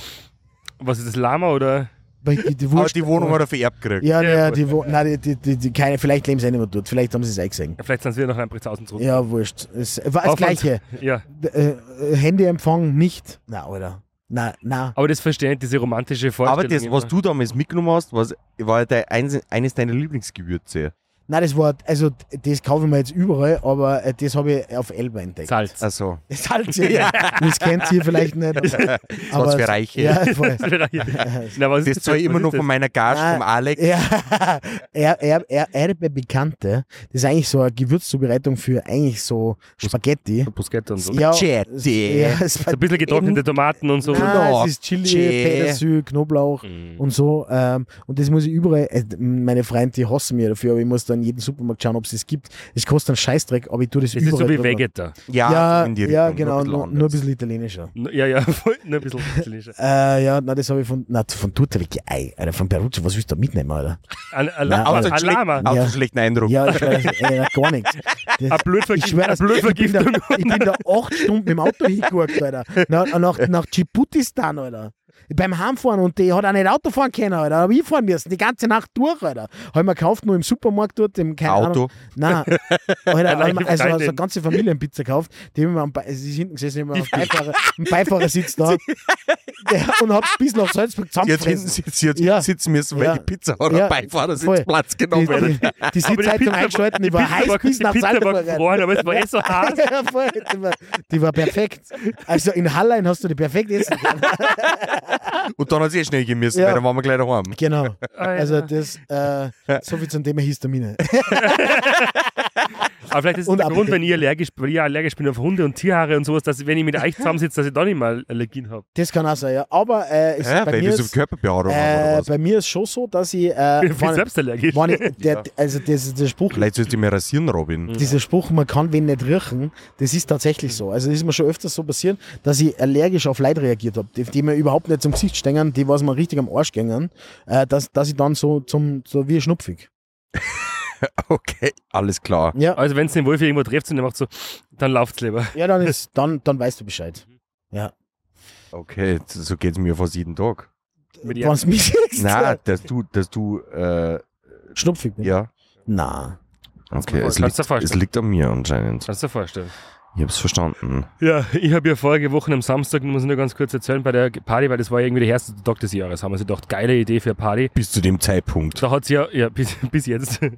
Speaker 4: Was ist das, Lama oder?
Speaker 2: Weil die- die
Speaker 3: Aber
Speaker 2: Wurst-
Speaker 3: die Wohnung hat er vererbt gekriegt.
Speaker 2: Ja,
Speaker 4: Ja,
Speaker 2: ja,
Speaker 4: gut.
Speaker 2: die, Wo- nein, die, die, die, die, keine, vielleicht leben sie auch nicht mehr dort, vielleicht haben sie es eingesehen.
Speaker 4: Vielleicht sind sie wieder nach Lamprechtshausen zurück.
Speaker 2: Ja, wurscht. Es war das
Speaker 4: Auf uns-
Speaker 2: Gleiche.
Speaker 4: Ja.
Speaker 2: D- äh, äh, Handyempfang nicht. Na, oder? Na, na.
Speaker 4: Aber das verstehe ich, diese romantische Vorstellung.
Speaker 3: Aber das, was du damals mitgenommen hast, was, war dein, eins- eines deiner Lieblingsgewürze.
Speaker 2: Na, das war, also das kaufe ich mir jetzt überall, aber äh, das habe ich auf Elba entdeckt.
Speaker 4: Salz.
Speaker 3: Also,
Speaker 2: Das Salz, ja. Das kennt ihr vielleicht nicht. Aber,
Speaker 3: was für Reiche.
Speaker 2: Ja, voll.
Speaker 4: Na, was ist
Speaker 3: Das zahle ich immer
Speaker 4: Was
Speaker 3: nur
Speaker 4: ist
Speaker 3: von meiner Gage,
Speaker 2: Nein.
Speaker 3: vom Alex.
Speaker 2: Ja, er, er, er, Erbe Bekannte, das ist eigentlich so eine Gewürzzubereitung für eigentlich so Spaghetti.
Speaker 4: das? Bruschetta und so.
Speaker 2: Ja,
Speaker 3: Spaghetti.
Speaker 2: Ja,
Speaker 4: So ein bisschen getrocknete Tomaten und so.
Speaker 2: Nein,
Speaker 3: Knoblauch.
Speaker 2: Ah, es ist Chili,
Speaker 3: Tschä.
Speaker 2: Petersil, Knoblauch und so. Ähm, und das muss ich überall, äh, meine Freunde, die hassen mir dafür, aber ich muss da in jeden Supermarkt schauen, ob es das gibt. Es kostet einen Scheißdreck, aber ich tue das,
Speaker 4: Das ist
Speaker 2: überall.
Speaker 4: so wie
Speaker 2: drüber.
Speaker 4: Vegeta.
Speaker 2: Ja,
Speaker 3: in die
Speaker 2: ja
Speaker 3: Richtung,
Speaker 2: genau,
Speaker 3: nur ein bisschen
Speaker 2: nur, nur ein
Speaker 3: anders.
Speaker 2: bisschen italienischer.
Speaker 4: Ja, ja, voll, nur ein bisschen italienischer.
Speaker 2: Äh, ja, na das habe ich von, na, von Turtelike, ei, Alter, von Perugia, was willst du da mitnehmen, Alter?
Speaker 4: Ein, ein,
Speaker 2: Nein,
Speaker 4: ein,
Speaker 3: Außer
Speaker 4: ein
Speaker 3: einen schlechten-
Speaker 4: Lama.
Speaker 3: außer
Speaker 2: Ja.
Speaker 3: einen schlechten Eindruck.
Speaker 2: Ja, ich weiß, äh, gar nichts. Das-
Speaker 4: Ein blöd
Speaker 2: ich schwöre, das- ich bin da,
Speaker 4: Blutvergiftung.
Speaker 2: ich bin da acht Stunden im Auto hingeguckt, Alter. Nach, nach, nach Djiboutistan, Alter. Beim Heimfahren und die hat auch nicht Auto fahren können, Alter. Hab ich fahren müssen, die ganze Nacht durch, Alter. Hab ich mir gekauft, nur im Supermarkt dort, im keine
Speaker 3: Auto.
Speaker 2: Ahnung. Nein, Alter, hab ich mir- also, also eine
Speaker 4: Freundin.
Speaker 2: ganze Familienpizza gekauft. Die haben wir am Be sie ist hinten gesessen, immer am Beifahrer, am Beifahrersitz da. Der, und hab's bis nach Salzburg
Speaker 3: Jetzt
Speaker 2: zusammengefressen.
Speaker 3: hinten sitzt, jetzt
Speaker 2: Ja.
Speaker 3: sitzen müssen, weil
Speaker 2: Ja.
Speaker 3: die Pizza hat
Speaker 2: Ja.
Speaker 3: ja. Beifahrer
Speaker 2: Voll.
Speaker 3: sitzt Platz
Speaker 2: Die,
Speaker 3: genommen.
Speaker 2: die, die Sitzheizung
Speaker 4: Pizza war-
Speaker 2: eingeschalten, die war
Speaker 4: Pizza
Speaker 2: heiß bis
Speaker 4: die
Speaker 2: nach
Speaker 4: Pizza war
Speaker 2: Salzburg. Alter.
Speaker 4: gefroren, aber es war eh so hart.
Speaker 2: Ja, voll. Die war, die war perfekt. Also in Hallein hast du die perfekt essen können.
Speaker 3: Und dann hat sie eh schnell gemessen,
Speaker 2: Ja.
Speaker 3: weil dann waren wir gleich daheim.
Speaker 2: Genau.
Speaker 4: ja.
Speaker 2: Also das, äh, so viel zum Thema Histamine.
Speaker 4: Aber vielleicht ist es
Speaker 2: Und
Speaker 4: der Grund,
Speaker 2: abdecken.
Speaker 4: wenn ich allergisch, weil ich allergisch bin auf Hunde und Tierhaare und sowas, dass ich, wenn ich mit euch zusammensitze, dass ich da nicht mal Allergien habe.
Speaker 2: Das kann auch sein, ja. Aber äh, ist
Speaker 3: Hä,
Speaker 2: bei,
Speaker 3: weil
Speaker 2: mir
Speaker 3: wir so viel
Speaker 2: ist,
Speaker 3: Körperbehaarung haben
Speaker 2: äh,
Speaker 3: oder was?
Speaker 2: bei mir ist schon so, dass ich. Äh,
Speaker 4: Ich bin
Speaker 2: wann,
Speaker 4: selbst allergisch.
Speaker 2: wann ich der, also das ist der Spruch,
Speaker 3: Vielleicht sollst du mich rasieren, Robin.
Speaker 4: Mhm.
Speaker 2: dieser Spruch, man kann wen nicht riechen, das ist tatsächlich so. Also das ist mir schon öfters so passiert, dass ich allergisch auf Leid reagiert habe, die, die mir überhaupt nicht zum Gesicht stehen, die was mir richtig am Arsch gängen, äh, dass, dass ich dann so zum so wie schnupfig.
Speaker 3: Okay, alles klar.
Speaker 2: Ja,
Speaker 4: Also wenn es den Wolf irgendwo trifft und der macht so, dann lauft's lieber.
Speaker 2: ja dann, ist, dann, dann weißt du Bescheid.
Speaker 3: Okay, so geht's mir fast jeden Tag.
Speaker 4: Mhm. Mit
Speaker 2: Ja. Wenn's mich siehst,
Speaker 3: Nein, dass du, dass du, äh,
Speaker 2: schnupfig bin.
Speaker 3: ja.
Speaker 2: Na.
Speaker 3: Okay, es
Speaker 4: Kannst
Speaker 3: liegt,
Speaker 4: du dir vorstellen.
Speaker 3: es liegt an mir anscheinend.
Speaker 4: Kannst du dir vorstellen.
Speaker 3: Ich hab's verstanden.
Speaker 4: Ja, ich habe ja vorige Woche am Samstag, muss ich nur ganz kurz erzählen, bei der Party, weil das war ja irgendwie der erste Tag des Jahres, haben wir uns gedacht, geile Idee für eine Party.
Speaker 3: Bis zu dem Zeitpunkt.
Speaker 4: Da hat sie ja, ja bis, bis jetzt, da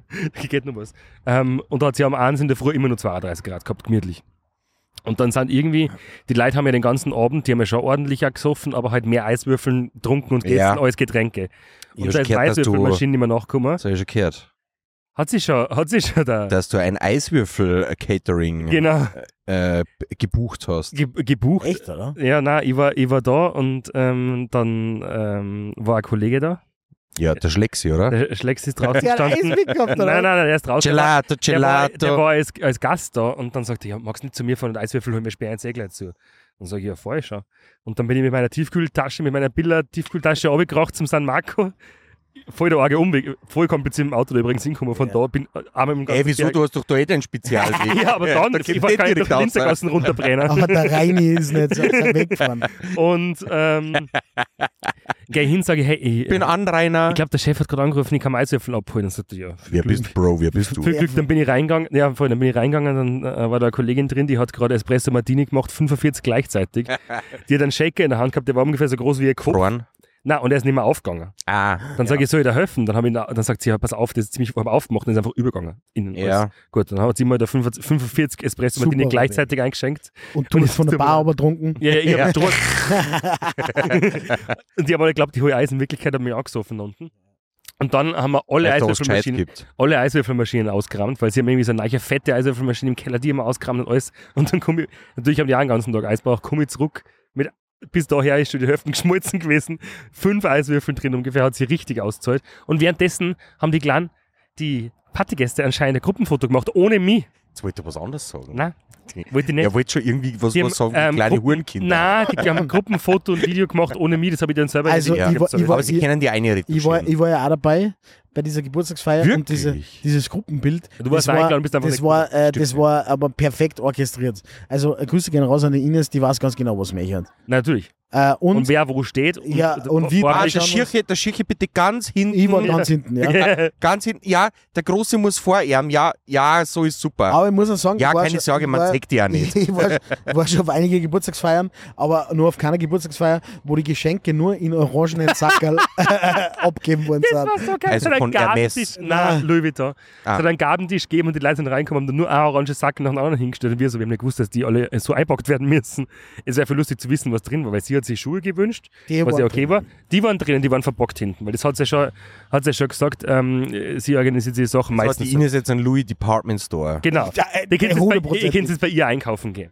Speaker 4: geht noch was. Ähm, und da hat sie am 1 in der Früh immer nur 32 Grad gehabt, gemütlich. Und dann sind irgendwie, die Leute haben ja den ganzen Abend, die haben ja schon ordentlich auch gesoffen, aber halt mehr Eiswürfeln getrunken und gegessen
Speaker 3: Ja.
Speaker 4: als Getränke.
Speaker 3: Ich hab
Speaker 4: Und da
Speaker 3: schon
Speaker 4: ist
Speaker 3: gehört, dass du, das
Speaker 4: Eiswürfelmaschine nicht mehr nachgekommen.
Speaker 3: hab ich schon gehört,
Speaker 4: Hat sie schon, hat sie schon da.
Speaker 3: dass du ein Eiswürfel-Catering
Speaker 4: Genau,
Speaker 3: äh, gebucht hast.
Speaker 4: ge gebucht.
Speaker 2: Echt, oder?
Speaker 4: Ja, na, ich war, ich war da und ähm, dann ähm, war ein Kollege da.
Speaker 3: Ja, der schlägt sie, oder?
Speaker 4: Der Schlecks ist
Speaker 2: Der hat Eis
Speaker 4: rausgestanden.
Speaker 2: mitgehabt,
Speaker 4: Nein,
Speaker 2: oder?
Speaker 4: nein, nein, er ist raus.
Speaker 3: Gelato,
Speaker 4: Der war,
Speaker 3: Gelato.
Speaker 4: der war als, als Gast da und dann sagte ich, ja, magst du nicht zu mir fahren und Eiswürfel holen, wir sperren jetzt eh gleich zu. Dann sage ich, ja, fahr ich schon. Und dann bin ich mit meiner Tiefkühltasche, mit meiner Billa-Tiefkühltasche runtergekracht zum San Marco. Voll der arge Umweg, voll kompliziert im Auto da übrigens hinkommen. Von da bin äh, einmal im ganzen
Speaker 3: Ey, wieso?
Speaker 4: Berg-
Speaker 3: Du hast doch da eh den Spezialweg.
Speaker 4: Ja, aber dann,
Speaker 3: da
Speaker 4: ich
Speaker 3: geht
Speaker 4: war
Speaker 3: der
Speaker 4: gar nicht durch
Speaker 3: direkt
Speaker 4: den
Speaker 3: raus.
Speaker 4: Hintergassen runterbrennen.
Speaker 2: Aber der Reini ist nicht so ist er weggefahren.
Speaker 4: Und ähm, geh hin, sage ich, hey, ich,
Speaker 3: Ich bin Anrainer.
Speaker 4: ich glaube, der Chef hat gerade angerufen, ich kann mir Eiswürfel abholen. Dann sagt er, ja, viel
Speaker 3: Wer
Speaker 4: Glück.
Speaker 3: bist Bro? Wer bist du?
Speaker 4: Viel Glück, dann bin ich reingegangen, ja, voll, dann bin ich reingegangen, dann äh, war da eine Kollegin drin, die hat gerade Espresso Martini gemacht, 45 gleichzeitig. Die hat einen Shaker in der Hand gehabt, der war ungefähr so groß wie ihr Kopf.
Speaker 3: Froren?
Speaker 4: Na, und er ist nicht mehr aufgegangen.
Speaker 3: Ah,
Speaker 4: Dann sage ich, soll ich da helfen? Dann, hab ich, dann sagt sie, ja, pass auf, das ist ziemlich hab aufgemacht und ist einfach übergegangen. Innen
Speaker 3: Ja.
Speaker 4: alles. Gut, dann hat sie mal da 45 45 Espresso Martini
Speaker 2: Super,
Speaker 4: gleichzeitig eingeschenkt.
Speaker 2: Und du bist von der Bar übertrunken.
Speaker 4: Ja, ja, ich hab Druck. und die haben alle geglaubt, die hohe Eis in Wirklichkeit haben mich angesoffen da unten. Und dann haben wir alle
Speaker 3: dass es Gescheit
Speaker 4: Eiswürfelmaschinen,
Speaker 3: gibt.
Speaker 4: alle Eiswürfelmaschinen ausgerammt, weil sie haben irgendwie so eine neue fette Eiswürfelmaschine im Keller, die haben wir ausgerammt und alles. Und dann komme ich, natürlich haben die auch den ganzen Tag Eisbauch, komme ich zurück mit, bis daher ist schon die Hälfte geschmolzen gewesen, fünf Eiswürfel drin ungefähr, hat sie richtig ausgezahlt. Und währenddessen haben die Kleinen, die Partygäste anscheinend ein Gruppenfoto gemacht, ohne mich.
Speaker 3: Jetzt wollte er was anderes sagen.
Speaker 4: Nein, wollte ich nicht.
Speaker 3: Er wollte schon irgendwie was,
Speaker 4: Die
Speaker 3: was sagen,
Speaker 4: haben, ähm,
Speaker 3: kleine
Speaker 4: Gruppen-
Speaker 3: Hurenkinder.
Speaker 4: Nein, die, die haben ein Gruppenfoto und Video gemacht ohne mich, das habe ich dann selber
Speaker 2: Also,
Speaker 4: erledigt.
Speaker 3: ich
Speaker 2: war- ich war-
Speaker 3: Aber sie kennen die eine Rettung.
Speaker 2: Ich war, ich war ja auch dabei bei dieser Geburtstagsfeier und diese,
Speaker 3: Wirklich?
Speaker 2: dieses Gruppenbild.
Speaker 4: Du warst
Speaker 2: das
Speaker 4: eingeladen, bist einfach
Speaker 2: das
Speaker 4: nicht
Speaker 2: war, äh, das war aber perfekt orchestriert. Also äh, Grüße gehen raus an die Ines, die weiß ganz genau, was mich hat.
Speaker 4: Na, Natürlich.
Speaker 2: Äh,
Speaker 4: Und,
Speaker 2: und
Speaker 4: wer wo steht. Und,
Speaker 2: Ja, und wie-
Speaker 3: ah,
Speaker 4: Vorhang-
Speaker 3: der Schirche, der Schirche bitte ganz hinten.
Speaker 2: ich war ganz hinten, ja.
Speaker 3: Ja, ganz hinten. Ja, der Große muss vor ihm. Ja, ja, so ist super.
Speaker 2: Aber ich muss auch sagen,
Speaker 3: ja,
Speaker 2: ich war
Speaker 3: keine
Speaker 2: schon,
Speaker 3: Sorge,
Speaker 2: ich
Speaker 3: man
Speaker 2: war,
Speaker 3: zeigt die ja nicht.
Speaker 2: Ich war, ich war schon auf einige Geburtstagsfeiern, aber nur auf keiner Geburtstagsfeier, wo die Geschenke nur in orangenen Sackerl abgeben worden
Speaker 4: Das
Speaker 2: sind.
Speaker 4: war so geil.
Speaker 3: Also
Speaker 4: es hat einen
Speaker 3: von Hermes.
Speaker 4: Gabentisch. Nein, Louis Vuitton. Es
Speaker 3: Ah.
Speaker 4: hat einen Gabentisch gegeben und die Leute sind reingekommen, haben dann nur einen orangen Sack nach dem anderen hingestellt. Und wir so, wir haben nicht gewusst, dass die alle so einpackt werden müssen. Es wäre voll lustig zu wissen, was drin war, weil sie hat sich Schuhe gewünscht,
Speaker 2: Die
Speaker 4: was ja
Speaker 2: waren
Speaker 4: okay war. Die waren drin, die waren verbockt hinten, weil das hat sie ja schon, hat sie ja schon gesagt, ähm, sie organisiert diese Sachen
Speaker 3: Das hat
Speaker 4: meistens.
Speaker 3: die Ines jetzt ein Louis Department Store.
Speaker 4: Genau.
Speaker 2: Ja, äh,
Speaker 4: ihr könnt, jetzt bei, ihr
Speaker 2: 100%.
Speaker 4: könnt jetzt bei ihr einkaufen gehen.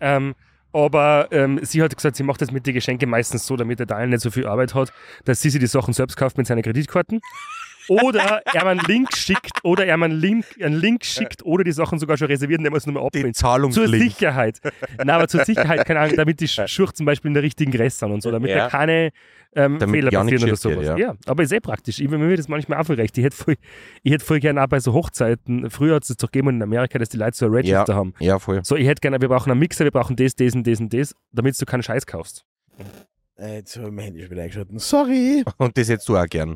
Speaker 4: Ähm, aber ähm, sie hat gesagt, sie macht das mit den Geschenken meistens so, damit der Daniel nicht so viel Arbeit hat, dass sie sich die Sachen selbst kauft mit seinen Kreditkarten. Oder er mir einen Link schickt, oder er mir einen Link, einen Link schickt, oder die Sachen sogar schon reserviert, indem er es nochmal
Speaker 3: Den
Speaker 4: abholt. Zur
Speaker 3: Zahlungslink.
Speaker 4: Sicherheit. Nein, aber zur Sicherheit, keine Ahnung, damit die Schurch zum Beispiel in der richtigen Größe sind und so, damit
Speaker 3: Ja.
Speaker 4: da keine ähm,
Speaker 3: Damit
Speaker 4: Fehler
Speaker 3: ja nicht
Speaker 4: passieren oder
Speaker 3: geschickt
Speaker 4: sowas.
Speaker 3: wird,
Speaker 4: ja. aber ist eh praktisch. Ich bin mir das manchmal auch voll recht. Ich hätte voll, ich hätte voll gerne auch bei so Hochzeiten, früher hat es doch gegeben in Amerika, dass die Leute so ein
Speaker 3: Ja,
Speaker 4: Register haben.
Speaker 3: ja, voll.
Speaker 4: So, ich hätte gerne, wir brauchen einen Mixer, wir brauchen das, das und das und das, damit du keinen Scheiß kaufst.
Speaker 2: Äh, jetzt habe ich mein Handy schon wieder eingeschalten. Sorry.
Speaker 3: Und das hättest du auch gern.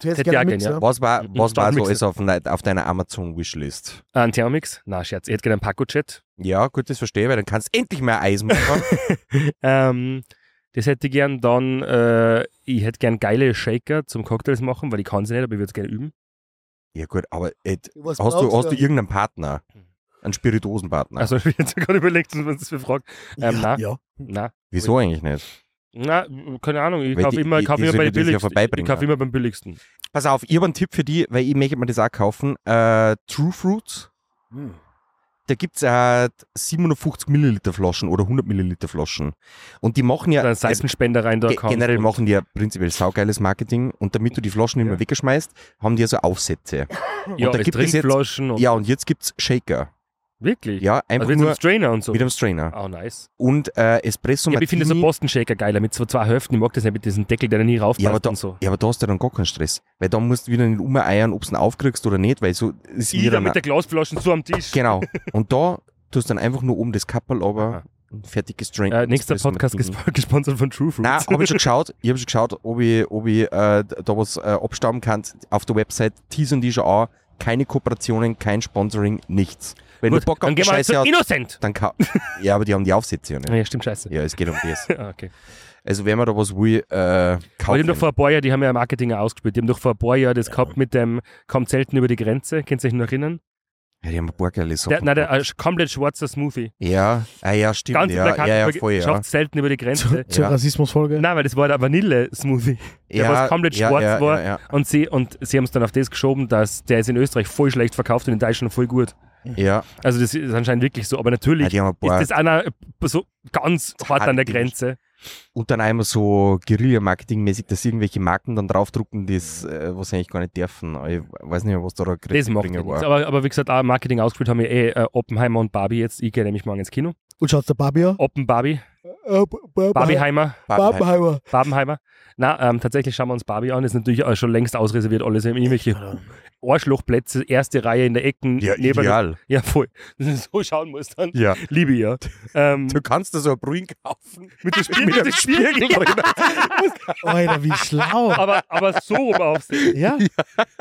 Speaker 2: Du hättest
Speaker 4: Hätte
Speaker 2: gerne
Speaker 4: ich auch
Speaker 2: Mixer.
Speaker 4: gern, ja.
Speaker 3: Was war,
Speaker 4: Mhm.
Speaker 3: was war so
Speaker 4: Standmixer.
Speaker 3: alles auf, ne- auf deiner Amazon-Wishlist?
Speaker 4: Ah, Ein Thermomix? Na, Scherz, ich hätte gerne einen Paco-Chat.
Speaker 3: Ja, gut, das verstehe ich, weil dann kannst du endlich mehr Eis machen.
Speaker 4: Ähm, das hätte ich gern dann, äh, ich hätte gern geile Shaker zum Cocktails machen, weil ich kann sie nicht, aber ich würde es gerne üben.
Speaker 3: ja, gut, aber äh,
Speaker 2: Was
Speaker 3: Hast du,
Speaker 2: brauchst
Speaker 3: hast du irgendeinen Partner? Einen Spirituosenpartner?
Speaker 4: Also, ich habe jetzt gerade überlegt, was das für Frage. Ähm,
Speaker 2: ja,
Speaker 4: nein.
Speaker 2: ja.
Speaker 4: Na,
Speaker 3: Wieso eigentlich nicht?
Speaker 4: na, keine Ahnung, ich
Speaker 3: Weil
Speaker 4: kaufe
Speaker 3: die-
Speaker 4: immer,
Speaker 3: die-
Speaker 4: kauf
Speaker 3: die
Speaker 4: immer
Speaker 3: sollen
Speaker 4: bei
Speaker 3: dir
Speaker 4: den
Speaker 3: das ja
Speaker 4: billigsten. Ich
Speaker 3: vorbeibringen, ne?
Speaker 4: kaufe
Speaker 3: ja.
Speaker 4: immer beim billigsten.
Speaker 3: Pass auf, ich habe einen Tipp für die, weil ich möchte mir das auch kaufen. Äh, True Fruits
Speaker 2: Hm.
Speaker 3: Da gibt's ja 750 Milliliter Flaschen oder 100 Milliliter Flaschen. Und die machen ja,
Speaker 4: Oder einen Seitenspender rein da
Speaker 3: also ge-
Speaker 4: kommt.
Speaker 3: generell machen die ja prinzipiell saugeiles Marketing. Und damit du die Flaschen immer
Speaker 4: Ja.
Speaker 3: weggeschmeißt, haben die ja so Aufsätze.
Speaker 4: ja,
Speaker 3: und da
Speaker 4: es
Speaker 3: gibt es jetzt-
Speaker 4: Trinkflaschen und
Speaker 3: Ja, und jetzt gibt's Shaker.
Speaker 4: wirklich.
Speaker 3: Ja, einfach
Speaker 4: also mit
Speaker 3: nur
Speaker 4: einem Strainer und so.
Speaker 3: mit einem Strainer.
Speaker 4: Oh, nice.
Speaker 3: Und äh, Espresso
Speaker 4: Ja, aber ich finde so
Speaker 3: Martini-
Speaker 4: Boston Shaker geiler mit so zwei Hälften. Ich mag das nicht mit diesem Deckel, der da nie raufpasst
Speaker 3: Ja, aber da,
Speaker 4: und so.
Speaker 3: ja, aber da hast du dann gar keinen Stress. Weil da musst du wieder nicht umeiern, ob du ihn aufkriegst oder nicht, weil so ist
Speaker 4: Ich da
Speaker 3: jeder.
Speaker 4: mit der Glasflasche so am Tisch.
Speaker 3: genau. Und da tust du dann einfach nur oben das Kappel, aber
Speaker 4: Aha.
Speaker 3: ein fertiges Drink.
Speaker 4: Äh, nächster Podcast
Speaker 3: ist.
Speaker 4: gesp- gesponsert von True Fruits.
Speaker 3: Nein, habe ich schon geschaut. Ich habe schon geschaut, ob ich, ob ich äh, da was äh, abstauben kann. Auf der Website teasern die schon an. Keine Kooperationen, kein Sponsoring, nichts. Wenn
Speaker 4: Gut,
Speaker 3: du Bock auf
Speaker 4: dann
Speaker 3: die
Speaker 4: gehen wir halt
Speaker 3: Scheiße
Speaker 4: zu
Speaker 3: hast,
Speaker 4: Innocent.
Speaker 3: dann kann. Ja, aber die haben die Aufsätze ja
Speaker 4: Ah,
Speaker 3: nicht.
Speaker 4: Ja, stimmt, scheiße.
Speaker 3: Ja, es geht um das.
Speaker 4: Ah, okay.
Speaker 3: Also, wenn man da was will, äh,
Speaker 4: Aber die haben doch
Speaker 3: kaufen.
Speaker 4: vor ein paar Jahren, die haben ja Marketing auch ausgespielt, die haben doch vor ein paar Jahren das gehabt mit dem kommt selten über die Grenze, könnt ihr euch noch erinnern?
Speaker 3: Ja, die haben ein paar geile Sachen.
Speaker 4: Der, nein, der ein komplett schwarzer Smoothie.
Speaker 3: Ja, ah, ja, stimmt.
Speaker 4: Ganz
Speaker 3: ja,
Speaker 4: plakat,
Speaker 3: ja, ja, voll, ja.
Speaker 4: schafft selten über die Grenze.
Speaker 2: Zur
Speaker 3: Ja.
Speaker 2: Rassismusfolge?
Speaker 4: Nein, weil das war der Vanille-Smoothie. der
Speaker 3: ja,
Speaker 4: was komplett
Speaker 3: ja,
Speaker 4: schwarz
Speaker 3: ja,
Speaker 4: war.
Speaker 3: Ja, ja.
Speaker 4: Und sie, und sie haben es dann auf das geschoben, dass der ist in Österreich voll schlecht verkauft und in Deutschland voll gut.
Speaker 3: ja.
Speaker 4: Also das ist anscheinend wirklich so. Aber natürlich
Speaker 3: ja die haben ein paar.
Speaker 4: ist das einer äh, so ganz hart an der Grenze.
Speaker 3: Und dann einmal so Guerilla-Marketing-mäßig, dass irgendwelche Marken dann draufdrucken, das, äh, was sie eigentlich gar nicht dürfen. Aber Ich weiß nicht mehr, was da der
Speaker 4: Das macht
Speaker 3: Kritikbringer
Speaker 4: ja nichts.
Speaker 3: war.
Speaker 4: Aber, aber wie gesagt, auch Marketing ausgespielt haben wir eh äh, Oppenheimer und Barbie jetzt. Ich gehe nämlich morgen ins Kino.
Speaker 2: Und schaut der Barbie an?
Speaker 4: Oppen Barbie,
Speaker 2: Äh, B- B-
Speaker 4: Barbieheimer.
Speaker 2: Barbieheimer.
Speaker 4: Babenheimer. Na, ähm, tatsächlich schauen wir uns Barbie an. Ist natürlich auch schon längst ausreserviert. Alles irgendwelche Arschlochplätze, erste Reihe in der Ecken.
Speaker 3: Ja,
Speaker 4: neben-
Speaker 3: ideal.
Speaker 4: Ja, voll. So schauen musst dann.
Speaker 3: Ja.
Speaker 4: Liebe ich, ja. Ähm,
Speaker 3: Du kannst da so ein Brühen kaufen.
Speaker 4: mit dem Spiegel, mit dem Spiegel. Ja,
Speaker 2: Alter, wie schlau.
Speaker 4: aber, aber so rum aufsehen.
Speaker 2: Ja?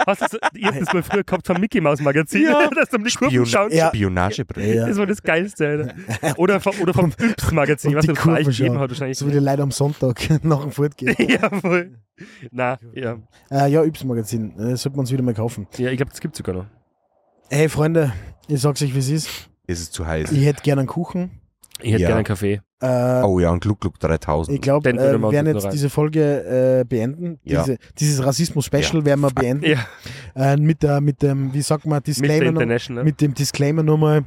Speaker 4: Hast du, das- ihr habt das mal früher gehabt vom Mickey Maus Magazin,
Speaker 2: Ja.
Speaker 4: dass du um die Kurven
Speaker 3: Spion
Speaker 4: schauen.
Speaker 2: Ja.
Speaker 3: Spionagebrille.
Speaker 2: Ja.
Speaker 4: Das war das Geilste, Alter. Oder vom, oder vom Yps Magazin,
Speaker 2: Und
Speaker 4: was
Speaker 2: die
Speaker 4: es gleich
Speaker 2: Kurven
Speaker 4: gegeben
Speaker 2: schauen.
Speaker 4: hat wahrscheinlich.
Speaker 2: So wie die Leute am Sonntag nach dem Fortgehen.
Speaker 4: ja, voll. Na, ja.
Speaker 2: Äh, ja, Y-Magazin. Äh, sollte man es wieder mal kaufen.
Speaker 4: ja, ich glaube, das gibt es sogar noch.
Speaker 2: Hey, Freunde, ich sag's euch, wie es ist.
Speaker 3: Es ist zu heiß.
Speaker 2: Ich hätte gerne einen Kuchen.
Speaker 4: Ich hätte
Speaker 3: Ja.
Speaker 4: gerne einen Kaffee.
Speaker 2: Äh,
Speaker 3: Oh ja, ein Gluck Gluck
Speaker 2: Ich
Speaker 3: 3000.
Speaker 2: glaube, äh,
Speaker 4: Den würde man
Speaker 2: wir werden
Speaker 4: uns noch
Speaker 2: jetzt
Speaker 4: rein.
Speaker 2: diese Folge äh, beenden.
Speaker 3: Ja.
Speaker 2: Diese, dieses Rassismus-Special werden wir beenden.
Speaker 4: Ja.
Speaker 2: Äh, mit, der, mit dem, wie sagt man,
Speaker 4: Mr.
Speaker 2: Disclaimer, noch-
Speaker 4: International.
Speaker 2: mit dem Disclaimer nochmal,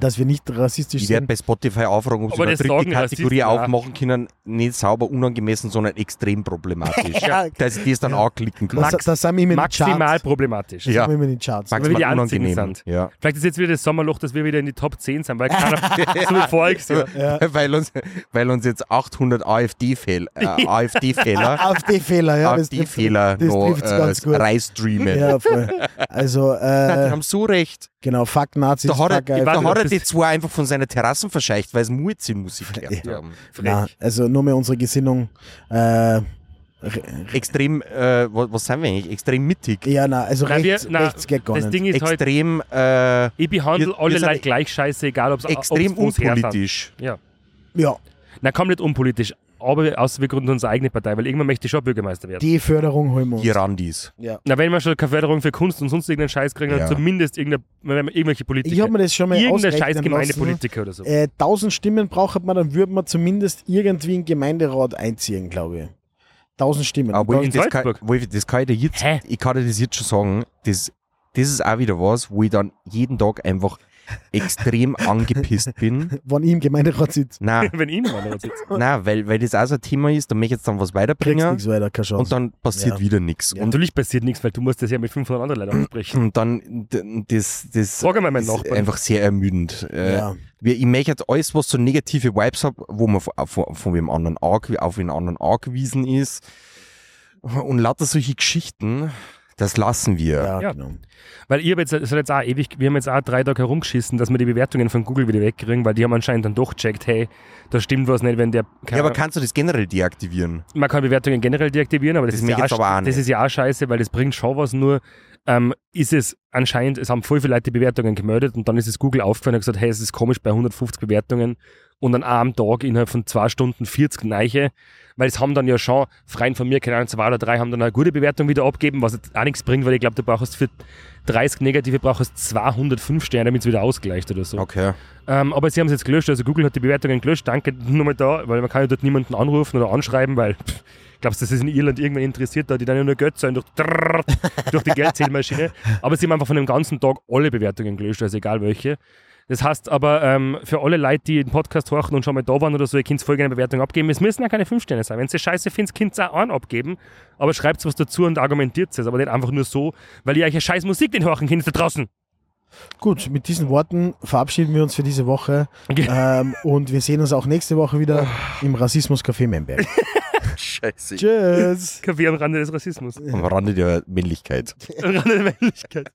Speaker 2: dass wir nicht rassistisch
Speaker 3: Ich werde
Speaker 2: sind.
Speaker 3: bei Spotify aufragen, ob sie
Speaker 4: Aber
Speaker 3: eine
Speaker 4: das
Speaker 3: dritte
Speaker 4: sagen
Speaker 3: Kategorie
Speaker 4: Rassisten auch.
Speaker 3: aufmachen können. Nicht sauber, unangemessen, sondern extrem problematisch.
Speaker 2: Ja.
Speaker 3: Dass ich das dann auch klicken kann.
Speaker 2: Das, das sind wir immer in den
Speaker 4: maximal
Speaker 2: Charts.
Speaker 4: problematisch.
Speaker 2: Das
Speaker 3: Ja.
Speaker 2: sind wir immer in den Charts.
Speaker 4: Max- wir die
Speaker 3: Maximal
Speaker 4: einzigen
Speaker 3: unangenehm.
Speaker 4: sind.
Speaker 3: Ja.
Speaker 4: Vielleicht ist jetzt wieder das Sommerloch, dass wir wieder in die Top 10 sind, weil keiner so wie voriges Jahr.
Speaker 2: Ja.
Speaker 3: Weil, uns, weil uns jetzt 800 AfD-Fehler äh, AfD -Fehler
Speaker 2: AfD-Fähler, ja. das trifft-
Speaker 3: AfD-Fehler
Speaker 2: das
Speaker 3: noch
Speaker 2: trifft's
Speaker 3: äh,
Speaker 2: ganz gut.
Speaker 3: reinstreamen.
Speaker 2: Ja, voll. Also,
Speaker 3: Nein, die
Speaker 2: äh,
Speaker 3: haben so recht.
Speaker 2: genau, fuck Nazis,
Speaker 3: Da hat,
Speaker 2: fuck
Speaker 3: er,
Speaker 2: AfD.
Speaker 3: da
Speaker 4: Warte,
Speaker 3: hat er
Speaker 4: das-
Speaker 3: die zwei einfach von seiner Terrassen verscheicht, weil es Muezzin-Musik gelernt
Speaker 2: Ja.
Speaker 3: haben.
Speaker 2: Nein, also nur mehr unsere Gesinnung. Äh,
Speaker 3: Extrem, äh, was, was sind wir eigentlich? Extrem mittig.
Speaker 2: ja, na, also
Speaker 4: Nein, wir-
Speaker 2: rechts,
Speaker 4: nein,
Speaker 2: rechts geht gar
Speaker 4: Das
Speaker 2: nicht.
Speaker 4: Ding ist halt,
Speaker 3: Extrem, äh,
Speaker 4: ich behandle
Speaker 3: Wir- wir
Speaker 4: alle
Speaker 3: sind
Speaker 4: Leute gleich scheiße, egal ob es
Speaker 3: extrem unpolitisch.
Speaker 2: Ja,
Speaker 4: Na, komplett unpolitisch. Aber außer wir gründen unsere eigene Partei, weil irgendwann möchte ich schon Bürgermeister werden.
Speaker 2: die Förderung holen wir uns.
Speaker 3: Girandis.
Speaker 2: Ja.
Speaker 4: Na, wenn wir schon keine Förderung für Kunst und sonst irgendeinen Scheiß kriegen,
Speaker 3: Ja.
Speaker 4: dann zumindest irgendeine, wenn wir irgendwelche Politiker.
Speaker 2: Ich habe mir das schon mal
Speaker 4: irgendeine
Speaker 2: ausrechnen
Speaker 4: scheiß
Speaker 2: lassen.
Speaker 4: Gemeindepolitiker oder so.
Speaker 2: äh, 1000 Stimmen braucht man, dann würde man zumindest irgendwie einen Gemeinderat einziehen, glaube ich. 1000 Stimmen.
Speaker 3: Aber
Speaker 2: Und
Speaker 3: ich,
Speaker 4: in
Speaker 3: das kann,
Speaker 4: Salzburg?
Speaker 3: Wolf, das kann ich, dir jetzt,
Speaker 4: Hä?
Speaker 3: ich kann dir das jetzt schon sagen. Das, das ist auch wieder was, wo ich dann jeden Tag einfach extrem angepisst bin.
Speaker 2: dann, wann ich im Gemeinderat sitze,
Speaker 3: Nein,
Speaker 4: Wenn ich mal da sitze.
Speaker 3: nein weil, weil das auch so ein Thema ist, da möchte ich jetzt dann was
Speaker 2: kriegst
Speaker 3: weiterbringen
Speaker 2: nichts weiter, keine Chance.
Speaker 3: und dann passiert
Speaker 2: Ja.
Speaker 3: wieder nichts.
Speaker 2: Ja.
Speaker 3: Und,
Speaker 4: Natürlich passiert nichts, weil du musst das ja mit 500 anderen Leuten ansprechen.
Speaker 3: und dann, d- das, das
Speaker 4: Frag einmal meinen
Speaker 3: ist
Speaker 4: Nachbarn.
Speaker 3: einfach sehr ermüdend. Äh,
Speaker 2: ja.
Speaker 3: Wir- Ich möchte jetzt alles, was so negative Vibes hat, wo man von, von, von wem anderen ange- auf den anderen angewiesen ist. Und lauter solche Geschichten, das lassen wir.
Speaker 2: Ja,
Speaker 4: Ja.
Speaker 2: genau.
Speaker 4: Weil ihr jetzt, es hat jetzt auch ewig, wir haben jetzt auch drei Tage herumgeschissen, dass wir die Bewertungen von Google wieder wegkriegen, weil die haben anscheinend dann doch gecheckt, hey, da stimmt was nicht, wenn der.
Speaker 3: Ja, aber kannst du das generell deaktivieren?
Speaker 4: man kann Bewertungen generell deaktivieren, aber das,
Speaker 3: Das
Speaker 4: ist,
Speaker 3: mag
Speaker 4: ja
Speaker 3: ich jetzt aber auch
Speaker 4: das
Speaker 3: nicht.
Speaker 4: ist ja auch scheiße, weil das bringt schon was. Nur ähm, ist es anscheinend, es haben voll viele Leute die Bewertungen gemeldet und dann ist es Google aufgefallen und hat gesagt, hey, es ist komisch bei 150 Bewertungen und dann auch am Tag innerhalb von zwei Stunden 40 Neiche, weil es haben dann ja schon, freien von mir, keine Ahnung, zwei oder drei haben dann eine gute Bewertung wieder abgeben, was jetzt auch nichts bringt, weil ich glaube, du brauchst für 30 negative brauchst 205 Sterne, damit es wieder ausgleicht oder so.
Speaker 3: Okay.
Speaker 4: Ähm, aber sie haben es jetzt gelöscht, also Google hat die Bewertungen gelöscht. Danke, nur mal da, weil man kann ja dort niemanden anrufen oder anschreiben, weil pff, Glaubst du, das ist in Irland irgendwer interessiert, da die dann ja nur Götze durch, drrrr, durch die Geldzählmaschine. Aber sie haben einfach von dem ganzen Tag alle Bewertungen gelöscht, also egal welche. Das heißt aber, ähm, für alle Leute, die den Podcast horchen und schon mal da waren oder so, ihr könnt voll gerne eine Bewertung abgeben. Es müssen ja keine 5 Sterne sein. Wenn ihr scheiße findet, könnt ihr auch einen abgeben. Aber schreibt was dazu und argumentiert es. Aber nicht einfach nur so, weil ihr euch eine scheiß Musik den horchen könnt da draußen.
Speaker 2: Gut, mit diesen Worten verabschieden wir uns für diese Woche. ähm, und wir sehen uns auch nächste Woche wieder
Speaker 3: Ah.
Speaker 2: im Rassismus-Café Memberg.
Speaker 3: Scheiße.
Speaker 2: Tschüss.
Speaker 4: Kaffee am Rande des Rassismus.
Speaker 3: Am Rande der Männlichkeit.
Speaker 4: Am Rande der Männlichkeit.